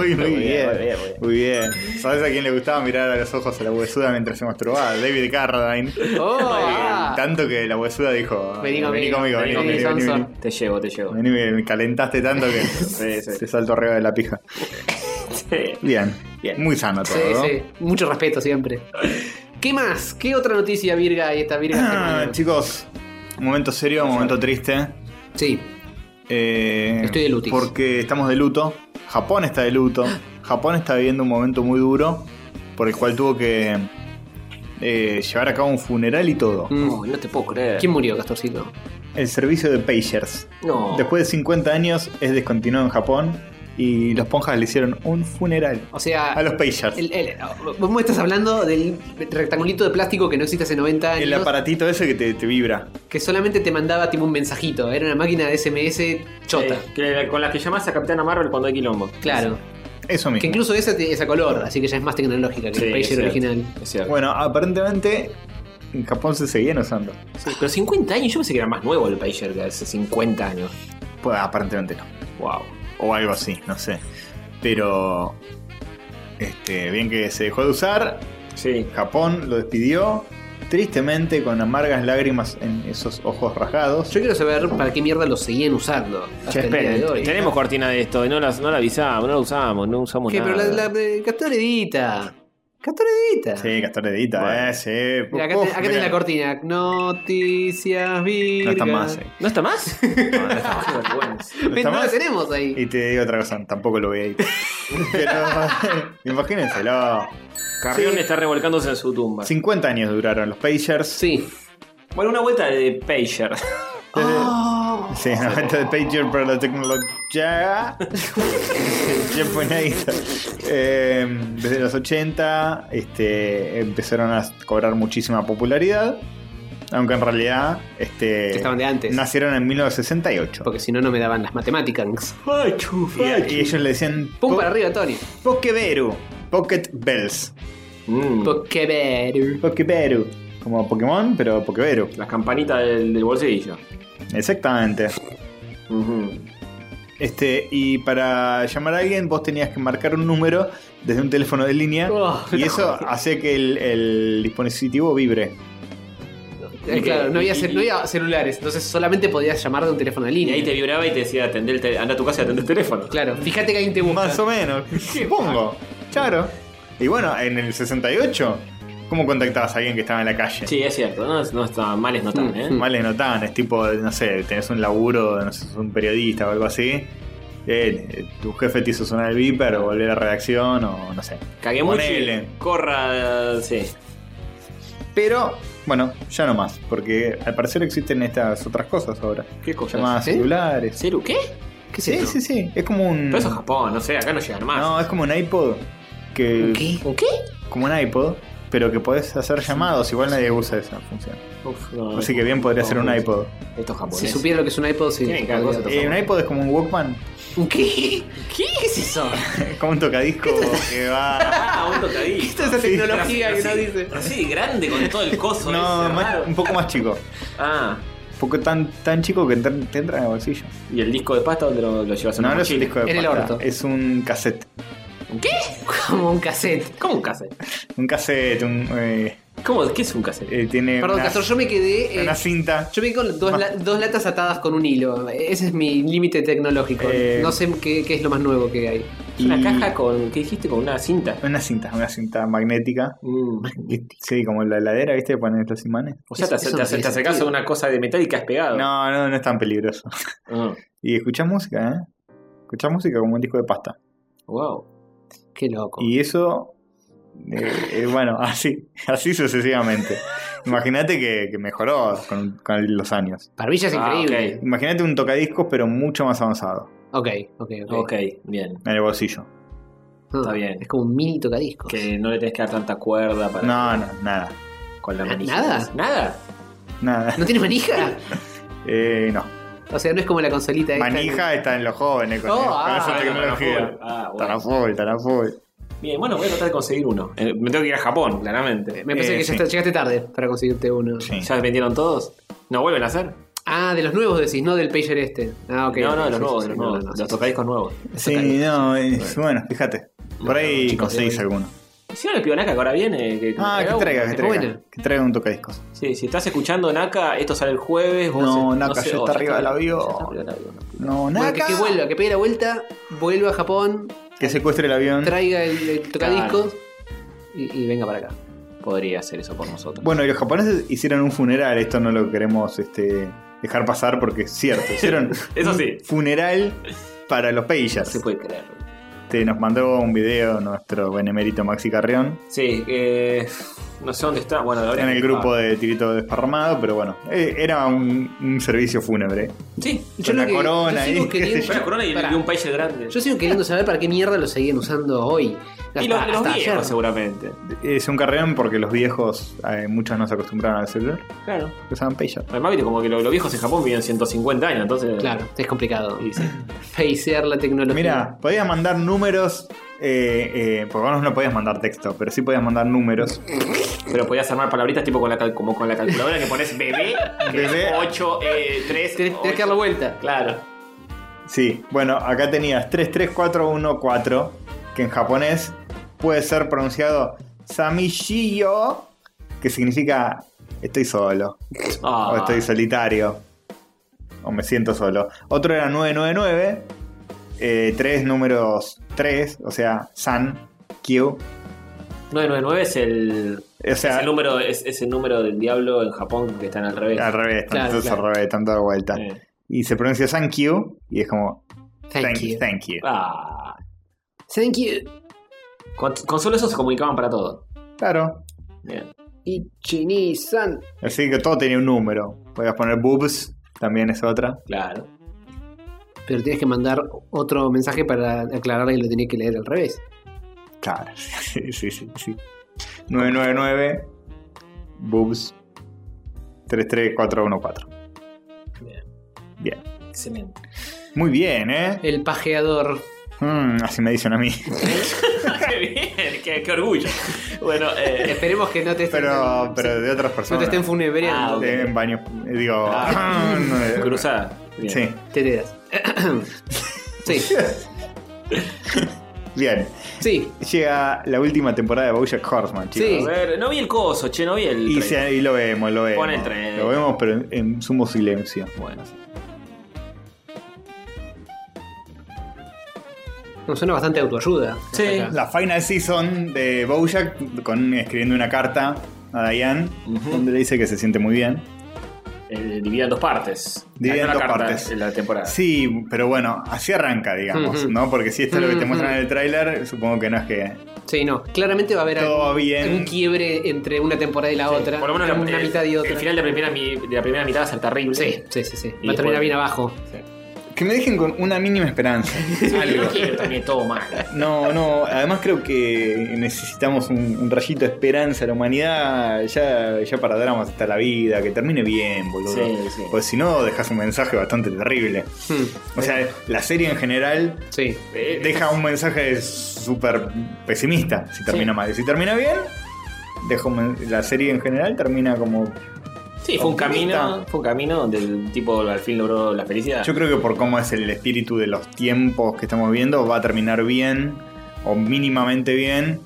S4: Uy, muy,
S2: Muy bien,
S4: bien,
S2: muy bien, muy bien.
S4: muy bien. ¿Sabes a quién le gustaba mirar a los ojos a la huesuda mientras se masturbaba? David Carradine.
S1: ¡Oh!
S4: Eh,
S1: ah.
S4: Tanto que la huesuda dijo:
S1: Vení
S4: Vení
S1: conmigo,
S4: conmigo,
S1: vení
S4: vení
S1: conmigo,
S4: vení, vení,
S1: Sansa".
S4: vení.
S2: Te llevo, te llevo.
S4: Vení, me calentaste tanto que
S2: Sí, sí.
S4: te salto arriba de la pija. Bien.
S2: Bien.
S4: Muy sano todo.
S1: Sí,
S4: ¿no?
S1: sí. Mucho respeto siempre. ¿Qué más? ¿Qué otra noticia virga hay esta virga?
S4: Ah,
S1: semana?
S4: Chicos, momento serio, momento triste.
S1: sí.
S4: Eh,
S1: Estoy de lutis.
S4: Porque estamos de luto. Japón está de luto. Japón está viviendo un momento muy duro por el cual tuvo que eh, llevar a cabo un funeral y todo.
S1: Mm.
S2: No, no te puedo creer.
S1: ¿Quién murió, Castorcito?
S4: El servicio de Pagers.
S2: No.
S4: Después de 50 años es descontinuado en Japón y los ponjas le hicieron un funeral
S1: O sea,
S4: a los Pagers. El,
S1: el- el- vos me estás hablando del rectangulito de plástico que no existe hace 90 años.
S4: aparatito ese que te, te vibra.
S1: Que solamente te mandaba tipo un mensajito. Era una máquina de SMS chota.
S2: Eh, que- con las que llamás a Capitana Marvel cuando hay quilombo.
S1: Claro.
S4: Eso
S1: Que
S4: mismo.
S1: incluso esa te- es a color, así que ya es más tecnológica que
S2: Sí,
S1: el
S2: es
S1: pager
S2: cierto.
S1: original.
S2: Es cierto.
S4: Bueno, aparentemente en Japón se seguían usando.
S2: Sí, pero 50 años, yo pensé que era más nuevo el Pager que hace 50 años.
S4: Pues aparentemente no.
S2: Wow.
S4: o algo así, no sé. Pero este, bien que se dejó de usar,
S2: Sí.
S4: Japón lo despidió tristemente con amargas lágrimas en esos ojos rasgados.
S1: Yo quiero saber para qué mierda lo seguían usando. Hasta el día
S2: esperen,
S1: de hoy.
S2: tenemos cortina de esto, y no, las- no la avisamos, no la usamos, no usamos
S1: ¿Qué?
S2: nada.
S1: Pero la, la de Castoredita. Castoredita.
S4: Sí, Castoredita,
S2: Bueno.
S4: eh, sí.
S1: Mira, acá, te-
S4: Uf,
S1: acá
S4: mira.
S1: tenés la cortina. Noticias virgas.
S4: No está más. eh.
S2: ¿No está más? no, está más.
S4: No
S1: Ven,
S4: está
S1: No la
S4: más.
S1: tenemos ahí.
S4: Y te digo otra cosa, tampoco lo voy a editar. Pero, imagínenselo.
S2: Carrión
S4: Sí.
S2: está revolcándose en su tumba.
S4: 50 años duraron los Pagers.
S1: Sí.
S2: Bueno, una vuelta de Pager.
S1: Oh.
S4: Sí, en el momento de Pager para la tecnología japonesa. Eh, desde los 80 este, empezaron a cobrar muchísima popularidad. Aunque en realidad este,
S1: Estaban de antes.
S4: nacieron en 1968.
S1: Porque si no, no me daban las matemáticas.
S4: Y, y ellos le decían
S1: Pum
S4: po-
S1: para arriba, Tony.
S4: Pokeberu. Pocket Bells.
S2: Mm.
S1: Pokeberu.
S4: Pokeberu. Como Pokémon, pero Pokeberu.
S2: Las campanitas del, del bolsillo.
S4: Exactamente.
S2: Ujú.
S4: Este, y para llamar a alguien vos tenías que marcar un número desde un teléfono de línea
S1: Oh,
S4: y eso hacía que el, el dispositivo vibre.
S1: Eh, claro, no había, cel- no había celulares, entonces solamente podías llamar de un teléfono de
S2: Y
S1: línea.
S2: ahí te vibraba y te decía, atender el tele- anda a tu casa y atender el teléfono.
S1: Claro, fíjate que alguien te busca.
S4: Más o menos, supongo. Claro. Y bueno, en el 68, ¿cómo contactabas a alguien que estaba en la calle?
S2: Sí, es cierto, no, no está mal es notar, ¿eh?
S4: Mal le notaban, es tipo, no sé, tenés un laburo, no sé, sos un periodista o algo así. Eh, tu jefe te hizo sonar el viper o volver a la redacción o no sé.
S2: Kagemuchi,
S4: Ponele.
S2: corra, sí.
S4: Pero, bueno, ya no más, porque al parecer existen estas otras cosas ahora.
S2: ¿Qué cosa?
S4: Llamadas
S1: ¿Eh?
S4: celulares.
S2: ¿Seru? ¿Qué?
S1: ¿Qué es
S4: Sí,
S1: eso?
S4: sí, sí. Es como un.
S2: Pero eso es Japón, no sé, acá no llegan más.
S4: No, es como un iPod. Que,
S1: ¿Qué?
S2: ¿Un qué?
S4: Como un iPod, pero que podés hacer llamados. Igual nadie usa esa función.
S2: Uf, no,
S4: Así que bien podría
S2: no,
S4: ser un
S2: no,
S4: iPod.
S2: Esto es japonés.
S1: Si supiera lo que es un iPod, sí.
S2: Tienen cada cosa,
S1: podría-
S2: por
S4: Eh,
S2: favor.
S4: un iPod es como un Walkman.
S1: ¿Un ¿Qué? ¿Qué? ¿Qué es eso?
S4: como un tocadisco que va.
S2: Ah, un
S1: Esto
S2: tocadisco.
S1: es esa tecnología que no
S2: así,
S1: dice.
S2: Así, grande, con todo el coso.
S4: No,
S2: ese,
S4: más-
S2: raro.
S4: un poco más chico.
S2: Ah,
S4: Un poco tan, tan chico que te, te entra en el bolsillo.
S2: ¿y el disco de pasta dónde lo, lo llevas? en
S4: No,
S2: una
S4: no es un
S2: mochila?
S4: disco de
S1: En el
S4: pasta,
S1: orto.
S4: Es un cassette.
S1: Como un cassette.
S2: ¿Cómo un cassette?
S4: Un cassette, un, eh,
S2: ¿Cómo? ¿Qué es un cassette?
S4: eh, tiene
S1: Perdón,
S4: una,
S1: Castor, yo me quedé. eh,
S4: una cinta.
S1: yo me quedé con dos, la- dos latas atadas con un hilo. Ese es mi límite tecnológico.
S4: Eh,
S1: no sé qué, qué es lo más nuevo que hay.
S2: Es Una
S4: y-
S2: caja con. ¿Qué dijiste? Con una cinta.
S4: Una cinta, una cinta magnética.
S2: Mm.
S4: Sí, como la heladera, ¿viste? Ponen estos imanes.
S2: O sea, te,
S1: Eso-
S2: ace-
S1: eso
S2: te
S1: no
S2: ace-
S1: tiene
S2: te acercás a
S1: sentido.
S2: una cosa de metal y quedas pegado.
S4: No, no, no es tan peligroso.
S2: Ah,
S4: Y escuchás música, ¿eh? Escuchás música como un disco de pasta.
S2: wow.
S1: Qué loco.
S4: Y eso. eh, eh, bueno, así, así sucesivamente. Imagínate que, que mejoró con, con los años.
S1: Para mí ya es
S2: Ah,
S1: increíble.
S4: Imagínate un tocadiscos, pero mucho más avanzado.
S1: ok, ok, ok.
S2: Ok, bien.
S4: En el bolsillo.
S1: Ah,
S2: está bien.
S1: Es como un mini tocadiscos.
S2: Que no le tenés que dar tanta cuerda para.
S4: No, no, nada.
S2: Con la
S1: Ah,
S2: manija.
S1: ¿nada?
S2: ¿Nada?
S4: Nada.
S1: ¿No tiene manija?
S4: Eh, no.
S1: O sea, no es como la consolita esta.
S4: Manija está en los jóvenes con,
S1: Oh,
S4: con
S1: ah,
S4: esa
S1: ah,
S4: tecnología.
S2: ah, bueno.
S4: Tarafol, tarafol.
S2: Bien, bueno, voy a tratar de conseguir uno. Eh, me tengo que ir a Japón, claramente.
S1: Me parece
S4: Eh,
S1: que ya
S4: sí.
S1: está- llegaste tarde para conseguirte uno.
S4: Sí.
S2: ¿Ya vendieron todos? ¿No vuelven a hacer?
S1: Ah, de los nuevos decís, no del pager este. Ah, ok.
S2: no, no, de los
S1: Sí,
S2: nuevos,
S1: sí,
S2: de los
S1: sí,
S2: nuevos.
S1: no, no,
S2: los tocadiscos nuevos.
S4: Sí, no, es- bueno, fíjate. Por ahí
S2: chicos,
S4: conseguís
S2: eh,
S4: alguno.
S2: Si no le pido a Naka que ahora viene. Que,
S4: Ah, que
S2: haga
S4: traiga,
S2: uno.
S4: que traiga.
S1: bueno.
S4: Que traiga un tocadiscos.
S2: Sí, si estás escuchando Naka, esto sale el jueves. vos-
S4: No, Naka,
S2: sé,
S4: ya
S2: oh,
S4: está arriba del
S2: ya
S4: avión.
S2: está arriba del avión.
S4: No,
S1: Bueno,
S4: nada.
S1: que, que vuelva, que pegue la vuelta, vuelva a Japón,
S4: Que secuestre el avión.
S2: Mm.
S1: traiga el, el tocadiscos y, y venga para acá.
S2: Podría hacer eso por nosotros.
S4: Bueno, y los japoneses hicieron un funeral. Esto no lo queremos este, dejar pasar porque es cierto. Hicieron
S2: Eso
S4: un
S2: sí.
S4: funeral para los
S2: no se
S4: Peyas.
S2: puede creer.
S4: Este, nos mandó un video nuestro benemérito Maxi Carrión
S2: Sí, eh, no sé dónde está. Bueno,
S4: en el grupo de Tirito Desparramado, pero bueno, eh, era un, un servicio fúnebre.
S2: Sí.
S1: Yo
S4: Con
S1: lo
S4: la
S1: que-
S4: corona
S1: yo sigo
S4: ahí, qué sé
S1: queriendo-
S4: yo.
S2: Bueno, Corona y,
S1: Pará.
S2: y un país grande.
S1: Yo sigo queriendo saber para qué mierda lo seguían usando hoy.
S2: y los,
S1: Hasta-
S2: los
S1: hasta
S2: viejos,
S1: ayer.
S2: seguramente.
S4: Es un carrión porque los viejos, eh, muchos no se acostumbraron al celular,
S2: Claro.
S4: usaban Pager.
S2: Además, viste, como que lo- los viejos en Japón viven 150 años, entonces.
S1: Claro, es complicado.
S2: Y sí.
S1: Facear la tecnología.
S4: Mira, podías mandar números, eh, eh, por lo menos no podías mandar texto, pero sí podías mandar números.
S2: Pero podías armar palabritas tipo con la cal- como con la calculadora que pones bebé,
S4: Bebé.
S2: 8, 3,
S1: Tenés, tenés que dar la vuelta.
S2: Claro.
S4: Sí, bueno, acá tenías 33414, que en japonés puede ser pronunciado Samishiyo, que significa estoy solo,
S2: Ah,
S4: o estoy solitario, o me siento solo. Otro era 999, eh, tres números 3, o sea, San, Q.
S2: 999 es el.
S4: O sea,
S2: es el número, es, es el número del diablo en Japón que están al revés.
S4: al revés, están
S1: Claro,
S4: todos
S1: claro.
S4: al revés, están todos de vuelta.
S2: Eh.
S4: Y se pronuncia San Q, y es como
S1: Thank, you.
S4: thank you.
S2: Ah.
S1: Thank you.
S2: Con, con solo eso se comunicaban para todo.
S4: Claro,
S2: Bien.
S1: Ichini-san.
S4: Así que todo tenía un número. Podías poner boobs, también es otra.
S2: Claro.
S1: Pero tienes que mandar otro mensaje para aclararle que lo tenía que leer al revés.
S4: Claro, sí, sí, sí. sí. 999, boobs, 33414. Bien.
S2: Excelente.
S4: Muy bien, ¿eh?
S1: El pajeador.
S4: Mm, así me dicen a mí.
S2: qué bien, qué, qué orgullo. Bueno, eh,
S1: Esperemos que no te estén,
S4: Pero, pero de otras
S1: no te
S4: personas.
S1: estén funebreando.
S2: Ah, ok.
S4: De- en baño. eh, Digo.
S2: Ah,
S4: no, eh,
S2: cruzada. Bien.
S4: Sí,
S1: Teteras. sí,
S4: bien.
S1: sí.
S4: Llega la última temporada de Bojack Horseman, chicos.
S1: Sí.
S2: A ver, no vi el coso, che, no vi el.
S4: Y,
S2: trailer.
S4: se- y lo vemos, lo vemos.
S2: Pon el tren.
S4: Lo vemos, pero en, en sumo silencio.
S2: Bueno, sí.
S1: Nos suena bastante autoayuda.
S2: Sí.
S1: Acá.
S4: La final season de Bojack con, escribiendo una carta a Diane
S2: Ujú.
S4: donde le dice que se siente muy bien.
S2: Eh, dividida en dos partes.
S4: Dividida en
S2: Ah, no,
S4: dos
S2: la carta,
S4: partes.
S2: en La temporada.
S4: Sí, pero bueno, así arranca, digamos,
S1: Ujú.
S4: ¿no? Porque si esto es lo que te
S1: Ujú.
S4: muestran en el tráiler, supongo que no es que...
S1: Sí, no. Claramente va a haber
S4: Todo
S1: algún,
S4: bien.
S1: algún quiebre entre una temporada y la otra.
S2: Por lo menos la-
S1: una
S2: el-
S5: eh,
S1: mitad y otra.
S2: El final de la primera, mi- de la primera mitad va a ser terrible.
S1: Sí, sí, sí. sí.
S2: Y
S1: Va a terminar
S2: después-
S1: bien abajo.
S4: Que me dejen con una mínima esperanza.
S2: Algo.
S4: Algo.
S2: Yo quiero también todo mal.
S4: No, no, además creo que necesitamos un, un rayito de esperanza a la humanidad, ya, ya para dramas hasta la vida, que termine bien, boludo.
S2: Sí, sí.
S4: Pues si no, dejas un mensaje bastante terrible.
S1: Hmm,
S4: O sea, la serie en general
S1: sí.
S2: Eh,
S4: deja un mensaje súper pesimista si termina mal. Si termina bien, deja un men- la serie en general termina como.
S2: Sí, fue un
S4: optimista.
S2: camino. Fue un camino donde el tipo al fin logró la felicidad.
S4: Yo creo que por cómo es el espíritu de los tiempos que estamos viendo, va a terminar bien o mínimamente bien,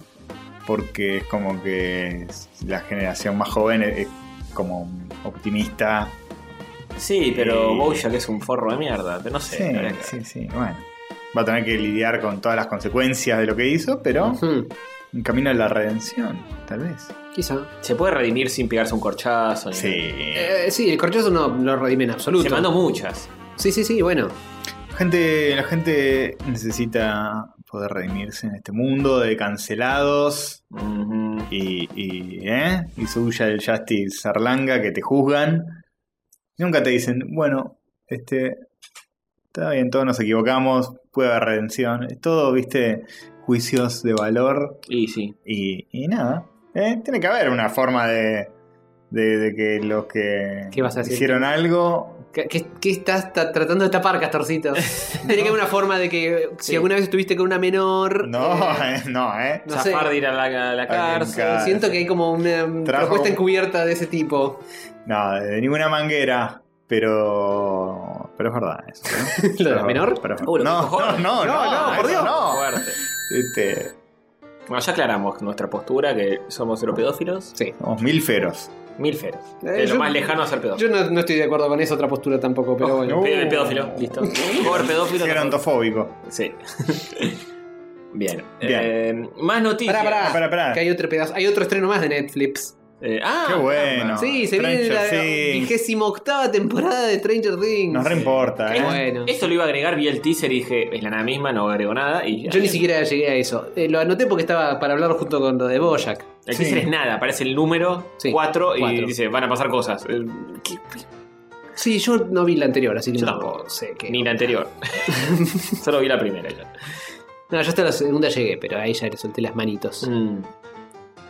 S4: porque es como que la generación más joven es, es como optimista.
S2: Sí, pero
S4: Eh.
S2: Bojack es un forro de mierda. Pero no sé.
S4: Sí,
S2: la verdad que-
S4: sí, sí, bueno. Va a tener que lidiar con todas las consecuencias de lo que hizo, pero
S1: Hmm,
S4: en camino a la redención, tal vez.
S1: quizá.
S2: Se puede redimir sin pegarse un corchazo. ni nada.
S4: Sí.
S1: Eh, sí, el corchazo no lo redime en absoluto.
S2: Se mandó muchas.
S1: Sí, sí, sí, bueno.
S4: Gente, la gente necesita poder redimirse en este mundo de cancelados
S2: Ujú.
S4: y, y, ¿eh? y suya el Justice Arlanga que te juzgan. Nunca te dicen, bueno, este, está bien, todos nos equivocamos, puede haber redención. Es todo, viste, juicios de valor
S2: Y sí.
S4: y, y nada. ¿eh? Tiene que haber una forma de, de, de que los que
S1: ¿Qué vas a decir?
S4: hicieron algo
S1: ¿Qué, qué- qué estás ta- tratando de tapar, Castorcito? Tiene que haber una forma de que si
S5: Sí.
S1: alguna vez estuviste con una menor.
S4: No,
S1: eh,
S4: eh, no, eh.
S1: no sé.
S5: Zafar de ir a la, a la cárcel.
S4: ca-
S1: Siento que hay como una um,
S4: Trabajo
S1: propuesta
S4: con-
S1: encubierta de ese tipo.
S4: No, de ninguna manguera. Pero. Pero es verdad eso. ¿no?
S1: ¿Lo de la
S4: Pero-
S1: menor?
S4: pero-
S5: Uh, lo
S4: no,
S5: dijo
S4: no,
S5: Jorge.
S4: no, no,
S1: No, no, por
S4: eso
S1: Dios.
S4: no.
S5: Fuerte.
S4: Este,
S5: Bueno, ya aclaramos nuestra postura, que somos cero pedófilos.
S1: Sí.
S4: somos mil feros.
S5: Mil feros.
S1: Eh,
S5: es
S1: yo-
S5: lo más lejano Oh, a ser pedófilo.
S1: Yo no, no estoy de acuerdo con esa otra postura tampoco, pero bueno.
S4: Uh.
S5: Pe- pedófilo,
S4: Oh.
S5: listo. Por pedófilo.
S4: Gerontofóbico.
S5: Sí. Bien.
S4: Bien.
S5: Eh, más noticias.
S1: Pará, pará.
S4: Ah, Pará, pará.
S1: Ah, Que hay otro pedazo. Hay otro estreno más de Netflix.
S5: Eh, ah,
S4: Qué bueno.
S1: sí, se viene
S4: Stranger
S1: la
S4: Things.
S1: vigésima octava temporada de Stranger Things.
S4: Nos reimporta,
S1: Qué
S4: ¿eh?
S1: bueno.
S5: Esto lo iba a agregar, vi el teaser y dije, es la nada misma, no agrego nada. Y ya.
S1: Yo ni siquiera llegué a eso. Eh, lo anoté porque estaba para hablarlo junto con lo de Boyac.
S5: El
S4: Sí.
S5: teaser es nada, aparece el número
S1: Sí,
S5: 4 y
S1: cuatro.
S5: dice, van a pasar cosas. Eh, ¿qué-
S1: Sí, yo no vi la anterior, así que
S5: Yo
S1: no
S5: tampoco.
S1: sé qué.
S5: Ni la anterior. Solo vi la primera. ya.
S1: No, yo hasta la segunda llegué, pero ahí ya le solté las manitos.
S5: Mm.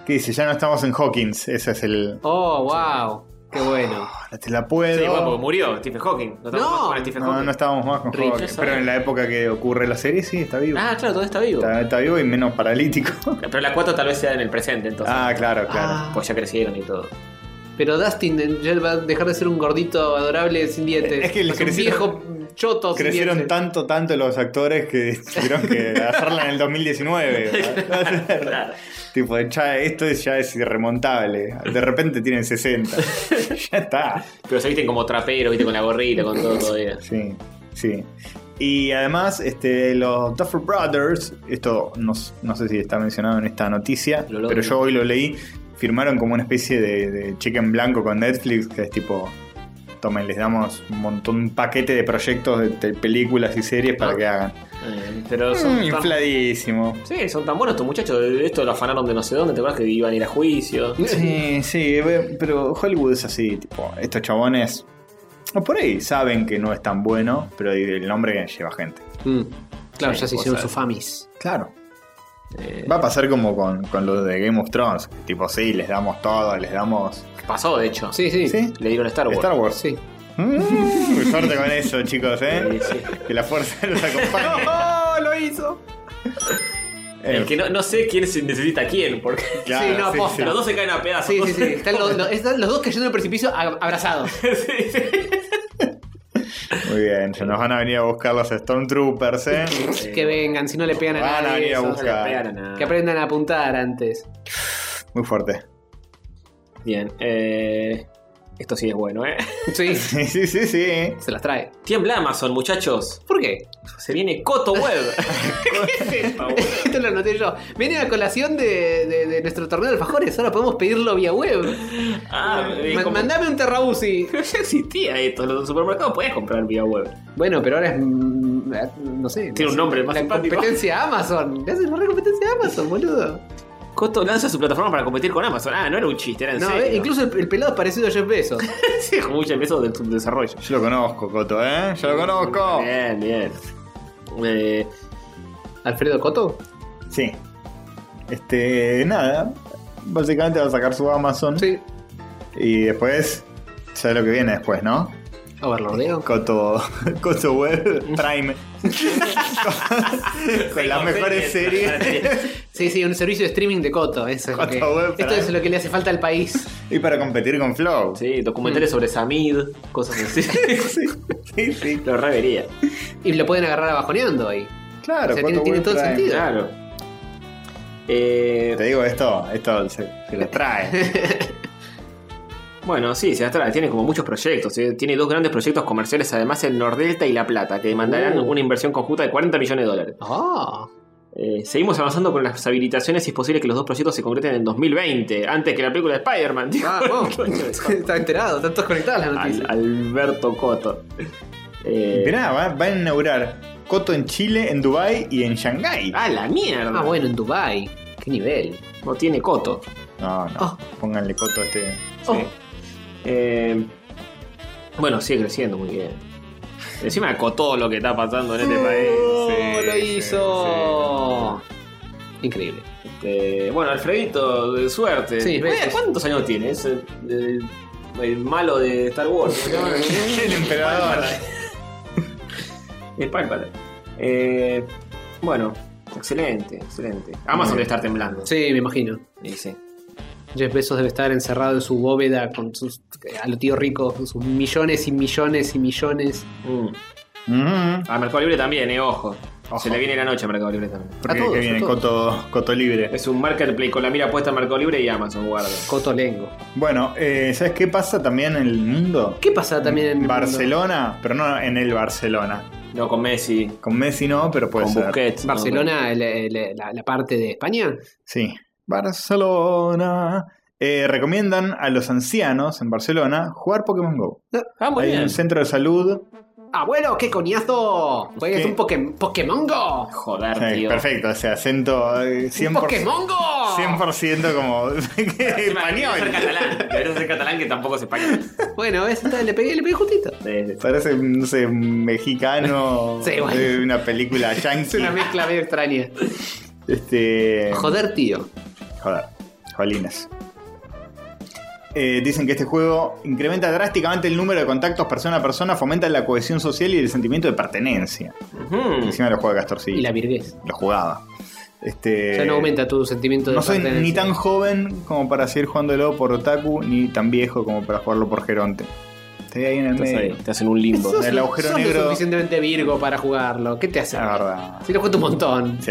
S4: ¿Qué dice? Ya no estamos en Hawkins. Ese es el.
S1: Oh, wow. Qué bueno.
S4: Ahora te la
S5: Sí, bueno, porque
S4: puedo.
S5: murió Stephen Hawking. No, estamos
S1: No.
S5: más con Stephen
S4: No,
S5: Hawking.
S4: no estábamos más con
S5: Rick,
S4: Hawkins.
S5: eso.
S4: Pero en la época que ocurre la serie, sí, está vivo.
S5: Ah, claro, todo está vivo.
S4: Está, está vivo y menos paralítico.
S5: Pero la 4 tal vez sea en el presente, entonces.
S4: Ah, claro, claro.
S1: Ah,
S5: Pues ya crecieron y todo.
S1: pero Dustin eh, ya va a dejar de ser un gordito adorable sin dientes.
S4: Es que
S1: Va a ser un
S4: crecieron-
S1: viejo choto sin
S4: Crecieron
S1: dientes.
S4: tanto, tanto los actores que tuvieron que hacerla en el 2019. ¿verdad?
S5: Claro.
S4: tipo, ya, esto es- ya es irremontable. De repente tienen 60. ya está.
S5: Pero se visten como trapero, viste, con la gorrita, con todo todavía.
S4: Sí, sí. Y además, este, los Duffer Brothers, esto no, s- no sé si está mencionado en esta noticia,
S5: Lo logro.
S4: pero yo hoy lo leí, firmaron como una especie de, de cheque en blanco con Netflix, que es tipo, tomen, les damos un montón, un paquete de proyectos de, de películas y series para
S5: Ah.
S4: que hagan.
S5: Eh, Pero son
S4: Mm,
S5: tan-
S4: infladísimo.
S5: Sí, son tan buenos estos muchachos. De esto lo afanaron de no sé dónde, ¿te acuerdas que iban a ir a juicio?
S4: Sí, sí, ve- pero Hollywood es así, tipo, estos chabones... o Por ahí saben que no es tan bueno, pero el nombre lleva gente.
S1: Mm. Claro,
S4: Sí,
S1: ya se
S4: vos
S1: hicieron
S4: sabés.
S1: sus famis.
S4: Claro.
S5: Eh,
S4: Va a pasar como con, con lo de Game of Thrones. Tipo, sí, les damos todo, les damos.
S5: pasó, de hecho.
S1: Sí, sí.
S4: ¿Sí?
S5: Le dieron Star Wars.
S4: Star Wars.
S1: Sí.
S4: Mm, suerte con eso, chicos, ¿eh?
S5: Sí, sí.
S4: Que la fuerza los acompañe.
S1: ¡Oh, lo hizo!
S5: El que no, no sé quién se- necesita a quién, porque
S4: Claro,
S1: Sí, no, aposta.
S5: los dos se caen a pedazos.
S1: Sí, sí, sí. Están los, los- están los dos cayendo en el precipicio ab- abrazados.
S5: Sí, sí.
S4: Muy bien, se nos van a venir a buscar los Stormtroopers, ¿eh?
S1: Que vengan, si no le pegan a
S4: Van a
S1: nadie.
S4: venir a
S1: esos.
S5: No se le pegan Ah, a nada.
S1: Que aprendan a apuntar antes.
S4: Muy fuerte.
S5: Bien. eh, esto sí es bueno, ¿eh?
S1: Sí,
S4: Sí, sí, sí, sí.
S1: se las trae.
S5: Tiembla Amazon, muchachos.
S1: ¿Por qué?
S5: Se viene Coto Web.
S1: Esto lo anoté yo. Viene a colación de, de- de nuestro torneo de alfajores. Ahora podemos pedirlo vía web.
S5: ah, eh,
S1: Ma-
S5: como-
S1: Mandame un terrabusi.
S5: Ya existía esto. En los supermercados podías comprar vía web.
S1: Bueno, pero ahora es. mm, eh, No sé.
S5: Tiene un nombre más
S1: La
S5: simpático.
S1: competencia a Amazon. Le hacen re competencia a Amazon, boludo.
S5: Coto lanza su plataforma para competir con Amazon. Ah, no era un chiste, era en
S1: No,
S5: serio.
S1: eh, incluso el, el pelado es parecido a Jeff Bezos.
S5: Sí, con muchos pesos de su desarrollo.
S4: Yo lo conozco, Coto, ¿eh? Yo lo conozco.
S5: Bien, bien. Eh,
S1: ¿Alfredo Coto?
S4: Sí. Este, nada. Básicamente va a sacar su Amazon.
S1: Sí.
S4: Y después, ¿sabes lo que viene después, no?
S1: Overlordeo.
S4: Coto, Coto Web Prime. con, con las mejores series.
S1: Sí, sí, un servicio de streaming de Coto. Eso es lo
S4: Coto
S1: que-
S4: web,
S1: esto
S4: pará.
S1: es lo que le hace falta al país.
S4: y para competir con Flow.
S5: sí,
S1: Mm.
S5: documentales sobre Samid, cosas así.
S4: sí, sí, sí.
S5: Lo revería.
S1: Y lo pueden agarrar abajoneando ahí.
S4: Claro,
S1: O sea,
S4: Coto
S1: tiene- tiene
S4: Web
S1: todo el
S4: Prime.
S1: sentido.
S5: Claro. Eh,
S4: Te digo esto, esto se, se lo trae.
S5: bueno, sí, se atrae. Tiene como muchos proyectos. ¿sí? Tiene dos grandes proyectos comerciales, además en Nordelta y La Plata, que demandarán
S1: Uh.
S5: una inversión conjunta de 40 millones de dólares.
S1: Ah.
S5: Eh, seguimos avanzando con las habilitaciones y es posible que los dos proyectos se concreten en 2020, antes que la película de Spider-Man. dijo
S4: Ah,
S1: Vamos.
S5: el dueño de Coto.
S1: ah, Está enterado, están todos conectadas las
S5: Al-
S1: noticias.
S5: Alberto Coto. Eh,
S4: Mirá, va, va a inaugurar Coto en Chile, en Dubai y en Shanghái.
S5: ¡Ah, la mierda!
S1: Ah, bueno, en Dubai. Qué nivel.
S5: No tiene coto.
S4: No, no.
S1: Oh.
S4: Pónganle Coto a este.
S5: Sí. Eh, bueno, sigue creciendo muy bien. Encima cotó lo que está pasando en este país.
S1: ¡Oh,
S4: sí,
S1: lo
S4: sí,
S1: hizo! Increíble.
S5: Este, bueno, Alfredito, de suerte.
S1: Sí,
S5: Oye,
S1: besos.
S5: ¿Cuántos años tienes? Eh, eh,
S2: el malo de Star Wars. ¿cómo se llama?
S4: El emperador.
S2: El Palpatine. Eh, bueno, excelente, excelente. Amazon debe estar temblando.
S1: Sí, me imagino.
S2: Y sí.
S1: Jeff Bezos debe estar encerrado en su bóveda con sus. eh, a lo tío rico, con sus millones y millones y millones.
S2: Mm.
S4: Mm.
S2: A Mercado Libre también, eh, ojo.
S4: Ojo.
S2: Se le viene la noche a Mercado Libre también.
S4: Porque
S1: A todos,
S4: que
S1: a
S4: viene
S1: todos.
S4: Coto, Coto Libre.
S2: Es un marketplace con la mira puesta en Mercado Libre y Amazon, guarda.
S1: Cotolengo.
S4: Bueno, eh, ¿sabes qué pasa también en el mundo?
S1: ¿Qué pasa también en el mundo?
S4: Barcelona, pero no en el Barcelona.
S2: No con Messi,
S4: Con Messi no, pero puede
S2: con
S4: ser.
S2: Busquets. no,
S1: Barcelona, el- el- la, la parte de España.
S4: Sí. Barcelona. Eh, recomiendan a los ancianos en Barcelona jugar Pokémon Go.
S2: pero- Ah, muy
S4: Hay
S2: bien.
S4: un centro de salud.
S1: ¡Abuelo, qué coñazo! Juegues
S4: ¿Qué?
S1: un Poké- Pokémon Go.
S2: Joder,
S4: Eh,
S2: tío.
S4: perfecto, o sea, acento eh, 100%,
S1: ¡Un Pokémon Go!
S4: 100% como
S2: Debería ser
S4: español.
S2: catalán. Debería ser catalán que tampoco es español.
S1: Bueno, ese está- le pegué, le pegué justito.
S2: Sí, sí, sí.
S4: Parece, no sé, mexicano
S1: Sí, bueno.
S4: de una película
S1: Es
S4: yankee.
S1: una mezcla medio extraña.
S4: Eh, Este.
S1: Joder, tío.
S4: Joder, jolines. Eh, dicen que este juego incrementa drásticamente el número de contactos persona a persona, fomenta la cohesión social y el sentimiento de pertenencia.
S2: Ujú.
S4: Encima lo juega Castorcillo.
S1: Y la virguez.
S4: Lo jugaba. Este,
S1: O sea, no aumenta tu sentimiento de
S4: no soy ni
S1: pertenencia.
S4: tan joven como para seguir jugándolo por Otaku, ni tan viejo como para jugarlo por Geronte. Estoy ahí en el
S2: Estás
S4: medio.
S2: ahí, estás en un limbo.
S1: Sos-
S4: el agujero
S1: sos lo
S4: negro.
S1: suficientemente virgo para jugarlo. ¿Qué te hace?
S4: La verdad.
S1: Si lo cuento un montón.
S4: Sí.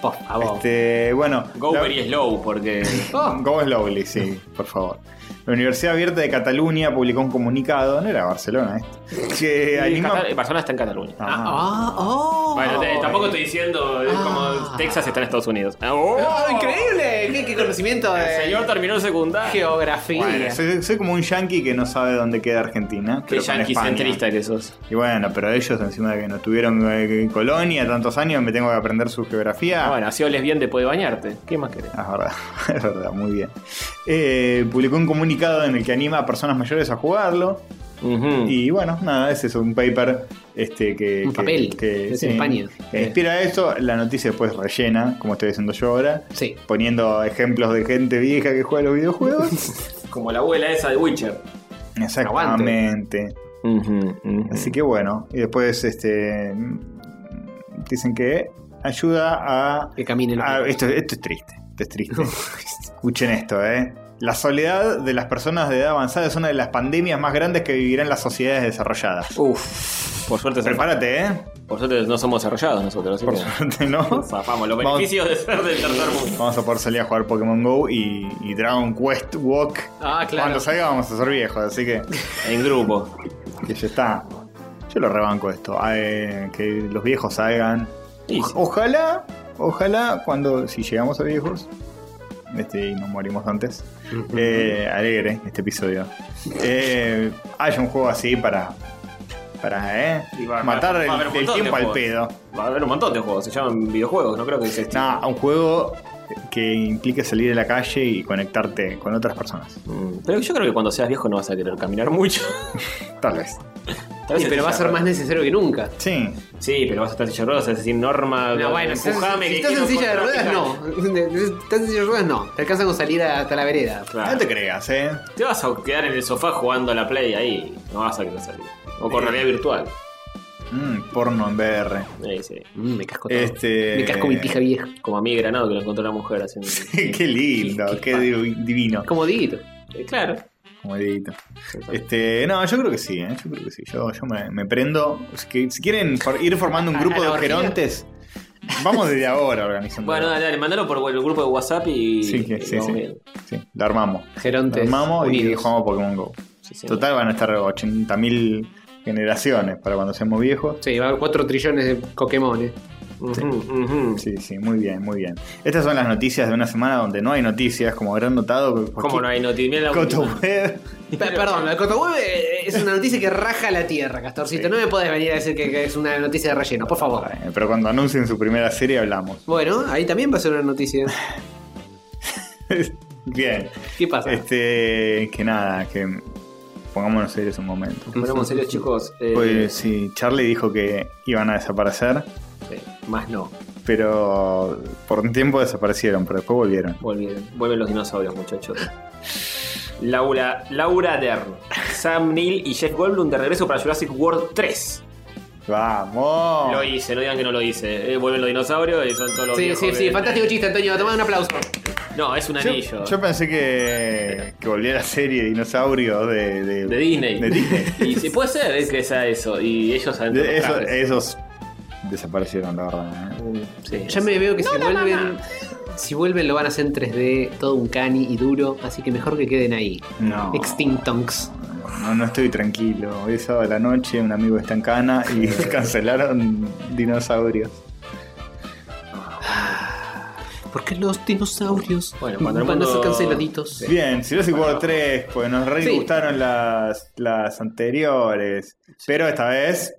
S1: Por favor.
S4: Este, bueno.
S2: Go
S4: la-
S2: very slow porque.
S1: Oh,
S4: Go Slowly, sí, por favor. La Universidad Abierta de Cataluña publicó un comunicado, no era Barcelona esto, que
S2: Y
S4: anima...
S2: Catal- Barcelona está en Cataluña.
S4: Ah,
S1: ah, oh.
S2: Bueno, te- tampoco estoy diciendo eh,
S1: Ah.
S2: como Texas está en Estados Unidos. Ah,
S1: Oh,
S2: ¡oh!
S1: increíble. Qué, qué conocimiento de
S2: El señor terminó el secundario.
S1: geografía.
S4: bueno, soy, soy como un yankee que no sabe dónde queda Argentina.
S2: Qué
S4: pero con
S2: yankee
S4: España.
S2: centrista que sos.
S4: Y bueno, pero ellos encima de que no tuvieron eh, colonia tantos años, me tengo que aprender su geografía.
S2: Ah, bueno, así oles bien después de bañarte. ¿Qué más querés?
S4: Ah, Es verdad, es verdad, muy bien. Eh, publicó un comunicado en el que anima a personas mayores a jugarlo.
S2: Ujú.
S4: Y bueno, nada, ese es un paper este, que.
S1: Un
S4: que-
S1: papel,
S4: que,
S1: es en España.
S4: que inspira esto. La noticia después rellena, como estoy haciendo yo ahora,
S1: Sí.
S4: poniendo ejemplos de gente vieja que juega los videojuegos.
S2: Como la abuela esa de Witcher.
S4: Exactamente. Así que bueno, y después este mm, dicen que ayuda a.
S1: Que camine el
S4: a- Ah, esto, esto es triste, esto es triste. Escuchen esto, eh. La soledad de las personas de edad avanzada es una de las pandemias más grandes que vivirán las sociedades desarrolladas.
S2: Uf. Por suerte,
S4: Prepárate, eh.
S2: por suerte no somos desarrollados nosotros. así
S4: Por
S2: que
S4: suerte, ¿no?
S2: Zafamos los
S4: Vamos.
S2: beneficios de ser del tercer mundo.
S4: Vamos a poder salir a jugar Pokémon Go y, y Dragon Quest Walk.
S1: Ah, claro.
S4: Cuando salga vamos a ser viejos, así que,
S2: En grupo.
S4: que ya está. Yo lo rebanco esto. Ah, eh, que los viejos salgan.
S2: Sí, sí.
S4: Ojalá, ojalá cuando, si llegamos a viejos, este, y nos morimos antes, eh, alegre este episodio. Eh, haya un juego así para, para eh,
S2: Y va-
S4: matar
S2: va a
S4: el,
S2: haber un
S4: el
S2: montón de
S4: tiempo al
S2: juegos.
S4: pedo.
S2: Va a haber un montón de juegos. Se llaman videojuegos. No creo que se
S4: No, a un juego que implique salir de la calle y conectarte con otras personas.
S2: Mm, Pero yo creo que cuando seas viejo no vas a querer caminar mucho.
S4: Tal vez.
S2: Tal vez
S1: Sí, pero
S2: estés
S1: va a ser
S2: ya-
S1: más necesario que nunca.
S4: Sí.
S2: Sí, pero vas a estar en silla de ruedas, vas a decir norma.
S1: No, bueno, si estás,
S2: empujame,
S1: si
S2: que
S1: estás en
S2: quiero
S1: silla de ruedas,
S2: contrarrestar.
S1: no. Si estás en silla de ruedas, no. Te alcanzan con salir hasta la vereda.
S2: Claro.
S4: No te creas, ¿eh?
S2: Te vas a quedar en el sofá jugando a la play ahí. No vas a querer salir. O con
S4: Eh.
S2: realidad virtual.
S4: Mm, porno en VR.
S5: Eh,
S2: Ahí sí.
S1: Mm, me casco todo.
S4: Este...
S1: Me casco mi pija vieja.
S2: Como a mí Granado que lo encontró una mujer haciendo.
S4: qué lindo, qué, div- divino.
S1: Como Dieguito.
S2: Eh, Claro.
S4: Como edito. Este, no, yo creo que sí, ¿eh? yo creo que sí. Yo, yo me, me prendo. Si, que- si quieren for- ir formando un
S1: ¿A-
S4: grupo
S1: a la
S4: de
S1: orgía?
S4: gerontes, vamos desde ahora organizando.
S2: Bueno, dale, dale, mandalo por el grupo de WhatsApp y.
S4: Sí, que- sí,
S2: y vamos
S4: sí.
S2: bien.
S4: Sí, lo armamos. Lo
S1: Gerontes.
S4: armamos y
S1: unidos.
S4: jugamos Pokémon Go.
S2: Sí, sí.
S4: Total van a estar 80.000 generaciones para cuando seamos viejos.
S1: Sí, va a haber 4 trillones de Pokémones.
S2: Ujú, ujú.
S4: Sí, sí, muy bien, muy bien. Estas son las noticias de una semana donde no hay noticias, como habrán notado.
S2: ¿Cómo no hay noticias? Mirá la
S4: Coto
S2: última.
S4: Web.
S1: Pe- Perdón, la Cotoweb eh, es una noticia que raja la tierra, Castorcito.
S4: Sí.
S1: No me podés venir a decir que, que es una noticia de relleno, por favor.
S4: Eh, Pero cuando anuncien su primera serie hablamos.
S1: Bueno, ahí también va a ser una noticia.
S4: bien.
S1: ¿Qué pasa?
S4: Este, que nada, que pongámonos serios un
S5: Eh,
S4: momento.
S2: Ponemos serios, chicos. eh,
S4: Pues sí, Charlie dijo que iban a desaparecer,
S2: eh, Más no.
S4: pero por un tiempo desaparecieron, pero después volvieron.
S2: Volvieron. Vuelven los dinosaurios, muchachos.
S5: Laura, Laura Dern, Sam Neill y Jeff Goldblum de regreso para Jurassic World 3.
S4: Vamos.
S5: Lo hice, no digan que no lo hice. Eh, vuelven los dinosaurios y son todos
S1: Oh.
S5: los
S1: Sí,
S5: viejos
S1: sí,
S5: de-
S1: sí, fantástico chiste, Antonio. Tomad un aplauso.
S5: No, es un anillo.
S4: Yo, yo pensé que, que volvía la serie de dinosaurios de, de,
S5: de Disney.
S4: de Disney.
S5: Y sí, puede ser es que sea eso. Y ellos adentro.
S4: De-
S5: los
S4: eso- eh.
S5: trajes.
S4: esos desaparecieron, la verdad. ¿eh?
S5: Sí,
S1: Ya me veo que si vuelven. Si vuelven lo van a hacer en 3D, todo un cani y duro, así que mejor que queden ahí.
S4: No.
S1: Extinctonks.
S4: No, no estoy tranquilo. Hoy es sábado de la noche, un amigo está en cana y cancelaron dinosaurios.
S1: Porque los dinosaurios
S5: Bueno, cuando el
S1: van a ser
S5: mundo-
S1: canceladitos.
S4: Bien, Jurassic World 3, pues nos re
S1: Sí.
S4: gustaron las, las anteriores. Pero esta vez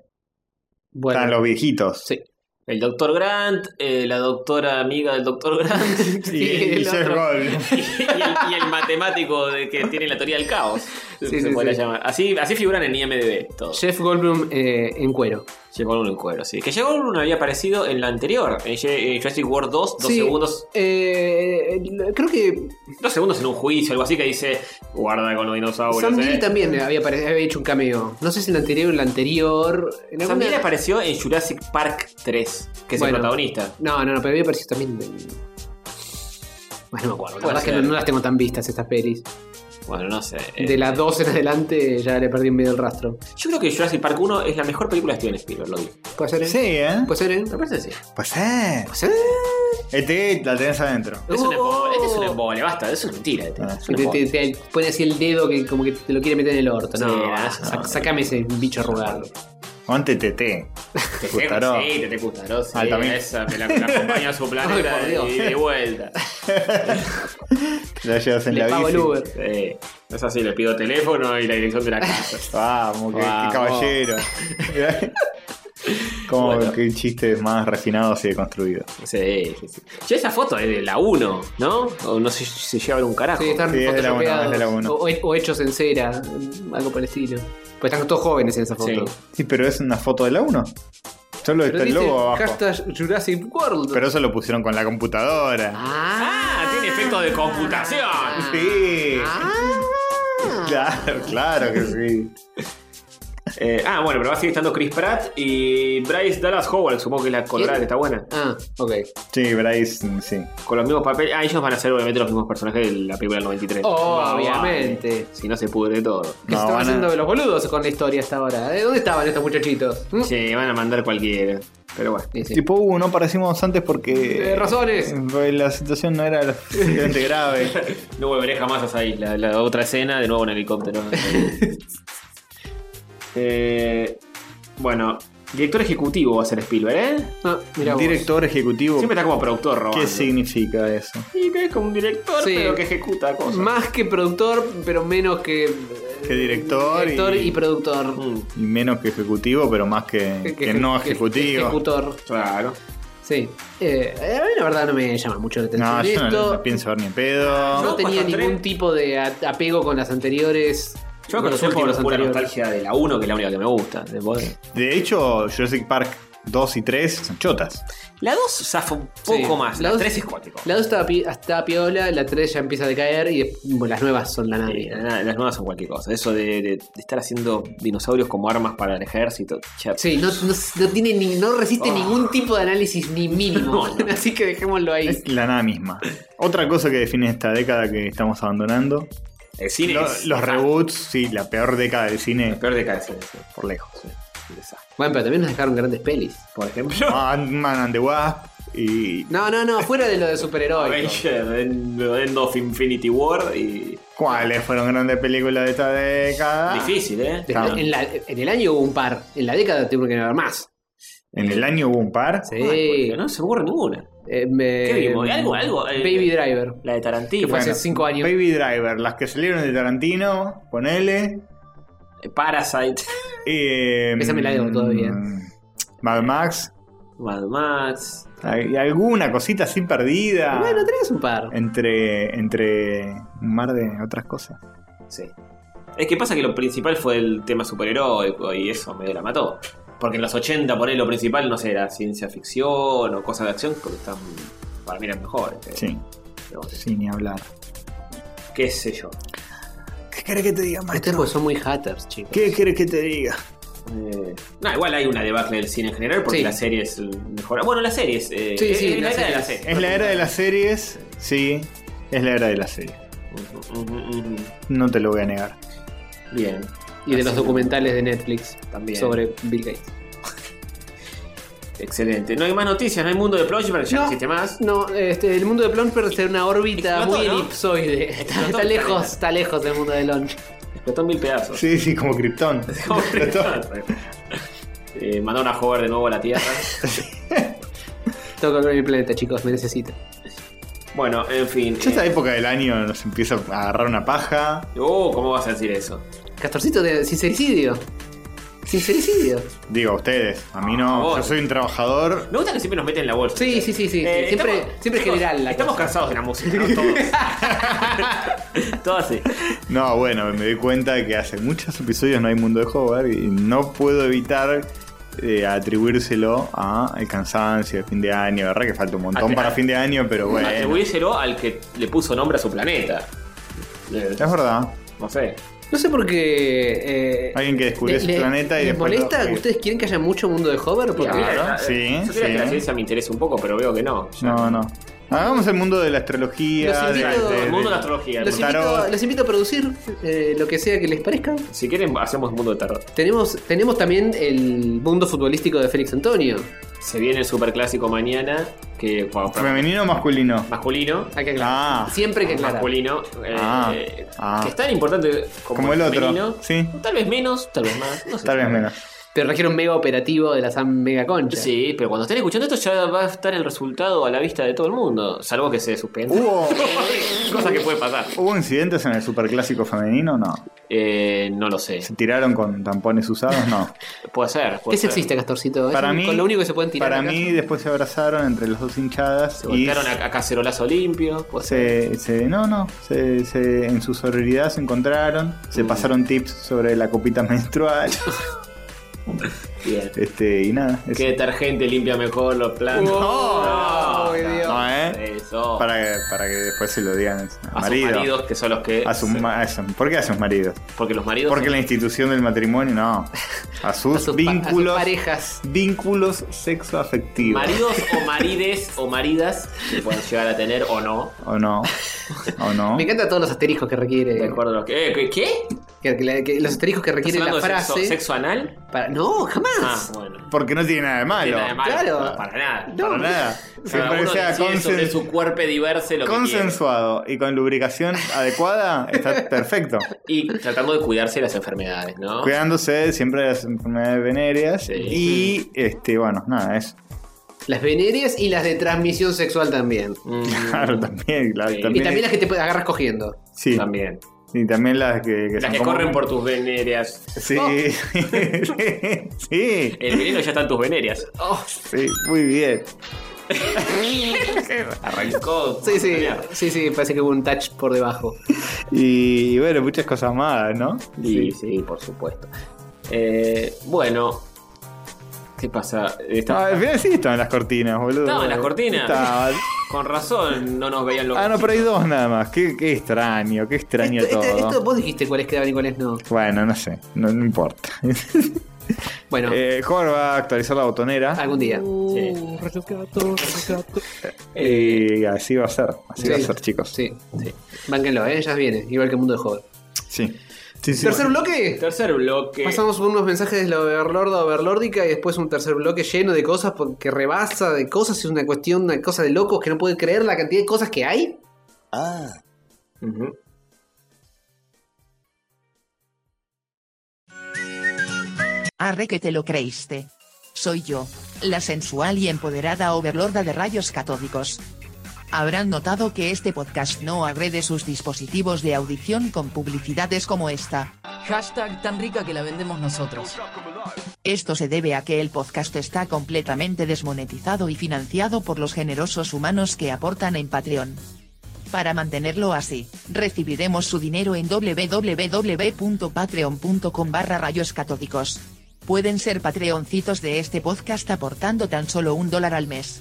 S1: Bueno,
S4: están los viejitos.
S1: sí.
S5: El doctor Grant, eh, la doctora amiga del doctor Grant.
S4: Y, y
S1: el
S4: Jeff
S1: otro.
S4: Goldblum.
S5: y, el, y el matemático de que tiene la teoría del caos.
S1: Sí,
S5: se
S1: sí,
S5: podría
S1: sí.
S5: llamar. Así, así figuran en IMDB todos.
S1: Jeff Goldblum eh, en cuero.
S5: Jeff Goldblum en cuero, sí. Que Jeff Goldblum había aparecido en la anterior, en Je- en Jurassic World 2, dos
S1: Sí.
S5: segundos.
S1: Eh, creo que
S5: Dos segundos en un juicio, algo así que dice, guarda con los dinosaurios.
S1: Sam Neill
S5: eh".
S1: también había, apare- había hecho un cameo. No sé si en el anterior o en el anterior. En
S5: Sam
S1: alguna-
S5: Neill apareció en Jurassic Park 3, que es
S1: Bueno.
S5: el protagonista.
S1: No, no, no, pero había aparecido también. en- Bueno, no me acuerdo. La
S5: Puede
S1: verdad es que
S5: ser.
S1: no, no las tengo tan vistas estas pelis.
S5: Bueno, no sé. eh.
S1: De las dos en adelante ya le perdí en medio el rastro.
S5: Yo creo que Jurassic Park 1 es la mejor película de Steven Spielberg, lo digo.
S1: ¿Puede ser? eh?
S4: Sí, ¿eh?
S1: ¿Puede ser? eh?
S5: Me parece que sí.
S4: Pues eh.
S1: ¿Puede ser?
S4: ET la tenés adentro.
S5: Este Es un
S1: Oh.
S5: embole, este es un embole, basta, es una mentira. este.
S4: Ah.
S5: Es
S1: Que
S5: un
S1: te,
S5: embole.
S1: te- te pone así el dedo que como que te lo quiere meter en el orto.
S5: Sí,
S1: No,
S5: no, eso
S1: sac-
S5: no.
S1: sacame ese bicho arrugado.
S4: Ante TT.
S5: Te te-
S4: Gustaró.
S5: Sí, te, te gustaró. Sí,
S4: Altamente.
S5: esa me la, me la acompaña a su planeta
S1: Ay, por
S5: y de vuelta.
S4: La llevas en
S1: Le
S4: la
S1: pago
S4: bici.
S1: el Uber.
S5: Sí. Es así, le pido teléfono y la dirección de la casa.
S4: Vamos, qué, qué
S5: Vamos.
S4: caballero. Como
S5: Bueno.
S4: que el chiste es más refinado y deconstruido.
S5: Sí, sí, sí. Ya esa foto es de la 1, ¿no? O no sé si se lleva a un carajo.
S1: Sí, están
S4: Sí, es de la uno,
S1: photoshopeados.
S4: es de la uno.
S1: O, o hechos en cera, algo por el estilo. Pues están todos jóvenes en esa foto.
S5: Sí.
S4: Sí, pero es una foto de la 1.
S1: Pero
S4: Solo está el
S1: dice
S4: logo abajo.
S1: hashtag Jurassic World.
S4: Pero eso lo pusieron con la computadora.
S1: Ah,
S5: Ah, tiene efecto de computación.
S4: sí.
S1: Ah.
S4: Claro, claro que sí.
S5: Eh, ah, bueno, pero va a seguir estando Chris Pratt y Bryce Dallas Howard, supongo que es la colorada que está buena.
S1: Ah, ok.
S4: Sí, Bryce, mm, sí.
S5: Con los mismos papeles. Ah, ellos van a ser obviamente los mismos personajes de la película del 93.
S1: Obviamente.
S5: Si no se pudre todo.
S1: ¿Qué se
S4: No,
S1: están
S4: van a-
S1: haciendo de los boludos con la historia hasta ahora? ¿Eh? ¿Dónde estaban estos muchachitos? ¿Mm?
S5: Sí, van a mandar cualquiera. Pero bueno.
S1: Sí, sí.
S4: Tipo, uh, no parecimos antes porque.
S1: Eh, razones.
S4: eh, La situación no era lo suficientemente grave.
S5: No volveré jamás a esa isla. La otra escena, de nuevo en helicóptero. Eh, bueno, director ejecutivo va a ser Spielberg, ¿eh?
S1: Ah, mirá vos.
S4: Director ejecutivo.
S5: Siempre está como productor, Robando.
S4: ¿Qué significa eso?
S5: Sí, que es como un director,
S1: Sí.
S5: pero que ejecuta cosas.
S1: Más que productor, pero menos que.
S4: Que director
S1: director y,
S4: y-
S1: productor.
S5: Mm,
S4: Y menos que ejecutivo, pero más que, que, no
S1: que-
S4: ejecutivo.
S1: ejecutor.
S5: claro.
S1: Sí. Eh, a mí la verdad no me llama mucho la atención
S4: no, yo no-
S1: esto.
S4: no, pienso ver ni en pedo.
S1: No
S5: Yo
S1: tenía
S5: cuando entré-
S1: ningún tipo de a- apego con las anteriores.
S5: Yo
S1: con
S5: la conocí por pura nostalgia de la 1, que es la única que me gusta. de vos.
S4: De hecho, Jurassic Park 2 y 3 son chotas.
S5: La 2 zafa un poco
S1: Sí,
S5: más.
S1: la
S5: La
S1: dos-
S5: 3 es cuático.
S1: La 2 está, pi- está piola, la 3 ya empieza a decaer y después, bueno, las nuevas son la
S5: Eh,
S1: nave.
S5: nada, las nuevas son cualquier cosa. Eso de, de- de estar haciendo dinosaurios como armas para el ejército. ya-
S1: Sí, no, no, no tiene ni- no resiste ningún tipo de análisis ni mínimo.
S5: Oh. No, no.
S1: Así que dejémoslo ahí.
S4: Es la nada misma. Otra cosa que define esta década que estamos abandonando.
S5: El cine
S4: lo-
S5: es
S4: los
S5: nefasto.
S4: reboots, sí, la peor década del
S5: La
S4: cine,
S5: peor década de cine, sí.
S4: por lejos.
S5: Un desastre.
S1: Bueno, pero también nos dejaron grandes pelis.
S5: Por ejemplo,
S4: Ant-Man and the Wasp y.
S1: No, no, no, fuera de lo de superhéroes.
S5: Avenger, End, End of Infinity War y.
S4: ¿Cuáles fueron grandes películas de esta década?
S5: Difícil, ¿eh?
S4: Claro.
S1: En, la- en el año hubo un par, en la década tuvo que haber más.
S4: En el año hubo un par.
S1: Sí.
S5: Ay, Ah, porque no se me ocurre ninguna.
S1: Eh, me-
S5: ¿Qué vimos? Algo, algo, eh,
S1: Baby Driver.
S5: La de Tarantino.
S1: fue hace cinco años.
S4: Baby Driver, las que salieron de Tarantino, ponele.
S5: Eh, Parasite,
S4: Eh,
S1: Esa me la debo todavía.
S4: Mad Max.
S5: Mad Max.
S4: hay alguna cosita así perdida.
S1: Bueno, tenés un par.
S4: entre, entre un mar de otras cosas.
S5: Sí. Es que pasa que lo principal fue el tema superheroico y eso medio la mató. Porque en los 80 por ahí lo principal no sé, era ciencia ficción o cosas de acción, porque están, para mí eran mejores. eh.
S4: Sí,
S5: Pero bueno,
S4: sí, ni hablar.
S5: qué sé yo.
S4: ¿Qué querés que te diga,
S1: Ustedes
S4: maestro?
S1: porque son muy haters, chicos.
S4: ¿Qué querés que te diga?
S5: Eh, no, igual hay una debacle del cine en general porque
S1: Sí.
S5: las series mejoran. Bueno, las series. eh,
S1: Sí,
S5: es-
S1: sí,
S5: es la
S1: las
S5: era de las
S1: series.
S5: series.
S4: Es la era de las series, sí, es la era de las series.
S5: Ujú, ujú.
S4: No te lo voy a negar.
S5: Bien.
S1: Y de los
S5: Así.
S1: documentales de Netflix
S5: También.
S1: sobre Bill Gates.
S5: Excelente. No hay más noticias, no hay mundo de Plungeberg, ya no
S1: No.
S5: existe más.
S1: No, este, el mundo de Plumper está en una órbita
S5: Explotó,
S1: muy
S5: ¿no?
S1: elipsoide. Está,
S5: Explotó
S1: está
S5: el
S1: lejos,
S5: planeta.
S1: está lejos del mundo de Launch.
S5: Explotó en mil pedazos.
S4: Sí, sí, como Krypton.
S5: eh, mandaron a jugar de nuevo a la Tierra.
S1: Tengo que ver mi planeta, chicos, me necesita.
S5: bueno, en fin.
S4: Ya esta
S5: eh,
S4: época del año nos empieza a agarrar una paja.
S5: Oh, ¿cómo vas a decir eso?
S1: Castorcito de sincericidio. Sincericidio.
S4: Digo, a ustedes, a mí no.
S5: vos.
S4: Yo soy un trabajador.
S5: Me gusta que siempre nos meten en la bolsa.
S1: Sí, sí, sí, sí.
S5: Eh,
S1: siempre
S5: estamos-
S1: siempre
S5: chicos,
S1: general la
S5: Estamos
S1: cosa.
S5: cansados de la música, ¿no? Todos. Todos así.
S4: No, bueno, me doy cuenta que hace muchos episodios no hay mundo de Hover y no puedo evitar eh, atribuírselo a el cansancio de fin de año. La verdad que falta un montón
S5: Atri-
S4: para fin de año, pero bueno.
S5: Atribuíselo al que le puso nombre a su planeta. Eh,
S4: Es verdad.
S5: no sé.
S1: No sé por qué. eh,
S4: Alguien que descubrió
S1: le-
S4: su
S1: le-
S4: planeta y
S1: ¿Les
S4: después. lo-
S1: molesta que ustedes quieren que haya mucho mundo de hover? Porque
S4: Claro.
S5: Mira,
S4: sí,
S5: Yo creo
S4: sí.
S5: que la ciencia me interesa un poco, pero veo que no. Ya.
S4: No, no. Hagamos el mundo de la astrología.
S1: Los
S4: de-
S1: invito-
S4: de-
S5: El mundo de la
S4: de-
S5: astrología.
S1: los, invito,
S4: Tarot.
S1: los invito a producir eh, lo que sea que les parezca.
S5: Si quieren, hacemos un mundo de tarot.
S1: Tenemos, tenemos también el mundo futbolístico de Félix Antonio.
S5: Se viene el superclásico mañana, que bueno, para-
S4: ¿Femenino o masculino?
S5: masculino.
S1: Hay que aclarar.
S4: Ah.
S1: Siempre hay que aclarar.
S5: Masculino. eh,
S4: Ah,
S5: eh,
S4: ah.
S5: Que es tan importante como,
S4: Como el otro,
S5: femenino.
S4: sí.
S5: Tal vez menos, tal vez más. No sé.
S4: Tal vez menos.
S1: Pero trajeron mega operativo de la San Mega Concha.
S5: Sí, pero cuando estén escuchando esto ya va a estar el resultado a la vista de todo el mundo. Salvo que se suspenda.
S4: ¿Hubo,
S5: Cosa que puede pasar.
S4: ¿Hubo incidentes en el superclásico femenino? No.
S5: Eh, no lo sé.
S4: ¿Se tiraron con tampones usados? No.
S5: Puede ser.
S1: ¿Qué
S5: puede ser.
S1: sexista, Castorcito? Es
S4: Para
S1: un-
S4: mí,
S1: Pues con lo único que se pueden tirar.
S4: para
S1: acá.
S4: mí después se abrazaron entre las dos hinchadas
S5: Se
S4: y
S5: voltearon a, a cacerolazo limpio. puede ser.
S4: se, se- no no se, se- en su sororidad se encontraron, se
S5: Mm.
S4: pasaron tips sobre la copita menstrual,
S5: Bien.
S4: este y nada. eso.
S5: ¿Qué detergente limpia mejor los planos?
S1: Oh,
S5: No,
S1: ay,
S5: no,
S1: Dios.
S4: No, ¿eh?
S5: Eso.
S4: Para que, para que después se lo digan a,
S5: Oh. a sus
S4: marido.
S5: maridos, que son los que.
S4: A sus ma- a sus- ¿Por qué a sus maridos?
S5: Porque los maridos.
S4: Porque
S5: son-
S4: la institución del matrimonio, no. A sus,
S1: A sus pa-
S4: vínculos.
S1: a sus parejas.
S4: vínculos sexoafectivos.
S5: Maridos o marides o maridas que pueden llegar a tener o no.
S4: ¿O no? ¿O no?
S1: Me encantan todos los asteriscos que requiere.
S5: De acuerdo a lo que. eh, ¿Qué? ¿Qué?
S1: que- que la- que los asteriscos que
S5: ¿Estás
S1: requiere
S5: hablando
S1: la
S5: de
S1: frase.
S5: sexo, sexo anal?
S1: para- No, jamás.
S5: Ah, bueno.
S4: Porque no tiene nada de malo.
S5: Tiene nada de malo,
S1: claro.
S5: Para nada.
S1: No,
S4: Para
S1: mira.
S4: nada.
S5: Cada
S4: Siempre que
S5: uno
S4: sea
S5: decide sobre
S4: consen-
S5: su cuerpo diverso lo
S4: consensuado y con lubricación adecuada, está perfecto.
S5: que quiere. Y tratando de cuidarse de las enfermedades, ¿no?
S4: Cuidándose siempre de las enfermedades venéreas.
S5: Sí.
S4: Y este, bueno, nada, es.
S1: Las venéreas y las de transmisión sexual también.
S5: Mm,
S4: Claro, también, claro,
S5: Sí. Y
S1: y
S4: también.
S1: también las que te agarras cogiendo.
S4: sí,
S5: También.
S4: y también las que, que
S5: Las
S4: son
S5: que
S4: como-
S5: corren por tus venerias.
S4: Sí, sí,
S5: El veneno ya está en tus venerias.
S4: sí, muy bien.
S5: Arrancó.
S1: Sí, sí, sí, sí, parece que hubo un touch por debajo.
S4: Y, y bueno, muchas cosas más, ¿no?
S5: Sí, sí, por supuesto. Eh, bueno. ¿Qué pasa?
S4: No,
S5: Está-
S4: al final Ah, sí estaban las cortinas, boludo.
S5: Estaban las cortinas.
S4: Estaban.
S5: Con razón no nos veían los
S4: Ah, no, pero hay dos nada más. Qué, qué extraño, qué extraño
S1: Esto-
S4: todo.
S1: esto- esto vos dijiste cuáles quedaban y cuáles no.
S4: Bueno, no sé, no, no importa.
S1: Bueno,
S4: Eh, Hover va a actualizar la botonera
S1: algún día.
S5: Sí.
S6: Rayos gatos, rayos gatos.
S4: y así va a ser, así
S1: Sí.
S4: va a ser, chicos.
S1: Sí, sí. Bánquenlo, ¿eh? ya viene, igual que el mundo de Hover.
S4: sí. Sí, sí.
S1: Tercer bloque.
S5: Tercer bloque.
S1: Pasamos por unos mensajes de la overlorda overlórdica y después un tercer bloque lleno de cosas porque rebasa de cosas. Es una cuestión, una cosa de locos que no puede creer la cantidad de cosas que hay.
S5: Ujú.
S8: Arre que te lo creíste. Soy yo, la sensual y empoderada overlorda de rayos catódicos. Habrán notado que este podcast no agrede sus dispositivos de audición con publicidades como esta.
S9: Hashtag tan rica que la vendemos nosotros.
S8: Esto se debe a que el podcast está completamente desmonetizado y financiado por los generosos humanos que aportan en Patreon. Para mantenerlo así, recibiremos su dinero en www.patreon.com barra rayos catódicos. Pueden ser patreoncitos de este podcast aportando tan solo un dólar al mes.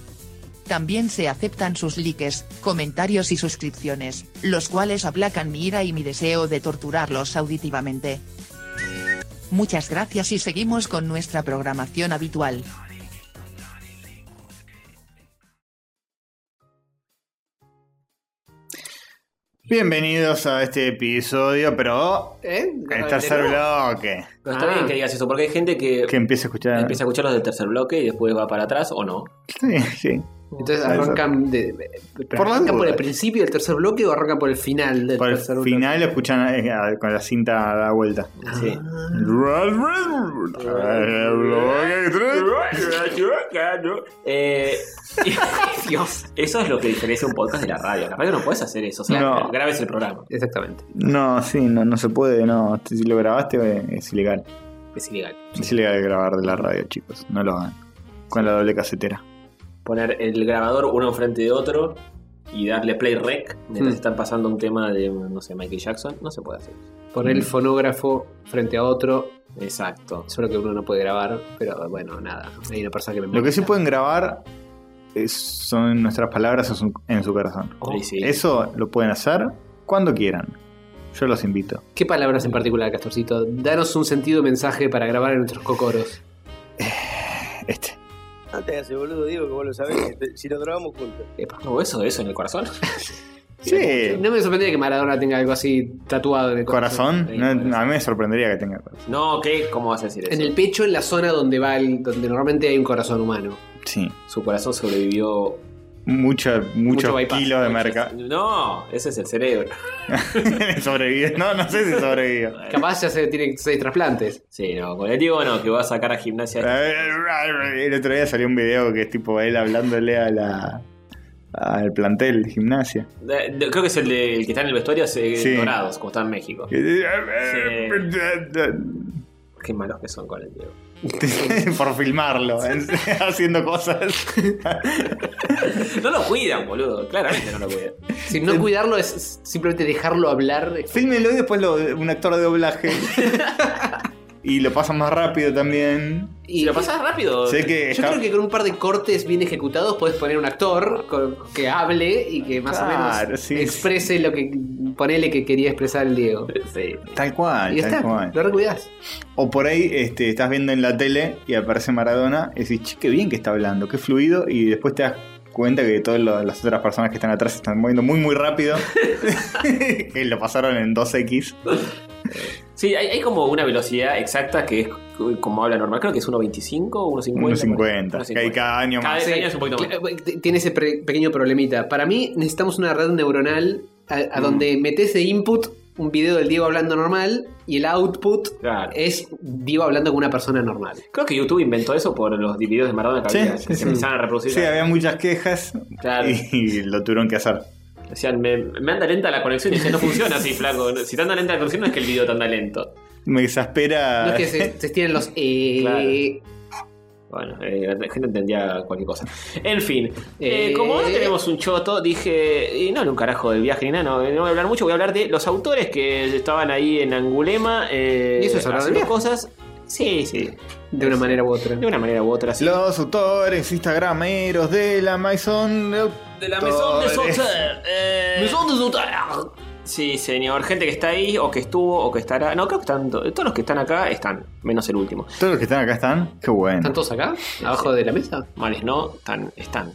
S8: También se aceptan sus likes, comentarios y suscripciones, los cuales aplacan mi ira y mi deseo de torturarlos auditivamente. Muchas gracias y seguimos con nuestra programación habitual.
S4: Bienvenidos a este episodio, pero
S1: ¿Eh?
S4: el tercer bloque.
S2: Pero está
S1: Ah.
S2: bien que digas eso, porque hay gente que,
S4: Que empiece a escuchar.
S2: empieza a escuchar los del tercer bloque y después va para atrás o no.
S4: Sí, sí.
S1: Entonces
S4: Ahí está.
S1: arrancan, de-
S4: Pero no
S1: arrancan por el
S4: dudas.
S1: principio del tercer bloque o arrancan por el final del
S4: Por el
S1: tercer bloque.
S4: final lo escuchan eh, a- con la cinta a la vuelta.
S1: Ah.
S2: Sí. Eh, Dios, eso es lo que diferencia un podcast de la radio. La radio no puedes hacer eso. O sea,
S4: No.
S2: grabes el programa.
S1: Exactamente.
S4: No, sí, no, no se puede, no. Si lo grabaste eh, es ilegal.
S2: Es ilegal.
S4: Es ilegal grabar de la radio, chicos. No lo hagan. Con la doble casetera.
S2: Poner el grabador uno enfrente de otro y darle play rec mientras
S1: Mm.
S2: están pasando un tema de, no sé, Michael Jackson. No se puede hacer.
S1: Poner
S4: Mm.
S1: el fonógrafo frente a otro,
S2: Exacto.
S1: solo que uno no puede grabar, pero bueno, nada. Hay una persona que me
S4: Lo que sí
S1: molesta.
S4: pueden grabar es- son nuestras palabras en su, en su corazón.
S1: Oh,
S2: Sí, sí.
S4: Eso lo pueden hacer cuando quieran. Yo los invito.
S1: ¿Qué palabras en particular, Castorcito? Danos un sentido mensaje para grabar en nuestros cocoros.
S4: Este.
S10: No te hagas el boludo, Diego, que vos lo sabés. que te- Si nos grabamos juntos.
S2: ¿O Oh, eso, eso en el corazón?
S4: Sí.
S1: No me sorprendería que Maradona tenga algo así tatuado en el
S4: Corazón.
S2: Sí,
S4: No,
S2: corazón.
S4: a mí me sorprendería que tenga corazón.
S2: No, ¿qué? ¿Cómo vas a decir eso?
S1: En el pecho, en la zona donde va el, donde normalmente hay un corazón humano.
S4: Sí.
S2: Su corazón sobrevivió.
S4: Mucho, mucho,
S1: Mucho bypass,
S4: kilo de
S2: Muchas-
S4: merca.
S2: No, ese es el cerebro.
S4: sobrevive. No, no sé si sobrevive.
S1: Capaz ya se tiene seis trasplantes.
S2: Sí, no, con el Diego no, que va a sacar a gimnasia.
S4: El otro día salió un video que es tipo él hablándole a la al plantel de gimnasia.
S2: Eh, de- Creo que es el, de- el que está en el vestuario, es eh,
S4: Sí.
S2: Dorados, como está en México. Qué malos que son con el Diego.
S4: Por filmarlo, en- haciendo cosas.
S2: No lo cuidan, boludo. Claramente no lo cuidan.
S1: Si no cuidarlo es simplemente dejarlo hablar.
S4: Fílmelo y después lo- un actor de doblaje. Y lo pasan más rápido también.
S2: Y lo pasas rápido.
S4: Sé que
S1: Yo
S4: está-
S1: creo que con un par de cortes bien ejecutados puedes poner un actor con- que hable y que más o
S4: Claro,
S1: menos
S4: sí,
S1: exprese lo que ponele que quería expresar el Diego.
S2: Sí.
S4: tal cual,
S1: y ya
S4: tal
S1: está,
S4: cual.
S1: lo recuidás.
S4: O por ahí este, estás viendo en la tele y aparece Maradona y decís, che, qué bien que está hablando, qué fluido, y después te das cuenta que todas lo- las otras personas que están atrás se están moviendo muy, muy rápido. que lo pasaron en 2X.
S2: Sí, hay, hay como una velocidad exacta que es como habla normal. Creo que es 1.25 o 1.50.
S4: Unos 50.
S2: 1.50.
S4: Que hay cada año
S2: Cada
S4: más.
S2: año es un poquito más.
S1: Cla- eh, t- Tiene ese pre- pequeño problemita. Para mí necesitamos una red neuronal a,
S4: Mm.
S1: a donde metes de input un video del Diego hablando normal y el output
S2: Claro.
S1: es Diego hablando con una persona normal.
S2: Creo que YouTube inventó eso por los videos de Maradona que
S4: Sí,
S2: había,
S4: sí,
S2: que
S4: sí.
S2: empezaban a reproducir.
S4: Sí, había muchas quejas
S2: Claro.
S4: y lo tuvieron que hacer.
S2: Decían, me, me anda lenta la conexión y decían, no funciona así, flaco. Si te anda lenta la conexión, no es que el video te anda lento.
S4: Me
S1: No
S4: exaspera.
S1: es que se, se estiren los... eh,
S2: Claro. Bueno, eh, la gente entendía cualquier cosa. En fin, eh,
S1: Eh.
S2: como no tenemos un choto, dije, y no era un carajo del viaje ni nada, no, no voy a hablar mucho, voy a hablar de los autores que estaban ahí en Angulema. Eh,
S1: ¿Y eso es hablar del
S2: haciendo
S1: viaje?
S2: cosas. Sí, sí,
S1: de una manera u otra.
S2: de una manera u otra. sí.
S4: Los autores instagrameros de la Maison.
S2: De la Maison de
S4: Autores.
S2: Sauter. eh, Sí, señor. Gente que está ahí, o que estuvo, o que estará. No, creo que están. to- Todos los que están acá están, menos el último.
S4: Todos los que están acá están. Qué bueno.
S1: ¿Están todos acá? ¿Abajo de la mesa?
S2: Males no, están. están.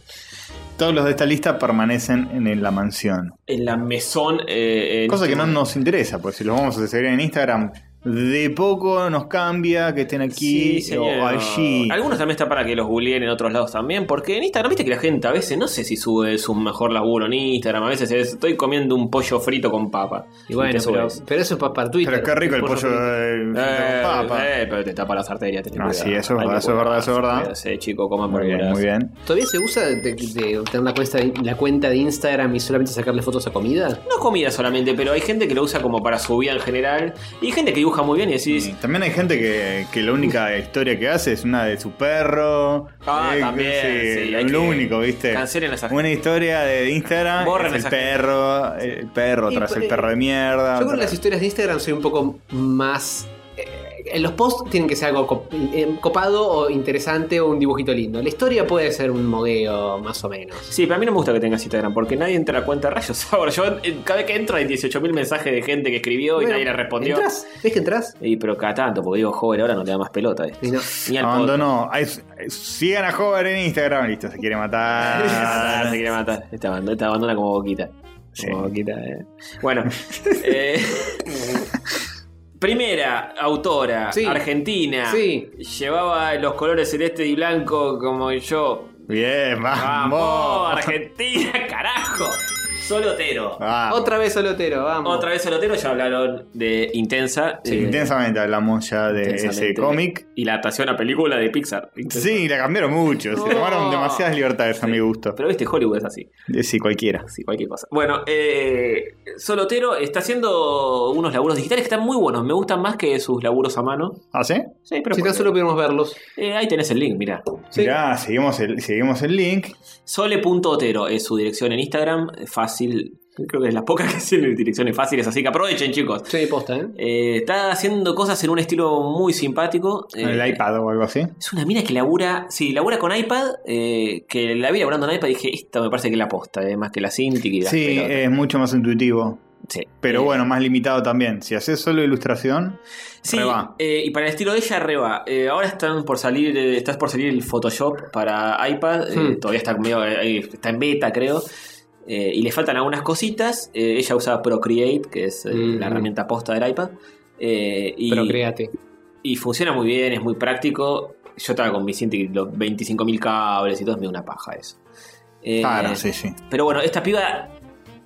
S4: Todos los de esta lista permanecen en- en la mansión.
S2: En la mesón. eh, en-
S4: Cosa que no nos interesa, porque si los vamos a seguir en Instagram, de poco nos cambia que estén aquí
S2: Sí, señor.
S4: o allí.
S2: Algunos también está para que los googleen en otros lados también, porque en Instagram, viste que la gente a veces no sé si sube su mejor laburo en Instagram, a veces es, estoy comiendo un pollo frito con papa.
S1: Y bueno,
S2: te
S1: pero,
S2: subes.
S1: pero eso es pa- para, Twitter.
S4: Pero qué rico el pollo
S1: frito.
S4: de
S2: Eh,
S4: papa.
S2: eh, pero te tapa las arterias. tenés
S4: Ah,
S2: cuidado.
S4: sí, eso es
S2: Hay
S4: verdad,
S2: que
S4: eso es verdad, eso es
S2: cuidarse,
S4: verdad.
S2: cuidarse, chico, coman
S4: Muy bien,
S2: verduras.
S4: muy bien.
S1: ¿Todavía se usa de, de tener la cuenta, de, la cuenta de Instagram y solamente sacarle fotos a comida?
S2: No comida solamente, pero hay gente que lo usa como para su vida en general. Y hay gente que dibuja muy bien y decís.
S4: Mm,
S1: Mm.
S4: También hay gente que, que la única historia que hace es una de su perro.
S2: Ah,
S4: eh,
S2: también, sí, hay
S4: lo
S2: que-
S4: único, ¿viste?
S2: Cancelen esa gente.
S4: Una historia de Instagram
S2: Borren
S4: es
S2: esa
S4: el
S2: gente.
S4: perro, el perro
S1: Y
S4: tras
S1: por-
S4: el perro de mierda.
S1: Yo con
S4: tras-
S1: las historias de Instagram soy un poco más eh, en los posts tienen que ser algo cop- eh, copado o interesante o un dibujito lindo. La historia puede ser un modeo más o menos.
S2: Sí, pero a mí no me gusta que tengas Instagram porque nadie entra a la cuenta de rayos. Ahora, yo eh, cada vez que entro hay 18.000 mensajes de gente que escribió y
S1: Bueno,
S2: nadie le respondió.
S1: ¿Entrás? ¿Ves que entras?
S2: Y, pero cada tanto, porque digo, joven, ahora no te da más pelota. eh. Ni al
S4: Abandonó. Ay, s- sigan a Hover en Instagram. Listo, se quiere
S2: Ah,
S4: matar.
S2: se quiere matar. Esta banda, esta abandona como boquita.
S4: Sí.
S2: Como boquita, eh. Bueno. eh, primera autora
S1: Sí.
S2: argentina.
S1: Sí.
S2: Llevaba los colores celeste y blanco como yo.
S4: Bien,
S2: ¡Vamos!
S4: vamos.
S2: ¡Argentina, carajo! Solotero.
S4: Ah,
S1: Otra vez solotero, vamos.
S2: Otra vez Solotero, ya hablaron de Intensa.
S4: sí,
S2: eh,
S4: intensamente hablamos ya de ese
S2: intensamente.
S4: cómic.
S2: Y la adaptación a película de Pixar.
S4: Sí, la cambiaron mucho. Se
S2: No.
S4: tomaron demasiadas libertades a mi gusto.
S2: Pero viste, Hollywood es así.
S4: Eh, Sí, cualquiera.
S2: Sí, cualquier cosa. Bueno, eh, Solotero está haciendo unos laburos digitales que están muy buenos. Me gustan más que sus laburos a mano.
S4: ¿Ah, sí?
S2: Sí, pero.
S1: si tan
S2: porque-
S1: solo pudiéramos verlos.
S2: Eh, ahí tenés el link, mirá.
S1: Sí.
S4: Mirá, seguimos el, seguimos el link.
S2: Sole.otero es su dirección en Instagram. Fácil. Creo que es las pocas que tienen direcciones fáciles, así que aprovechen, chicos.
S1: Sí, posta, ¿eh?
S2: Eh, está haciendo cosas en un estilo muy simpático.
S4: Con el
S2: Eh,
S4: iPad o algo así.
S2: Es una mina que labura, sí, labura con iPad, eh, que la vi laburando en iPad y dije, esta me parece que es la posta, eh, más que la Cintiq y las
S4: Sí,
S2: pelotas".
S4: es mucho más intuitivo.
S2: Sí.
S4: Pero
S2: Eh,
S4: bueno, más limitado también. Si haces solo ilustración,
S2: sí,
S4: reba.
S2: eh, y para el estilo de ella, reba. Eh, ahora están por salir, eh, estás por salir el Photoshop para iPad, eh,
S1: Hmm.
S2: todavía está medio, eh, está en beta, creo. eh, y le faltan algunas cositas. Eh, ella usa Procreate, que es eh,
S4: Hmm,
S1: Mm.
S2: la herramienta posta del iPad. eh, y,
S1: Pero créate.
S2: y funciona muy bien, es muy práctico. Yo estaba con mi Cintiq, los 25.000 cables y todo, es medio una paja eso. Eh,
S1: Ah,
S4: claro, ah, sí, sí.
S2: Pero bueno, esta piba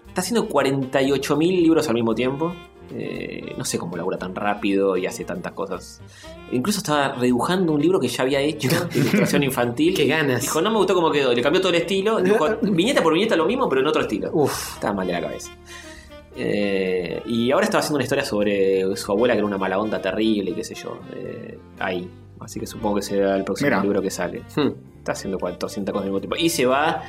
S2: está haciendo 48.000 libros al mismo tiempo. Eh, no sé cómo labura tan rápido y hace tantas cosas. Incluso estaba redibujando un libro que ya había hecho, de ilustración infantil.
S1: Qué ganas.
S2: Dijo, no me gustó cómo quedó. Le cambió todo el estilo. Dijo, viñeta por viñeta lo mismo, pero en otro estilo.
S1: Uf.
S2: Estaba mal de la cabeza. Eh, y ahora estaba haciendo una historia sobre su abuela que era una mala onda terrible y qué sé yo. eh, ahí. Así que supongo que será el próximo
S4: Mira.
S2: libro que sale.
S1: Hmm.
S2: Está haciendo 400 cosas del mismo tiempo. Y se va.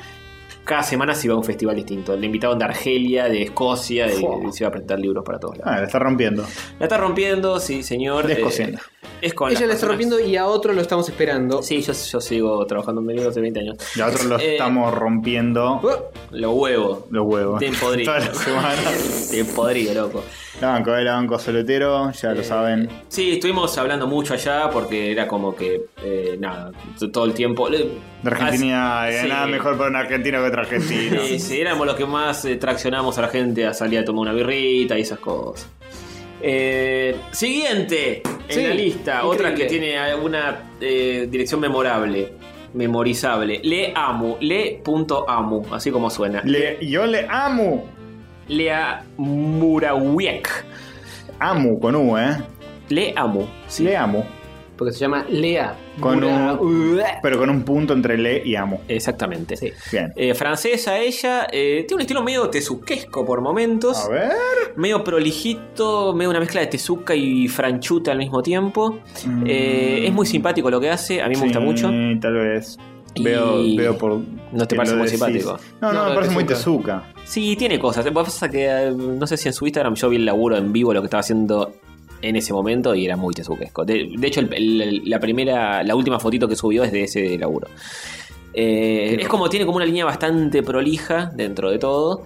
S2: Cada semana se va a un festival distinto. Le invitaban de Argelia, de Escocia, de-
S1: Fua.
S2: y se va a presentar libros para todos lados.
S4: Ah, la está rompiendo.
S2: La está rompiendo, sí, señor. eh,
S4: Descosiendo.
S2: es con
S1: Ella
S2: las
S1: la está
S2: personas.
S1: rompiendo y a otro lo estamos esperando.
S2: Sí, yo, yo sigo trabajando en mi libro hace 20 años.
S4: Y a otros lo
S2: Eh,
S4: estamos rompiendo
S1: Uh,
S2: Los huevos.
S4: los huevos.
S2: Te podrido.
S4: Todas las semanas.
S2: Te podrido, loco.
S4: La banco, eh, la banco solotero, ya
S2: Eh,
S4: lo saben.
S2: Sí, estuvimos hablando mucho allá porque era como que, eh, nada, t- todo el tiempo. Le-
S4: De Argentina,
S2: Así-
S4: eh,
S2: Ah, sí.
S4: nada mejor para un argentino que otro argentino.
S2: Sí, sí, éramos los que más eh, traccionamos a la gente a salir a tomar una birrita y esas cosas. Eh, siguiente en
S1: Sí,
S2: la lista, otra que
S1: increíble.
S2: tiene alguna eh, dirección memorable, memorizable. Le amo, le.amu, así como suena.
S4: Le- yo le amo.
S2: Lea Murawiek.
S4: Amo con U, ¿eh?
S2: Le amo. sí.
S4: Le amo.
S1: porque se llama Lea.
S4: Con
S1: Mura-
S4: Pero con un punto entre le y amo.
S2: Exactamente.
S4: Bien.
S2: Eh, francesa ella, eh, tiene un estilo medio tezuquesco por momentos.
S4: A ver.
S2: medio prolijito, medio una mezcla de Tezuka y Franchuta al mismo tiempo. Eh,
S4: Mm.
S2: es muy simpático lo que hace, a mí me gusta
S4: Sí,
S2: mucho.
S4: Tal vez.
S2: Y-
S4: Veo, veo por.
S2: ¿No te
S4: que
S2: parece
S4: lo
S2: muy
S4: decís.
S2: simpático?
S4: No, no,
S1: No,
S4: me
S1: no,
S4: parece muy
S1: Tezuka.
S4: tezuka.
S2: Sí, tiene cosas. Lo que Pasa que eh, no sé si en su Instagram yo vi el laburo en vivo lo que estaba haciendo en ese momento y era muy tezuquesco. De, de hecho, el- el- la primera, la última fotito que subió es de ese laburo. Eh, es como tiene como una línea bastante prolija dentro de todo.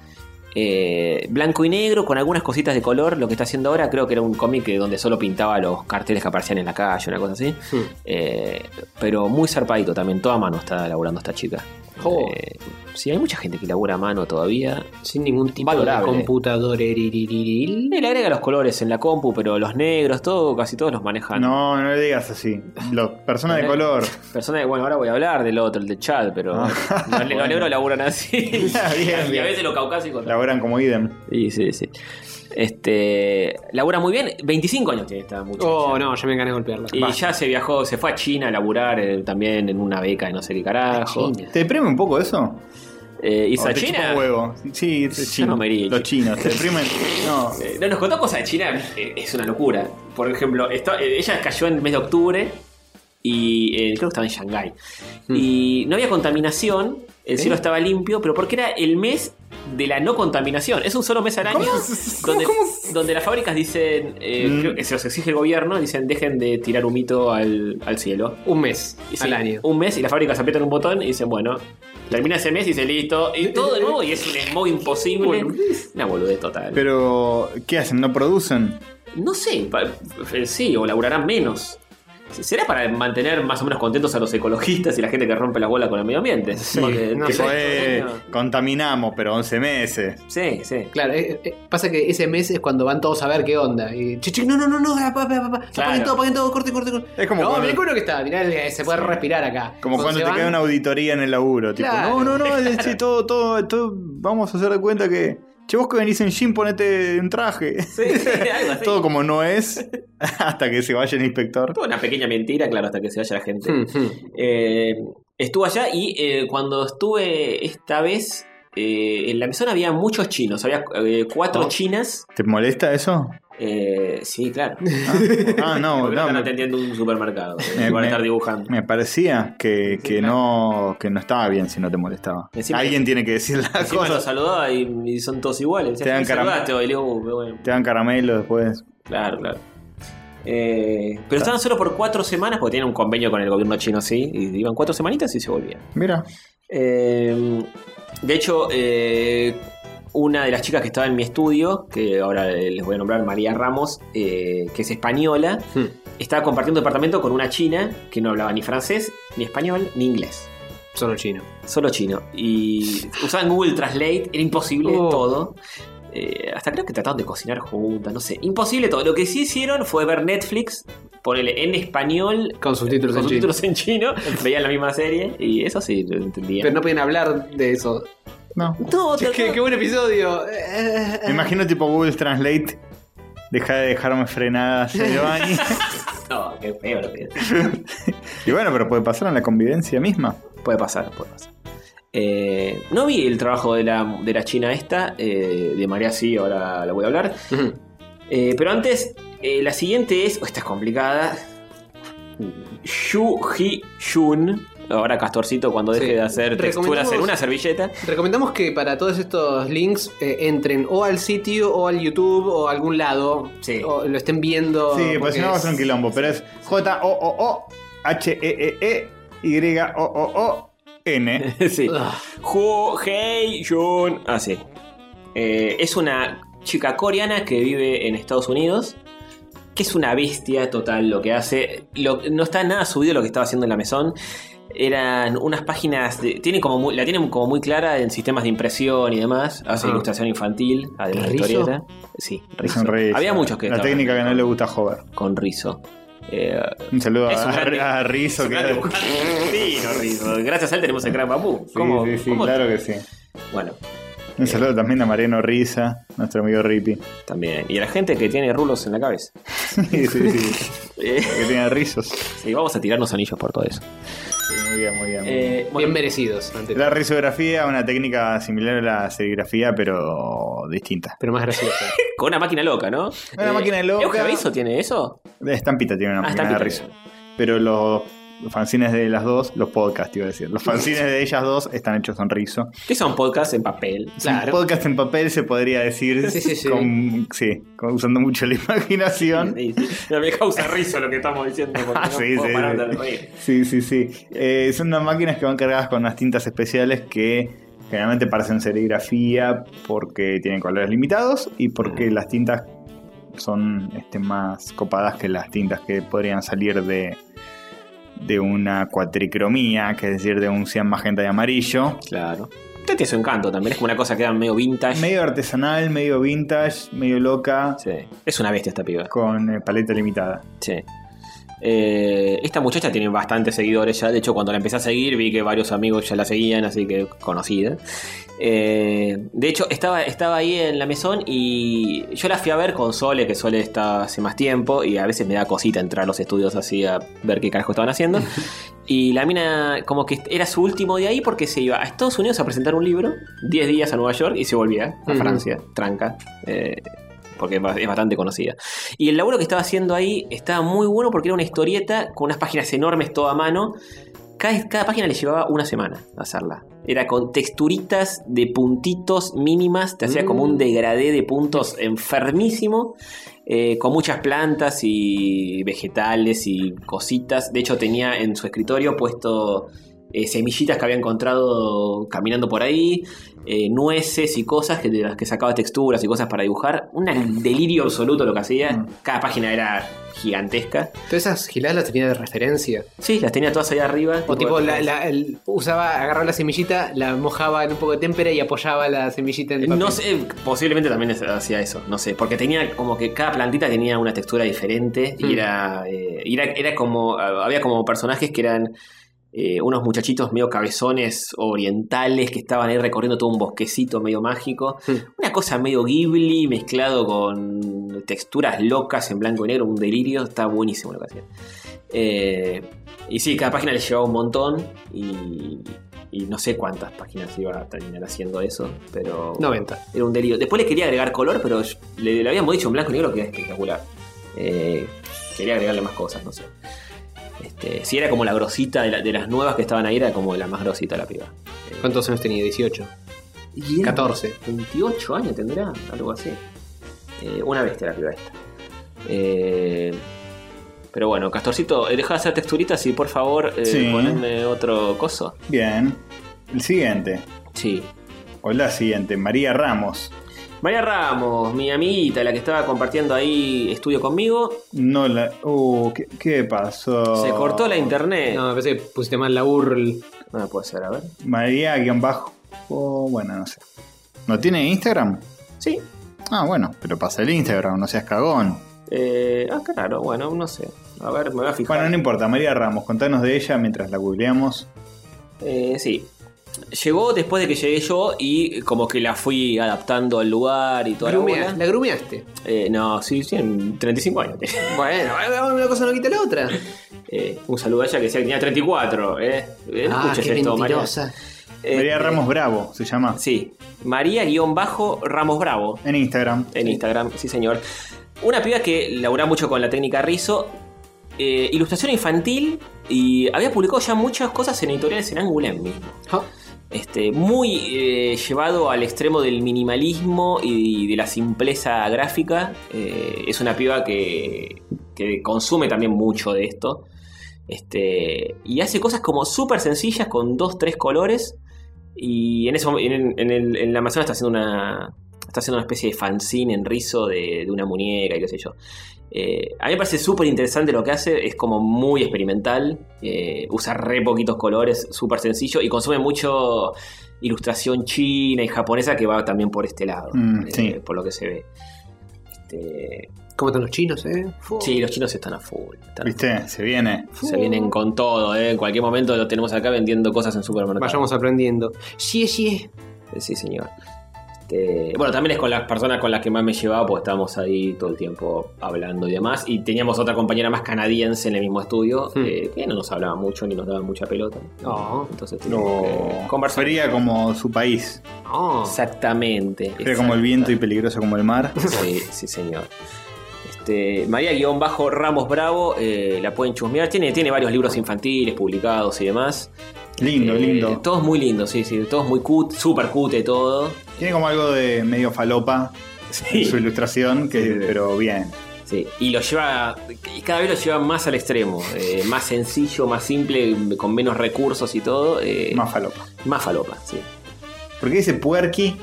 S2: Eh, blanco y negro con algunas cositas de color. Lo que está haciendo ahora creo que era un cómic donde solo pintaba los carteles que aparecían en la calle, una cosa así.
S1: Hmm.
S2: Eh, pero muy zarpadito también. Toda mano está laburando esta chica.
S1: Oh.
S2: Eh, sí, hay mucha gente que labura a mano todavía.
S1: Sin ningún tipo
S2: Valorable.
S1: de computador. eririril.
S2: Le agrega los colores en la compu, pero los negros, todo, casi todos los manejan.
S4: No, no le digas así. Los personas de
S2: Eh.
S4: color.
S2: Persona bueno, ahora voy a hablar del otro, el de Chad, pero los,
S4: Ah,
S2: ne- los
S4: bueno.
S2: negros laburan así.
S4: Bien,
S2: Y a
S4: bien.
S2: veces los caucásicos.
S4: Laboran como idem.
S2: Sí, sí, sí. Este, labura muy bien, 25 años tiene esta muchacha.
S1: Oh, no, ya me gané de golpearla.
S2: Y ya se viajó, se fue a China a laburar eh, también en una beca de no sé qué carajo.
S1: China.
S4: ¿Te deprime un poco eso?
S2: Eh, y
S4: ¿O
S2: a
S4: te chupa
S2: China.
S4: un huevo? Sí, Oh, este es
S2: Yo
S4: chino.
S2: no me iría.
S4: Los chinos, te deprimen. No.
S2: Eh, no, nos contó cosas de China, eh, es una locura. Por ejemplo, esta- eh, ella cayó en el mes de octubre y eh, creo que estaba en
S1: Hmm.
S2: Shanghái. Y no había contaminación, el cielo estaba limpio, pero porque era el mes de la no contaminación. Es un solo mes al año donde, donde las fábricas dicen, eh,
S1: Hmm.
S4: Mm.
S2: creo que se los exige el gobierno, dicen dejen de tirar humito al, al cielo.
S1: Un mes
S2: Y sí,
S1: al año.
S2: Un mes y las fábricas aprietan un botón y dicen, bueno, termina ese mes y dice listo. Y todo de nuevo y es un smog imposible. Una boludez total.
S4: Pero, ¿qué hacen? ¿No producen?
S2: No sé, pa- eh, sí, o laburarán menos. ¿Será para mantener más o menos contentos a los ecologistas y la gente que rompe la bola con el medio ambiente? Porque-
S1: no
S2: que-
S1: sé.
S4: Fue, eh, contaminamos, pero 11 meses.
S2: Sí, sí.
S1: Claro, eh, eh, pasa que ese mes es cuando van todos a ver qué onda. Y, che, che, no, no, no, no, ah, pa, pa, pa, pa, apaguen
S2: Claro.
S1: todo, apaguen todo, corte, corte, corte.
S4: Es como
S1: no,
S4: cuando-
S1: mirá qué bueno que está, mirá, eh, se puede respirar acá.
S4: Como cuando, te
S1: se
S4: queda
S1: van-
S4: una auditoría en el laburo. Tipo,
S1: Claro.
S4: no, no, no, es- sí, todo, todo, todo, vamos a hacer de cuenta que. Che, vos que venís en jean, ponete un traje.
S2: algo así.
S4: todo como no es, hasta que se vaya el inspector.
S2: Toda una pequeña mentira, claro, hasta que se vaya la gente.
S4: Hmm.
S1: Mm, mm.
S2: Eh, estuve allá y eh, cuando estuve esta vez, eh, en la mesona había muchos chinos, había eh, cuatro
S1: Oh.
S2: chinas.
S4: ¿Te molesta eso?
S2: Eh, sí, claro.
S4: Ah, no,
S2: Porque no
S4: no.
S2: están
S4: Me,
S2: atendiendo un supermercado.
S4: Me-
S2: eh, van
S4: me-
S2: a estar dibujando.
S4: me parecía que, que no, que no estaba bien si no te molestaba.
S2: Encima-
S4: Alguien tiene que decir las
S2: Encima los
S4: cosas.
S2: saludaba y, y son todos iguales.
S4: Te dan
S2: Me
S4: caramelo.
S2: saludaste hoy, le digo, "Uh, bueno,
S4: Te dan caramelo después.
S2: Claro, claro. Eh, pero estaban solo por cuatro semanas porque tienen un convenio con el gobierno chino, sí. Y iban cuatro semanitas y se volvían.
S4: Mira.
S2: Eh, de hecho, eh, una de las chicas que estaba en mi estudio, que ahora les voy a nombrar María Ramos, eh, que es española,
S1: Hmm.
S2: estaba compartiendo departamento con una china que no hablaba ni francés, ni español, ni inglés.
S1: Solo chino.
S2: Solo chino. Y usaban Google Translate, era imposible
S1: Oh.
S2: todo. Eh, hasta creo que trataron de cocinar juntas, no sé. Imposible todo. Lo que sí hicieron fue ver Netflix, ponerle en español,
S1: Con subtítulos
S2: con
S1: en chino.
S2: subtítulos en chino, veían la misma serie y eso sí lo entendía.
S1: Pero no pueden hablar de eso.
S4: No.
S2: No,
S1: Che,
S2: te-
S1: qué, qué buen episodio. Eh,
S4: Me imagino tipo Google Translate. Deja de dejarme frenadas, Giovanni.
S2: No, qué feo lo que
S4: y bueno, pero puede pasar en la convivencia misma.
S2: Puede pasar, puede pasar. Eh, no vi el trabajo de la, de la china esta, eh, de María sí, ahora la voy a hablar.
S1: Ujú.
S2: Eh, pero antes, eh, la siguiente es, oh, esta es complicada, Xu Ji Jun. Ahora Castorcito cuando deje
S1: Sí.
S2: de hacer texturas en
S1: Recomendamos-
S2: una servilleta.
S1: Recomendamos que para todos estos links eh, entren o al sitio o al YouTube o a algún lado.
S2: Sí.
S1: O lo estén
S2: Oh,
S1: viendo.
S4: Sí, pues
S1: porque
S4: si no va a
S1: es-
S4: ser un quilombo, pero es E J-O-O-O-H-E-E-E-Y-O-O-O-N.
S2: sí.
S1: Ah,
S2: Ho Hei Jun. Ah, sí. Eh, es una chica coreana que vive en Estados Unidos. Que es una bestia total lo que hace. Lo- no está nada subido lo que estaba haciendo en la mesón. Eran unas páginas. de- tiene como muy- la tienen como muy clara en sistemas de impresión y demás. Hace
S1: Ah.
S2: ilustración infantil, además de
S1: ¿Rizo?
S2: historieta. Sí, rizo.
S4: Sonrisa.
S2: Había muchos que
S4: La
S2: estaban
S4: técnica que no le gusta a Hover.
S2: con rizo. Eh,
S4: Un saludo
S2: Es un
S4: a,
S2: gran-
S4: a Rizzo. Que...
S2: sí, no, rizo. Gracias a él tenemos el gran bambú.
S4: Sí,
S2: ¿Cómo-
S4: sí, sí,
S2: cómo- Eh.
S4: claro que sí.
S2: Bueno,
S4: Un saludo también a Mariano Risa, nuestro amigo Ripi.
S2: También. Y a la gente que tiene rulos en la cabeza.
S4: Sí, sí, sí.
S2: Eh,
S4: Que tiene rizos.
S2: sí, vamos a tirarnos anillos por todo eso.
S4: Muy bien, muy bien.
S2: Eh,
S1: Bien
S2: bueno,
S1: merecidos. ante todo.
S4: La risografía, una técnica similar a la serigrafía, pero distinta.
S1: Pero más graciosa.
S2: con una máquina loca, ¿no? Eh,
S4: Una máquina loca.
S2: ¿Euge Aviso tiene eso?
S4: Estampita tiene una
S2: Ah,
S4: máquina
S2: estampita
S4: de rizo. Pero los, los fanzines de las dos, los podcasts, iba a decir. Los fanzines de ellas dos están hechos en rizo.
S2: Que son podcasts en papel.
S1: Claro.
S4: Podcast en papel se podría decir.
S1: Sí, sí, sí.
S4: Con, sí, con- usando mucho la imaginación.
S2: Sí, sí. No me causa risa lo que estamos diciendo. porque
S4: Ah,
S2: no
S4: sí,
S2: puedo
S4: sí,
S2: parar
S4: sí.
S2: de reír.
S4: Sí, sí, sí. Eh, son unas máquinas que van cargadas con unas tintas especiales que generalmente parecen serigrafía porque tienen colores limitados y porque las tintas son este, más copadas que las tintas que podrían salir de, de una cuatricromía, que es decir, de un cian magenta y amarillo.
S2: Claro. Usted Este tiene su encanto también. Es como una cosa que da medio vintage.
S4: Medio artesanal, medio vintage, medio loca,
S2: Sí. Es una bestia esta piba.
S4: con eh, paleta limitada.
S2: Sí. Eh, esta muchacha tiene bastantes seguidores ya. De hecho, cuando la empecé a seguir, vi que varios amigos ya la seguían, así que conocida. Eh, de hecho, estaba, estaba ahí en la mesón y yo la fui a ver con Sole, que Sole está hace más tiempo y a veces me da cosita entrar a los estudios así a ver qué carajo estaban haciendo. y la mina, como que era su último día ahí porque se iba a Estados Unidos a presentar un libro, 10 días a Nueva York y se volvía a
S1: Ujú.
S2: Francia, tranca. eh, porque es ba- es bastante conocida. Y el laburo que estaba haciendo ahí estaba muy bueno porque era una historieta con unas páginas enormes todo a mano. Cada, cada página le llevaba una semana hacerla. Era con texturitas de puntitos mínimas, te hacía como un degradé de puntos enfermísimo, eh, con muchas plantas y vegetales y cositas. De hecho, tenía en su escritorio puesto eh, semillitas que había encontrado caminando por ahí, eh, nueces y cosas que, de las que sacaba texturas y cosas para dibujar. Un delirio absoluto lo que
S1: Mm.
S2: hacía. Cada página era gigantesca.
S1: Todas esas giladas las tenía de referencia.
S2: Sí, las tenía todas ahí arriba.
S1: O tipo, la, la- el- usaba, agarraba la semillita, la mojaba en un poco de témpera y apoyaba la semillita en el papel.
S2: No sé, posiblemente también es- hacía eso, no sé, porque tenía como que cada plantita tenía una textura diferente y
S1: Mm.
S2: era, eh, era, era como, ah, había como personajes que eran eh, unos muchachitos medio cabezones orientales que estaban ahí recorriendo todo un bosquecito medio mágico,
S1: Mm.
S2: una cosa medio ghibli mezclado con texturas locas en blanco y negro, un delirio, está buenísimo lo que hacía. Eh, y sí, cada página le llevaba un montón y, y no sé cuántas páginas iba a terminar haciendo eso, pero
S1: 90.
S2: era un delirio. Después le quería agregar color, pero yo- le, le habíamos dicho en blanco y negro que era espectacular. Eh, quería agregarle más cosas, no sé. Este, si era como la grosita de, la- de las nuevas que estaban ahí, era como la más grosita la piba. Eh,
S1: ¿Cuántos años tenía? 18.
S2: y era
S1: 14.
S2: 28 años tendrá, algo así. Eh, una bestia la piba esta. Eh, pero bueno, Castorcito, eh, dejá de hacer texturitas y por favor eh,
S4: Sí.
S2: poneme otro coso.
S4: Bien. El siguiente.
S2: Sí.
S4: O la siguiente. María Ramos.
S2: María Ramos, mi amiguita, la que estaba compartiendo ahí estudio conmigo,
S4: No la. Uh, ¿qué, qué pasó?
S2: se cortó la internet.
S1: No, me parece que pusiste mal la URL.
S2: Ah, puede ser, a ver.
S4: María guión bajo. oh, bueno, no sé. ¿No tiene Instagram?
S2: Sí.
S4: Ah, bueno, pero pasa el Instagram, no seas cagón.
S2: Eh, ah, claro, bueno, no sé. A ver, me voy a fijar.
S4: Bueno, no importa, María Ramos, contanos de ella mientras la googleamos.
S2: Eh, sí. Llegó después de que llegué yo y como que la fui adaptando al lugar y toda la
S1: Grumea-
S2: bola.
S1: la grumeaste.
S2: Eh, no, sí, sí, en 35 años.
S1: Bueno, una cosa no quita la otra.
S2: Eh, un saludo a ella que decía que tenía 34. Eh. Eh,
S1: ah,
S2: escuches
S1: qué
S2: esto, María.
S1: mentirosa.
S2: Eh,
S4: María
S2: eh,
S4: Ramos Bravo se llama
S2: Sí, María-Ramos Bravo.
S4: en Instagram.
S2: en Instagram, sí señor. Una piba que labura mucho con la técnica Rizo, eh, ilustración infantil y había publicado ya muchas cosas en editoriales en Angoulême mismo.
S1: Ah.
S2: Este, muy eh, llevado al extremo del minimalismo y de la simpleza gráfica. Eh, es una piba que, que consume también mucho de esto. Este, y hace cosas como súper sencillas con dos, tres colores. Y en, eso, en, en el- en la Amazona está haciendo una, está haciendo una especie de fanzine en rizo de, de una muñeca y qué sé yo. Eh, a mí me parece súper interesante lo que hace, es como muy experimental, eh, usa re poquitos colores, súper sencillo y consume mucho ilustración china y japonesa que va también por este lado,
S4: Mm,
S2: eh,
S4: sí.
S2: por lo que se ve. Este,
S1: ¿Cómo están los chinos, eh? Fu.
S2: sí, los chinos están a full. están-
S4: ¿Viste? Se viene.
S2: se vienen con todo, eh, en cualquier momento lo tenemos acá vendiendo cosas en supermercados.
S1: Vayamos aprendiendo. Sí, sí.
S2: Eh, Sí, señor. Este, bueno, también es con las personas con las que más me llevaba, porque estábamos ahí todo el tiempo hablando y demás. Y teníamos otra compañera más canadiense en el mismo estudio,
S1: Hmm.
S2: eh, que no nos hablaba mucho ni nos daba mucha pelota.
S1: No.
S2: Entonces teníamos
S4: Lo
S2: que conversar.
S4: sería como su país.
S1: No.
S2: Oh. Exactamente.
S4: Era como el viento y
S2: exacta-
S4: peligroso como el mar.
S2: Sí, sí, señor. Este, María-Ramos Bravo, eh, la pueden chusmear. Tiene, tiene varios libros infantiles publicados y demás.
S4: Lindo,
S2: Eh,
S4: lindo.
S2: Todos muy lindos, sí, sí. Todos muy cute, súper cute todo.
S4: Tiene como algo de medio falopa en
S2: Sí.
S4: su ilustración, que,
S2: Sí, sí, sí.
S4: pero bien.
S2: Sí, y lo lleva, y cada vez lo lleva más al extremo, eh, más sencillo, más simple, con menos recursos y todo. eh,
S4: Más falopa.
S2: más falopa, sí.
S4: ¿Por qué dice puerqui?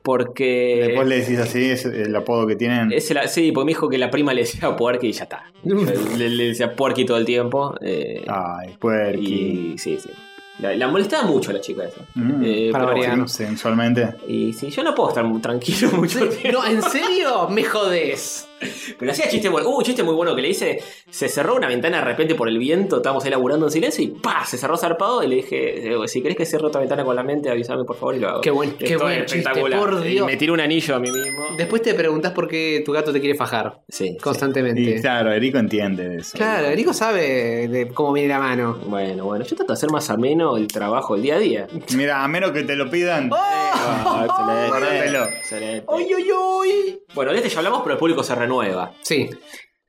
S2: Porque.
S4: Después le decís así, es el apodo que tienen.
S2: Eh, es el- sí, porque me dijo que la prima le decía puerqui y ya está. le, le decía puerqui todo el tiempo. eh,
S4: Ay, Ah, puerqui.
S2: y sí, sí. La, la molestaba mucho la chica esa.
S4: Mm,
S2: Eh,
S1: para
S2: pero
S1: variar.
S2: bueno.
S4: sí, Sensualmente.
S2: y sí, yo no puedo estar muy tranquilo mucho tiempo.
S1: No, ¿en serio? Me jodés.
S2: Pero hacía chiste bueno. Hubo un chiste muy bueno que le hice. Se cerró una ventana de repente por el viento. Estábamos ahí laburando en silencio y ¡pa! Se cerró zarpado. Y le dije: eh, Si querés que cierre otra ventana con la mente, avísame por favor y lo hago.
S1: Qué buen,
S2: Esto
S1: qué
S2: es
S1: buen chiste, por
S2: Y
S1: Dios.
S2: me tiró un anillo a mí mismo.
S1: Después te preguntás por qué tu gato te quiere fajar
S2: Sí.
S4: Y
S1: constantemente.
S4: claro, Erico entiende de eso.
S1: Claro, Erico sabe de cómo viene la mano.
S2: Bueno, bueno, yo trato de hacer más ameno el trabajo, el día a día.
S4: Mira, a menos que te lo pidan.
S2: Ah, excelente,
S4: Guárdatelo.
S2: excelente.
S1: uy, uy!
S2: Bueno, de este ya hablamos, pero el público se renueva.
S1: Sí.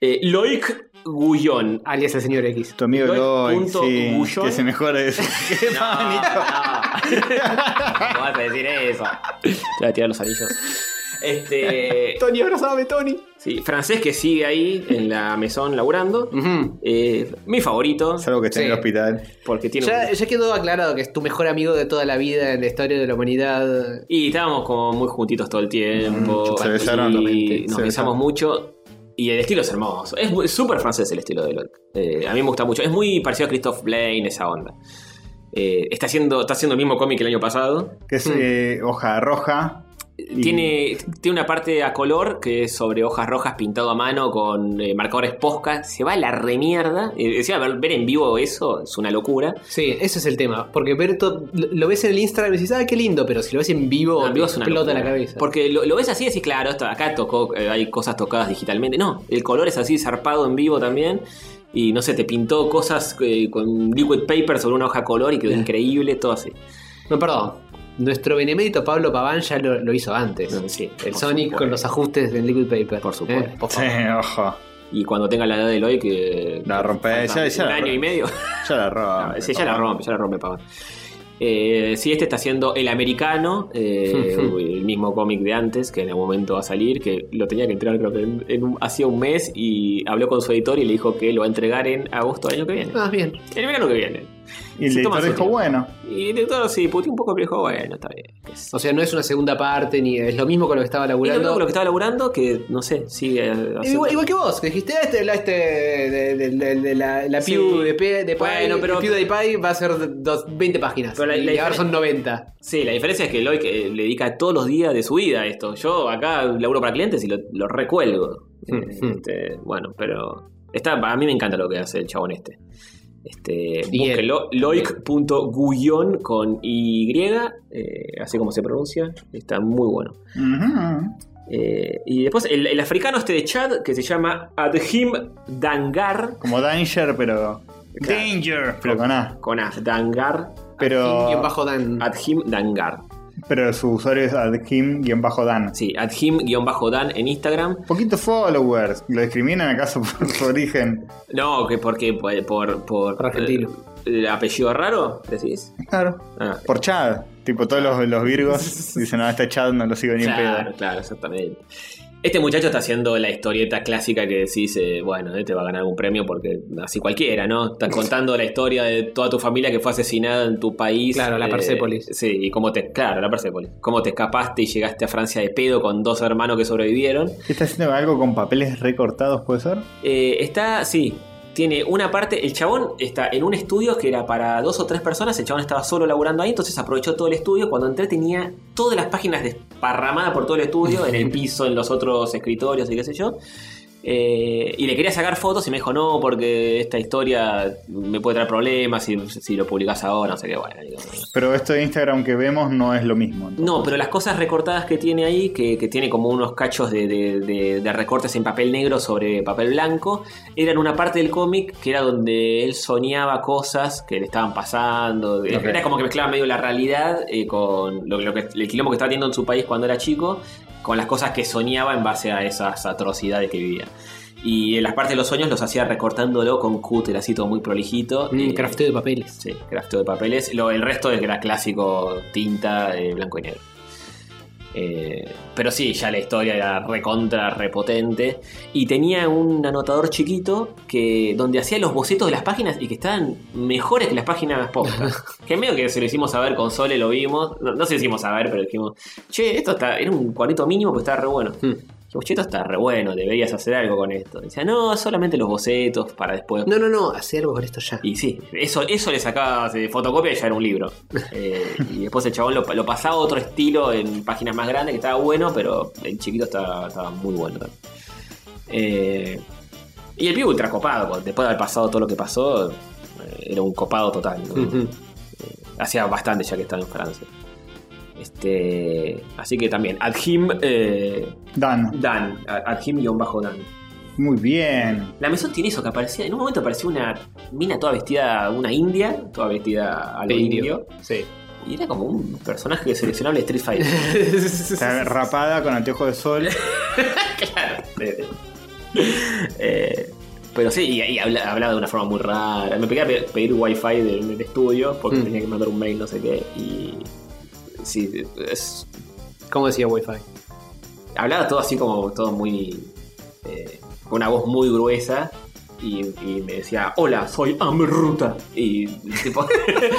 S2: Eh, Loic Gullón.
S1: Alias el señor X.
S4: Tu amigo
S2: Lloyd
S4: Lloyd,
S2: punto
S4: sí,
S2: Gullón.
S4: que se mejore. Qué
S2: No, no.
S4: pánico.
S2: No vas a decir eso. Te voy a tirar los anillos. Este.
S1: Tony, abrazame, Tony.
S2: Sí, francés que sigue ahí en la mesón laburando.
S1: Ujú.
S2: Eh, mi favorito,
S4: Salvo que esté en
S1: Sí.
S4: el hospital.
S2: porque tiene.
S1: Ya,
S2: un-
S1: ya quedó aclarado que es tu mejor amigo de toda la vida en la historia de la humanidad.
S2: Y estábamos como muy juntitos todo el tiempo.
S4: Mm, se besaron,
S2: y
S4: realmente,
S2: nos
S4: se
S2: besamos
S4: besaron.
S2: mucho. Y el estilo es hermoso. Es muy- súper francés el estilo de Locke. Eh, a mí me gusta mucho. Es muy parecido a Christoph Blaine, esa onda. Eh, está, haciendo, está haciendo el mismo cómic que el año pasado.
S4: Que es eh, hoja roja. Y-
S2: Tiene, tiene una parte a color que es sobre hojas rojas pintado a mano con eh, marcadores posca. Se va a la remierda. Eh, decía, ver, ver en vivo eso es una locura.
S1: Sí, ese es el tema. Porque ver to- lo lo ves en el Instagram y dices, ah, qué lindo, pero si lo ves en vivo,
S2: No, en vivo
S1: te
S2: es una
S1: explota
S2: locura.
S1: la cabeza.
S2: Porque lo, lo ves así y decís, claro, esto, acá tocó, eh, hay cosas tocadas digitalmente. No, el color es así, zarpado en vivo también. Y no sé, te pintó cosas eh, con liquid paper sobre una hoja color
S1: Eh.
S2: y quedó increíble, todo así.
S1: No, perdón. Nuestro benemérito Pablo Paván ya lo, lo hizo antes.
S2: Sí,
S1: El
S2: por
S1: Sonic
S2: supuesto.
S1: con los ajustes del Liquid Paper.
S2: Por supuesto.
S1: Eh, por
S4: Sí,
S1: favor.
S4: ojo.
S2: Y cuando tenga la edad de Eloy, que.
S4: La rompe. Ya, ya
S2: un
S4: la,
S2: año y medio.
S4: ya la roba.
S2: Sí, Ah, ya la rompe, ya la rompe Pavón. Eh, sí, este está haciendo El Americano, eh, el mismo cómic de antes, que en algún momento va a salir, que lo tenía que entregar creo que en, en un- hacía un mes y habló con su editor y le dijo que lo va a entregar en agosto del año que viene.
S1: Ah, bien.
S2: El verano que viene.
S4: Y el
S2: Se toma su
S4: editor dijo,
S2: tiempo.
S4: bueno.
S2: Y el editor sí, puteó un poco, pero dijo, bueno, está bien. qué sé yo.
S1: O sea, no es una segunda parte ni es lo mismo con lo que estaba
S2: Y lo
S1: laburando.
S2: mismo con lo que estaba laburando, que no sé, sigue haciendo-
S1: Eh, Igual, igual que vos, que dijiste, "Ah, este, la, este, de, de- de- de la, la
S2: Sí.
S1: Pew de, P- de Pi,
S2: Bueno, pero-
S1: de PewDiePie va a ser dos- 20 páginas.
S2: Pero la-
S1: y
S2: la
S1: ahora
S2: diferen-
S1: son 90.
S2: Sí, la diferencia es que Loic eh, le dedica todos los días de su vida a esto. Yo acá laburo para clientes y lo, lo recuelgo. Eh,
S1: Mm,
S2: este, bueno, pero está, a mí me encanta lo que hace el chabón este. Este,
S1: Y él.
S2: búsquenlo, loic.guyon con Y, eh, así como se pronuncia. Está muy bueno.
S4: Ujú.
S2: Eh, y después el, el africano este de Chad que se llama Adhim Dangar.
S4: Como Danger, pero. Danger, pero con A.
S2: Con A, Dangar.
S1: Y en
S4: Pero,
S1: bajo Dan.
S2: Adhim Dangar.
S4: pero su usuario es adkim-dan.
S2: Sí, Adhim-Dan en Instagram.
S4: Poquitos followers. ¿Lo discriminan acaso por su origen?
S2: No, que porque por, por, por-
S1: Por argentino.
S2: eh, ¿El apellido raro? ¿Decís?
S4: Claro.
S2: Ah,
S4: Por Chad. Tipo, todos los, los virgos dicen, no, este Chad no lo sigo ni en
S2: claro,
S4: pedo.
S2: claro, exactamente. Este muchacho está haciendo la historieta clásica que decís, eh, bueno, eh, te va a ganar algún premio porque así cualquiera, ¿no? Estás contando la historia de toda tu familia que fue asesinada en tu país. eh,
S1: Claro, la Persépolis.
S2: Sí, y cómo te. Claro, la Persépolis. Cómo te escapaste y llegaste a Francia de pedo con dos hermanos que sobrevivieron.
S4: ¿Está haciendo algo con papeles recortados, puede ser?
S2: Eh, está, sí, tiene una parte, el chabón está en un estudio que era para dos o tres personas, el chabón estaba solo laburando ahí, entonces aprovechó todo el estudio, cuando entré tenía todas las páginas desparramadas por todo el estudio, en el piso, en los otros escritorios y qué sé yo. Eh, y le quería sacar fotos y me dijo, no, porque esta historia me puede traer problemas si, si lo publicás ahora, no sé qué, bueno. digo, "Bueno".
S4: Pero esto de Instagram que vemos no es lo mismo.
S2: No, pero las cosas recortadas que tiene ahí, que, que tiene como unos cachos de, de- de- de recortes en papel negro sobre papel blanco, eran una parte del cómic que era donde él soñaba cosas que le estaban pasando.
S4: Ok.
S2: Era como que mezclaba medio la realidad eh, con lo, lo que, el quilombo que estaba teniendo en su país cuando era chico, con las cosas que soñaba en base a esas atrocidades que vivía. Y en las partes de los sueños los hacía recortándolo con cúter, así todo muy prolijito.
S1: Mm,
S2: Eh,
S1: crafteo de papeles.
S2: Sí, crafteo de papeles. Lo, el resto es que era clásico tinta eh, blanco y negro. Eh, pero sí, ya la historia era recontra, repotente. Y tenía un anotador chiquito que donde hacía los bocetos de las páginas y que estaban mejores que las páginas postas. que medio que se lo hicimos saber con Sole, lo vimos. No, no se lo hicimos saber, pero dijimos, che, esto está, era un cuadrito mínimo, pero estaba re bueno. Dijimos, che, esto está re bueno, deberías hacer algo con esto. Dice, no, solamente los bocetos para después.
S1: No, no, no, hace algo con esto ya.
S2: Y sí, eso, eso le sacabas eh, fotocopia y ya era un libro. Eh, y después el chabón lo, lo pasaba a otro estilo en páginas más grandes que estaba bueno, pero el chiquito estaba, estaba muy bueno también. Eh, y el pibe ultra copado, con- después de haber pasado todo lo que pasó, eh, era un copado total. ¿no?
S1: Ujú.
S2: Hacía bastante ya que estaba en Francia. Este, así que también, Adhim eh,
S4: Dan.
S2: Dan, a- Adhim-Dan.
S4: Muy bien.
S2: La mesón tiene eso, que aparecía, en un momento apareció una mina toda vestida, una india, toda vestida a lo
S1: De
S2: indio.
S1: indio. Sí.
S2: Y era como un personaje seleccionable de Street Fighter.
S4: Está rapada con anteojos de sol.
S2: Eh, Pero sí, y ahí habla- hablaba de una forma muy rara. Me pegué a pe- pedir wifi del, del estudio porque
S1: Mm.
S2: tenía que mandar un mail, no sé qué. Y. Sí, es-
S1: ¿Cómo decía Wi-Fi?
S2: hablaba todo así como todo muy. eh, con una voz muy gruesa. Y, y me decía, hola, soy Amruta. Y tipo.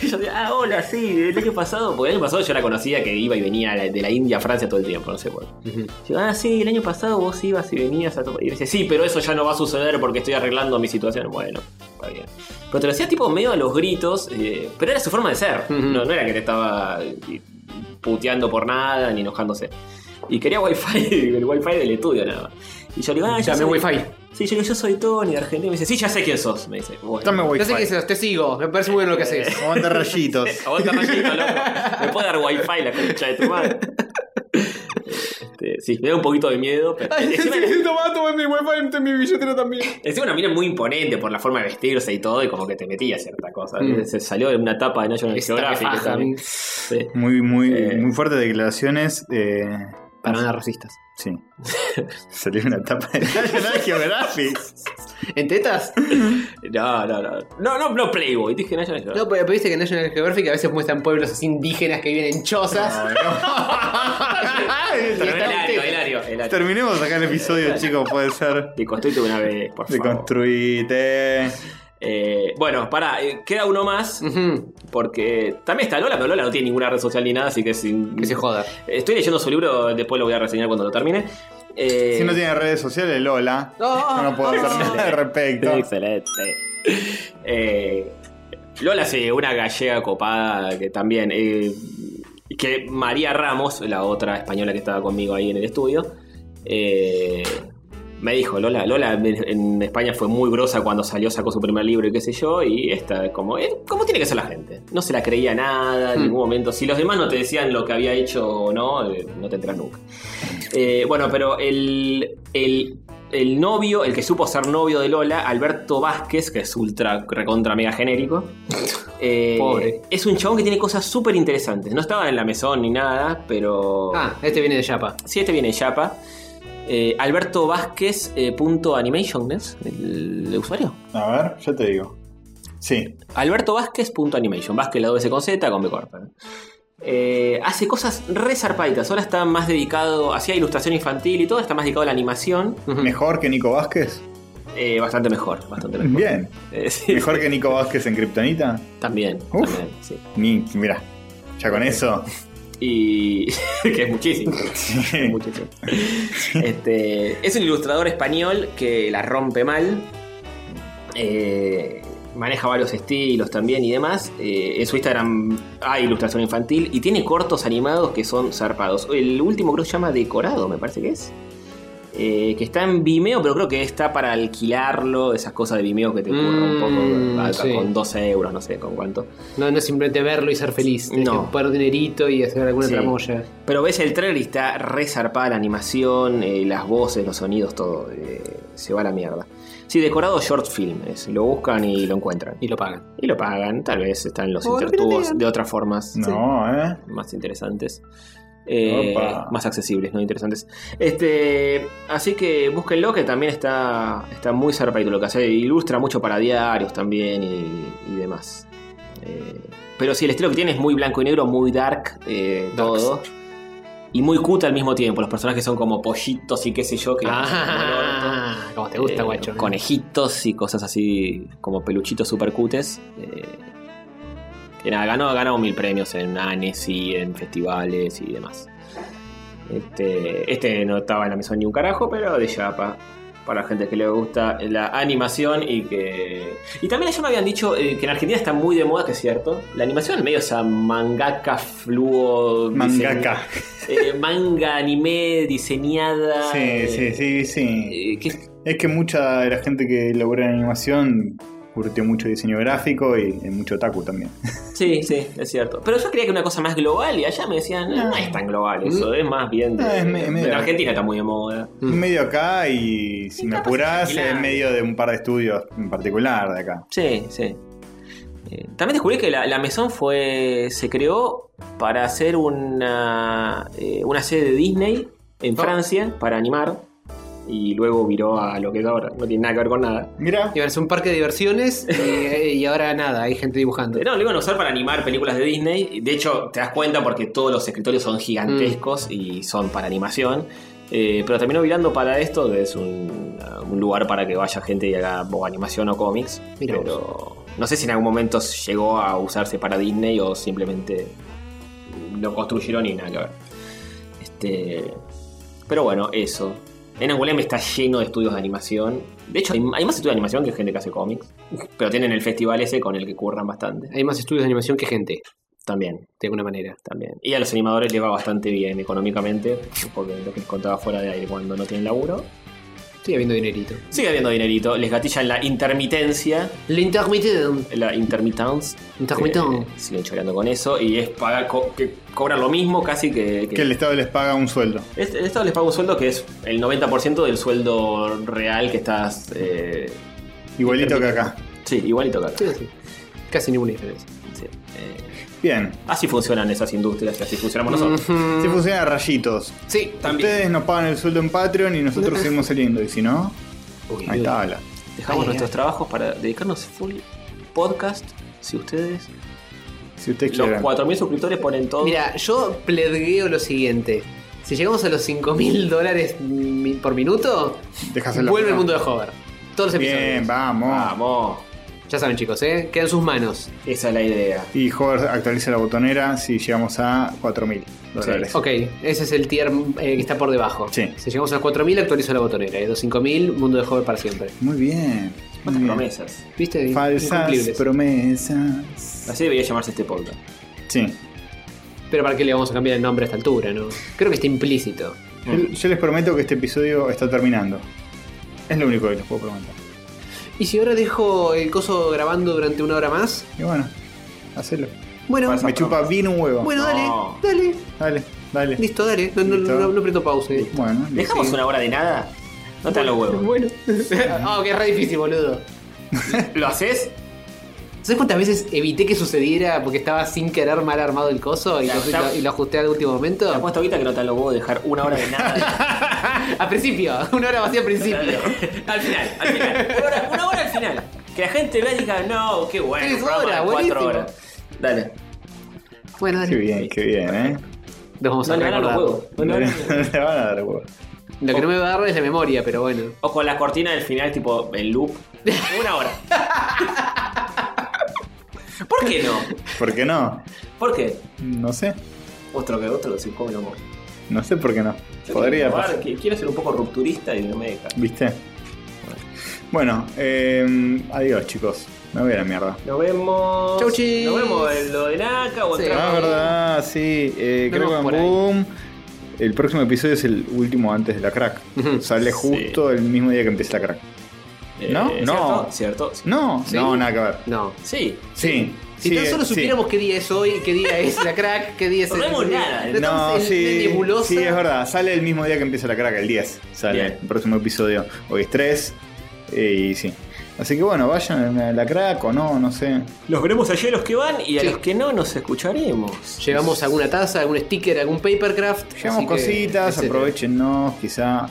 S2: y yo decía, ah, hola, sí, el año pasado. Porque el año pasado yo la conocía que iba y venía de la India a Francia todo el tiempo, no sé por qué. Digo, ah, sí, el año pasado vos ibas y venías a tu país. Y dice, sí, pero eso ya no va a suceder porque estoy arreglando mi situación. Bueno, está bien. Pero te lo hacía tipo medio a los gritos, eh, pero era su forma de ser.
S1: Ujú.
S2: no, no era que te estaba eh, puteando por nada ni enojándose. Y quería wifi, el wifi del estudio nada más. Y yo le digo, ah, yo
S1: Dame
S2: soy-
S1: Wi-Fi.
S2: Sí, yo le digo, yo soy Tony de Argentina. Y me dice, sí, ya sé quién sos. Me dice, bueno.
S4: Dame
S1: Yo sé que
S4: wifi.
S1: dices, te sigo, me parece muy bien lo que haces.
S4: Aguanta rayitos.
S2: A vos te rayito, loco. Me puede dar wifi la concha de tu madre. Este, sí, me da un poquito de miedo, pero. encima-
S5: tomando mi wifi en mi billetera también.
S2: Encima una mina muy imponente por la forma de vestirse y todo, y como que te metía cierta cosa.
S1: Mm.
S2: Se salió de una tapa de National
S1: Esta
S2: Geographic.
S1: faja,
S2: también.
S1: a mí.
S2: Sí.
S4: Muy, muy,
S2: Eh.
S4: muy fuertes declaraciones. Eh,
S1: Para nada racistas.
S4: sí. Salió una tapa de National Geographic.
S1: ¿En tetas?
S2: No, no, no. No, no, no Playboy. Dije National Geographic.
S1: No, pero pero viste que en National Geographic a veces muestran pueblos así indígenas que viven en
S4: Ah.
S1: chozas.
S2: Pero el Hilario, Hilario, Hilario.
S4: Terminemos acá el episodio, chicos, puede ser.
S2: Te construiste una vez, por favor.
S4: Deconstruite.
S2: Eh, bueno, pará, eh, queda uno más,
S1: Ujú,
S2: porque también está Lola, pero Lola no tiene ninguna red social ni nada, así que sin...
S1: Que se joda.
S2: Estoy leyendo su libro, después lo voy a reseñar cuando lo termine. Eh,
S4: Si no tiene redes sociales, Lola. Yo no puedo hacer nada al respecto.
S2: Excelente. Eh, Lola, sí, una gallega copada que también. eh, que María Ramos, la otra española que estaba conmigo ahí en el estudio, eh, me dijo: Lola, Lola en, en España fue muy grosa cuando salió, sacó su primer libro y qué sé yo. Y esta, es como, eh, ¿cómo tiene que ser la gente? No se la creía nada, en
S1: Hmm.
S2: ningún momento. Si los demás no te decían lo que había hecho o no, eh, no te enteras nunca. Eh, bueno, pero el, el, el novio, el que supo ser novio de Lola, Alberto Vázquez, que es ultra recontra mega genérico, eh,
S1: Pobre.
S2: es un chabón que tiene cosas súper interesantes. No estaba en la mesón ni nada, pero.
S1: Ah, este viene de Yapa.
S2: Sí, este viene en Yapa. Eh, Alberto Vázquez eh, punto animation, ¿es el, el usuario?
S4: A ver, yo te digo. Sí.
S2: Alberto Vázquez punto animation. Vázquez la doble con Z con B corta. ¿no? Eh, hace cosas re zarpaditas. Ahora está más dedicado, hacía ilustración infantil y todo, está más dedicado a la animación.
S1: Ujú.
S4: ¿Mejor que Nico Vázquez?
S2: Eh, bastante mejor, bastante mejor.
S4: Bien.
S2: Eh, sí,
S4: ¿Mejor que Nico Vázquez en Kryptonita?
S2: También,
S4: Uf.
S2: también, sí.
S4: Ni, mira, ya con eso.
S2: Y que es muchísimo. es muchísimo. Este, es un ilustrador español que la rompe mal. Eh, maneja varios estilos también y demás. Eh, en su Instagram hay ilustración infantil y tiene cortos animados que son zarpados. El último creo que se llama Decorado, me parece que es. Eh, que está en Vimeo, pero creo que está para alquilarlo, esas cosas de Vimeo que te ocurren un
S1: Mm,
S2: poco acá
S1: sí.
S2: con 12 euros, no sé con cuánto.
S1: No, no es simplemente verlo y ser feliz. Tenés
S2: No.
S1: que ocupar un dinerito y hacer alguna
S2: Sí.
S1: tramoya.
S2: Pero ves el trailer y está re zarpada la animación, eh, las voces, los sonidos, todo. eh, se va a la mierda. Sí, decorado short film. es, lo buscan y lo encuentran.
S1: Y lo pagan.
S2: Y lo pagan. Tal vez están los
S1: O lo
S2: intertubos
S1: piratean.
S2: de otras formas
S4: No, ¿eh?
S2: más interesantes. eh,
S4: Opa.
S2: más accesibles, no interesantes. Este, así que búsquenlo, que también está, está muy zarpadito lo que hace. Ilustra mucho para diarios también y, y demás. Eh, pero sí, el estilo que tiene es muy blanco y negro, muy dark, eh, todo. Y muy cuta al mismo tiempo. Los personajes son como pollitos y qué sé yo. Que
S1: Ah, como te gusta,
S2: eh,
S1: guacho.
S2: Conejitos y cosas así como peluchitos super cutes. eh, que nada, ganó, ganó mil premios en Anes y en festivales y demás. Este, este no estaba en la misión ni un carajo, pero de chapa. Para gente que le gusta la animación y que. Y también ellos me habían dicho eh, que en Argentina está muy de moda, que es cierto. La animación medio esa mangaka fluo.
S4: Mangaka.
S2: dise- eh, manga anime diseñada.
S4: Sí, sí, sí, sí.
S2: eh, que-
S4: Es que mucha de la gente que labura en animación curtió mucho diseño gráfico y, y mucho otaku también.
S2: Sí, sí, es cierto. Pero yo creía que una cosa más global y allá me decían, no, no es tan global eso, es más bien de,
S4: Ah, es me-
S2: en
S4: medio-
S2: Argentina está muy de moda.
S1: Mm.
S4: Medio acá y si me apurás,
S2: tranquila.
S4: en medio de un par de estudios en particular de acá.
S2: Sí, sí. Eh, también descubrí que la, la Mesón fue. se creó para hacer una. eh, una sede de Disney en
S1: Oh.
S2: Francia para animar. y luego viró a lo que es ahora. No tiene nada que ver con nada.
S4: Mira,
S1: Iban a ser un parque de diversiones y, y ahora nada, hay gente dibujando.
S2: No, lo iban a usar para animar películas de Disney. De hecho, te das cuenta porque todos los escritorios son gigantescos y son para animación. Eh, pero terminó mirando para esto, que es un, un lugar para que vaya gente y haga o animación o cómics.
S1: Mirá vos.
S2: pero no sé si en algún momento llegó a usarse para Disney o simplemente lo construyeron y nada que ver. Este, pero bueno, eso. En Angulem está lleno de estudios de animación. De hecho, hay, hay más estudios de animación que gente que hace cómics. Pero tienen el festival ese con el que curran bastante.
S1: Hay más estudios de animación que gente,
S2: También,
S1: de alguna manera.
S2: también. Y a los animadores les va bastante bien económicamente, porque lo que les contaba fuera de aire cuando no tienen laburo.
S1: Estoy habiendo dinerito.
S2: Sigue habiendo dinerito, les gatillan la intermitencia,
S1: La intermitente.
S2: la intermittence.
S1: Intermittent.
S2: Eh, siguen choreando con eso y es pagar, co- que cobran lo mismo casi que... que-
S4: que el Estado les paga un sueldo.
S2: Es- el Estado les paga un sueldo que es el 90% del sueldo real que estás... eh,
S4: Igualito que acá.
S2: sí, igualito que acá.
S1: Sí, sí. Casi ninguna diferencia.
S2: Sí, eh,
S4: Bien.
S2: así funcionan esas industrias y así funcionamos nosotros.
S4: Se funciona a rayitos.
S1: Sí,
S2: También.
S4: Ustedes nos pagan el sueldo en Patreon y nosotros seguimos saliendo. Y si no, ahí está habla.
S2: Dejamos
S1: Ay,
S2: nuestros trabajos para dedicarnos full podcast. Si ustedes,
S4: Si ustedes
S2: los
S4: quieren.
S2: 4.000 suscriptores ponen todo.
S1: Mira, yo pledgueo lo siguiente. Si llegamos a los 5 mil dólares mi- por minuto,
S4: Dejás el
S1: vuelve
S4: laburo.
S1: el mundo de Hover. Todos los episodios.
S4: Bien, vamos.
S2: vamos.
S1: Ya saben, chicos, ¿eh? Queda en sus manos.
S2: Esa es la idea.
S4: Y Hover actualiza la botonera si llegamos a 4000 dólares.
S1: Ok, ese es el tier eh, que está por debajo.
S4: Sí.
S1: Si llegamos a los 4.000, actualizo la botonera. Y a los 5.000, mundo de Hover para siempre.
S4: Muy bien. Muy
S2: Cuántas
S4: bien.
S2: promesas.
S1: ¿Viste?
S4: Falsas
S1: Incumplibles.
S4: promesas.
S2: Así debería llamarse este podcast.
S4: Sí.
S1: Pero ¿para qué le vamos a cambiar el nombre a esta altura, no? Creo que está implícito.
S4: Yo,
S2: Mm.
S4: yo les prometo que este episodio está terminando. Es lo único que les puedo prometer.
S1: ¿Y si ahora dejo el coso grabando durante una hora más?
S4: Y bueno, hacelo.
S1: Bueno,
S2: Pasa.
S4: Me chupa bien un huevo.
S1: bueno,
S2: No.
S1: dale, dale.
S4: Dale, dale.
S1: Listo, dale. No, no,
S4: Listo.
S1: no- no aprieto pausa. eh.
S4: Bueno, listo.
S2: ¿Dejamos una hora de nada? No te dan los huevos.
S1: Bueno. Ah, que es re difícil, boludo.
S2: ¿Lo haces?
S1: ¿Sabes cuántas veces evité que sucediera porque estaba sin querer mal armado el coso y,
S2: Ya,
S1: lo, y
S2: ya.
S1: lo- y lo ajusté al último
S2: Te
S1: momento?
S2: apuesto ahorita que no te dan los huevos de dejar una hora de nada.
S1: Al principio, una hora vacía al principio.
S2: al final, al final. Una hora, una hora al final. Que la gente vea y diga, no, qué bueno.
S1: Tres
S2: programa de
S1: horas,
S2: cuatro
S1: buenísimo.
S2: horas. Dale.
S1: Bueno,
S4: Qué
S1: dale.
S4: bien, qué bien, eh.
S1: Nos vamos
S2: No
S1: a
S2: le van a los
S1: recordar.
S2: huevos. Oh. No le
S4: le,
S2: van a-
S4: le van a dar huevo.
S1: Lo que no me va a dar es la memoria, pero bueno.
S2: O con la cortina del final, tipo el loop. Una hora. ¿Por qué no?
S4: ¿Por qué no?
S2: ¿Por qué?
S4: No sé.
S2: Otro que otro, si come no come.
S4: No sé por qué no.
S2: Yo
S4: Podría
S2: quiero probar,
S4: pasar.
S2: que Quiero ser un poco rupturista y no me deja.
S4: ¿Viste? Bueno, eh, adiós chicos. Me voy a la mierda.
S2: Nos vemos.
S1: Chau, chis.
S2: Nos vemos en lo de Naka o
S1: Sí.
S2: entramos
S4: Ah,
S2: ahí.
S4: verdad, sí. Eh,
S1: Nos
S4: creo
S1: vemos
S4: que
S1: por
S4: boom. El próximo episodio es el último antes de la crack.
S1: Ujú.
S4: Sale
S2: Sí.
S4: justo el mismo día que empieza la crack.
S2: Eh,
S4: ¿No? No.
S2: ¿Cierto? ¿Cierto? Sí.
S4: No,
S1: Sí.
S4: no, nada que ver.
S1: No.
S2: Sí.
S4: Sí.
S1: Si
S4: sí,
S1: tan solo
S4: eh, sí.
S1: supiéramos qué día es hoy, qué día es la crack, qué día es
S2: No sabemos nada.
S1: No,
S4: No,
S1: estamos en- en
S4: sí,
S1: nebulosa.
S4: sí, es verdad. Sale el mismo día que empieza la crack, el 10. Sale
S2: Bien.
S4: el próximo episodio. Hoy es 3. Y sí. Así que bueno, vayan a la crack o no, no sé.
S2: Los veremos allí a los que van y a
S1: Sí.
S2: los que no nos escucharemos.
S1: Llevamos alguna taza, algún sticker, algún papercraft.
S4: Llevamos
S1: así que,
S4: cositas,
S1: etcétera.
S4: aprovechenos, quizá.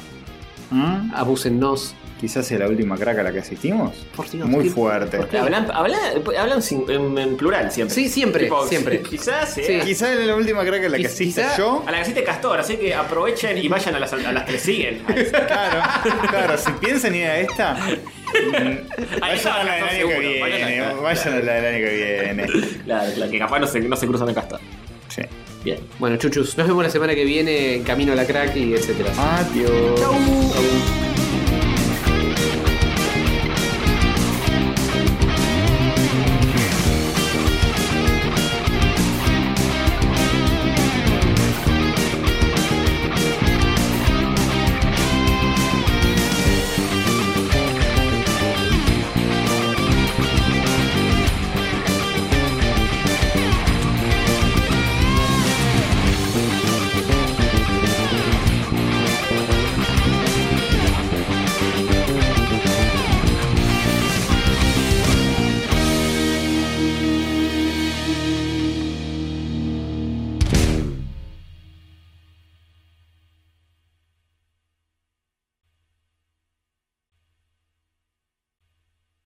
S4: ¿Mm?
S1: Abúsennos.
S4: Quizás sea la última crack a la que asistimos.
S1: Por Dios,
S4: Muy
S1: qué-
S4: fuerte.
S1: ¿por qué?
S2: Hablan, hablan, hablan sin- en, en plural siempre.
S1: Sí, siempre,
S2: Tipo,
S1: siempre.
S2: Quizás sea.
S1: Sí.
S4: Quizás es la última crack a la que
S1: Quiz-
S4: asista
S1: quizá-
S4: yo.
S2: A la casita de Castor, así que aprovechen y vayan a las, a las que le siguen. A
S4: Claro, claro, si piensan ir a esta, mm,
S2: A esta
S4: vayan a la del
S2: van a
S4: año que
S2: seguro, vayan a
S4: viene.
S2: esta.
S4: Vayan a la del año que viene.
S2: La, la que capaz no se, no se cruzan a Castor.
S4: Sí.
S2: Bien.
S1: Bueno, chuchus, nos vemos la semana que viene en camino a la crack y etcétera.
S4: Adiós.
S2: Chau.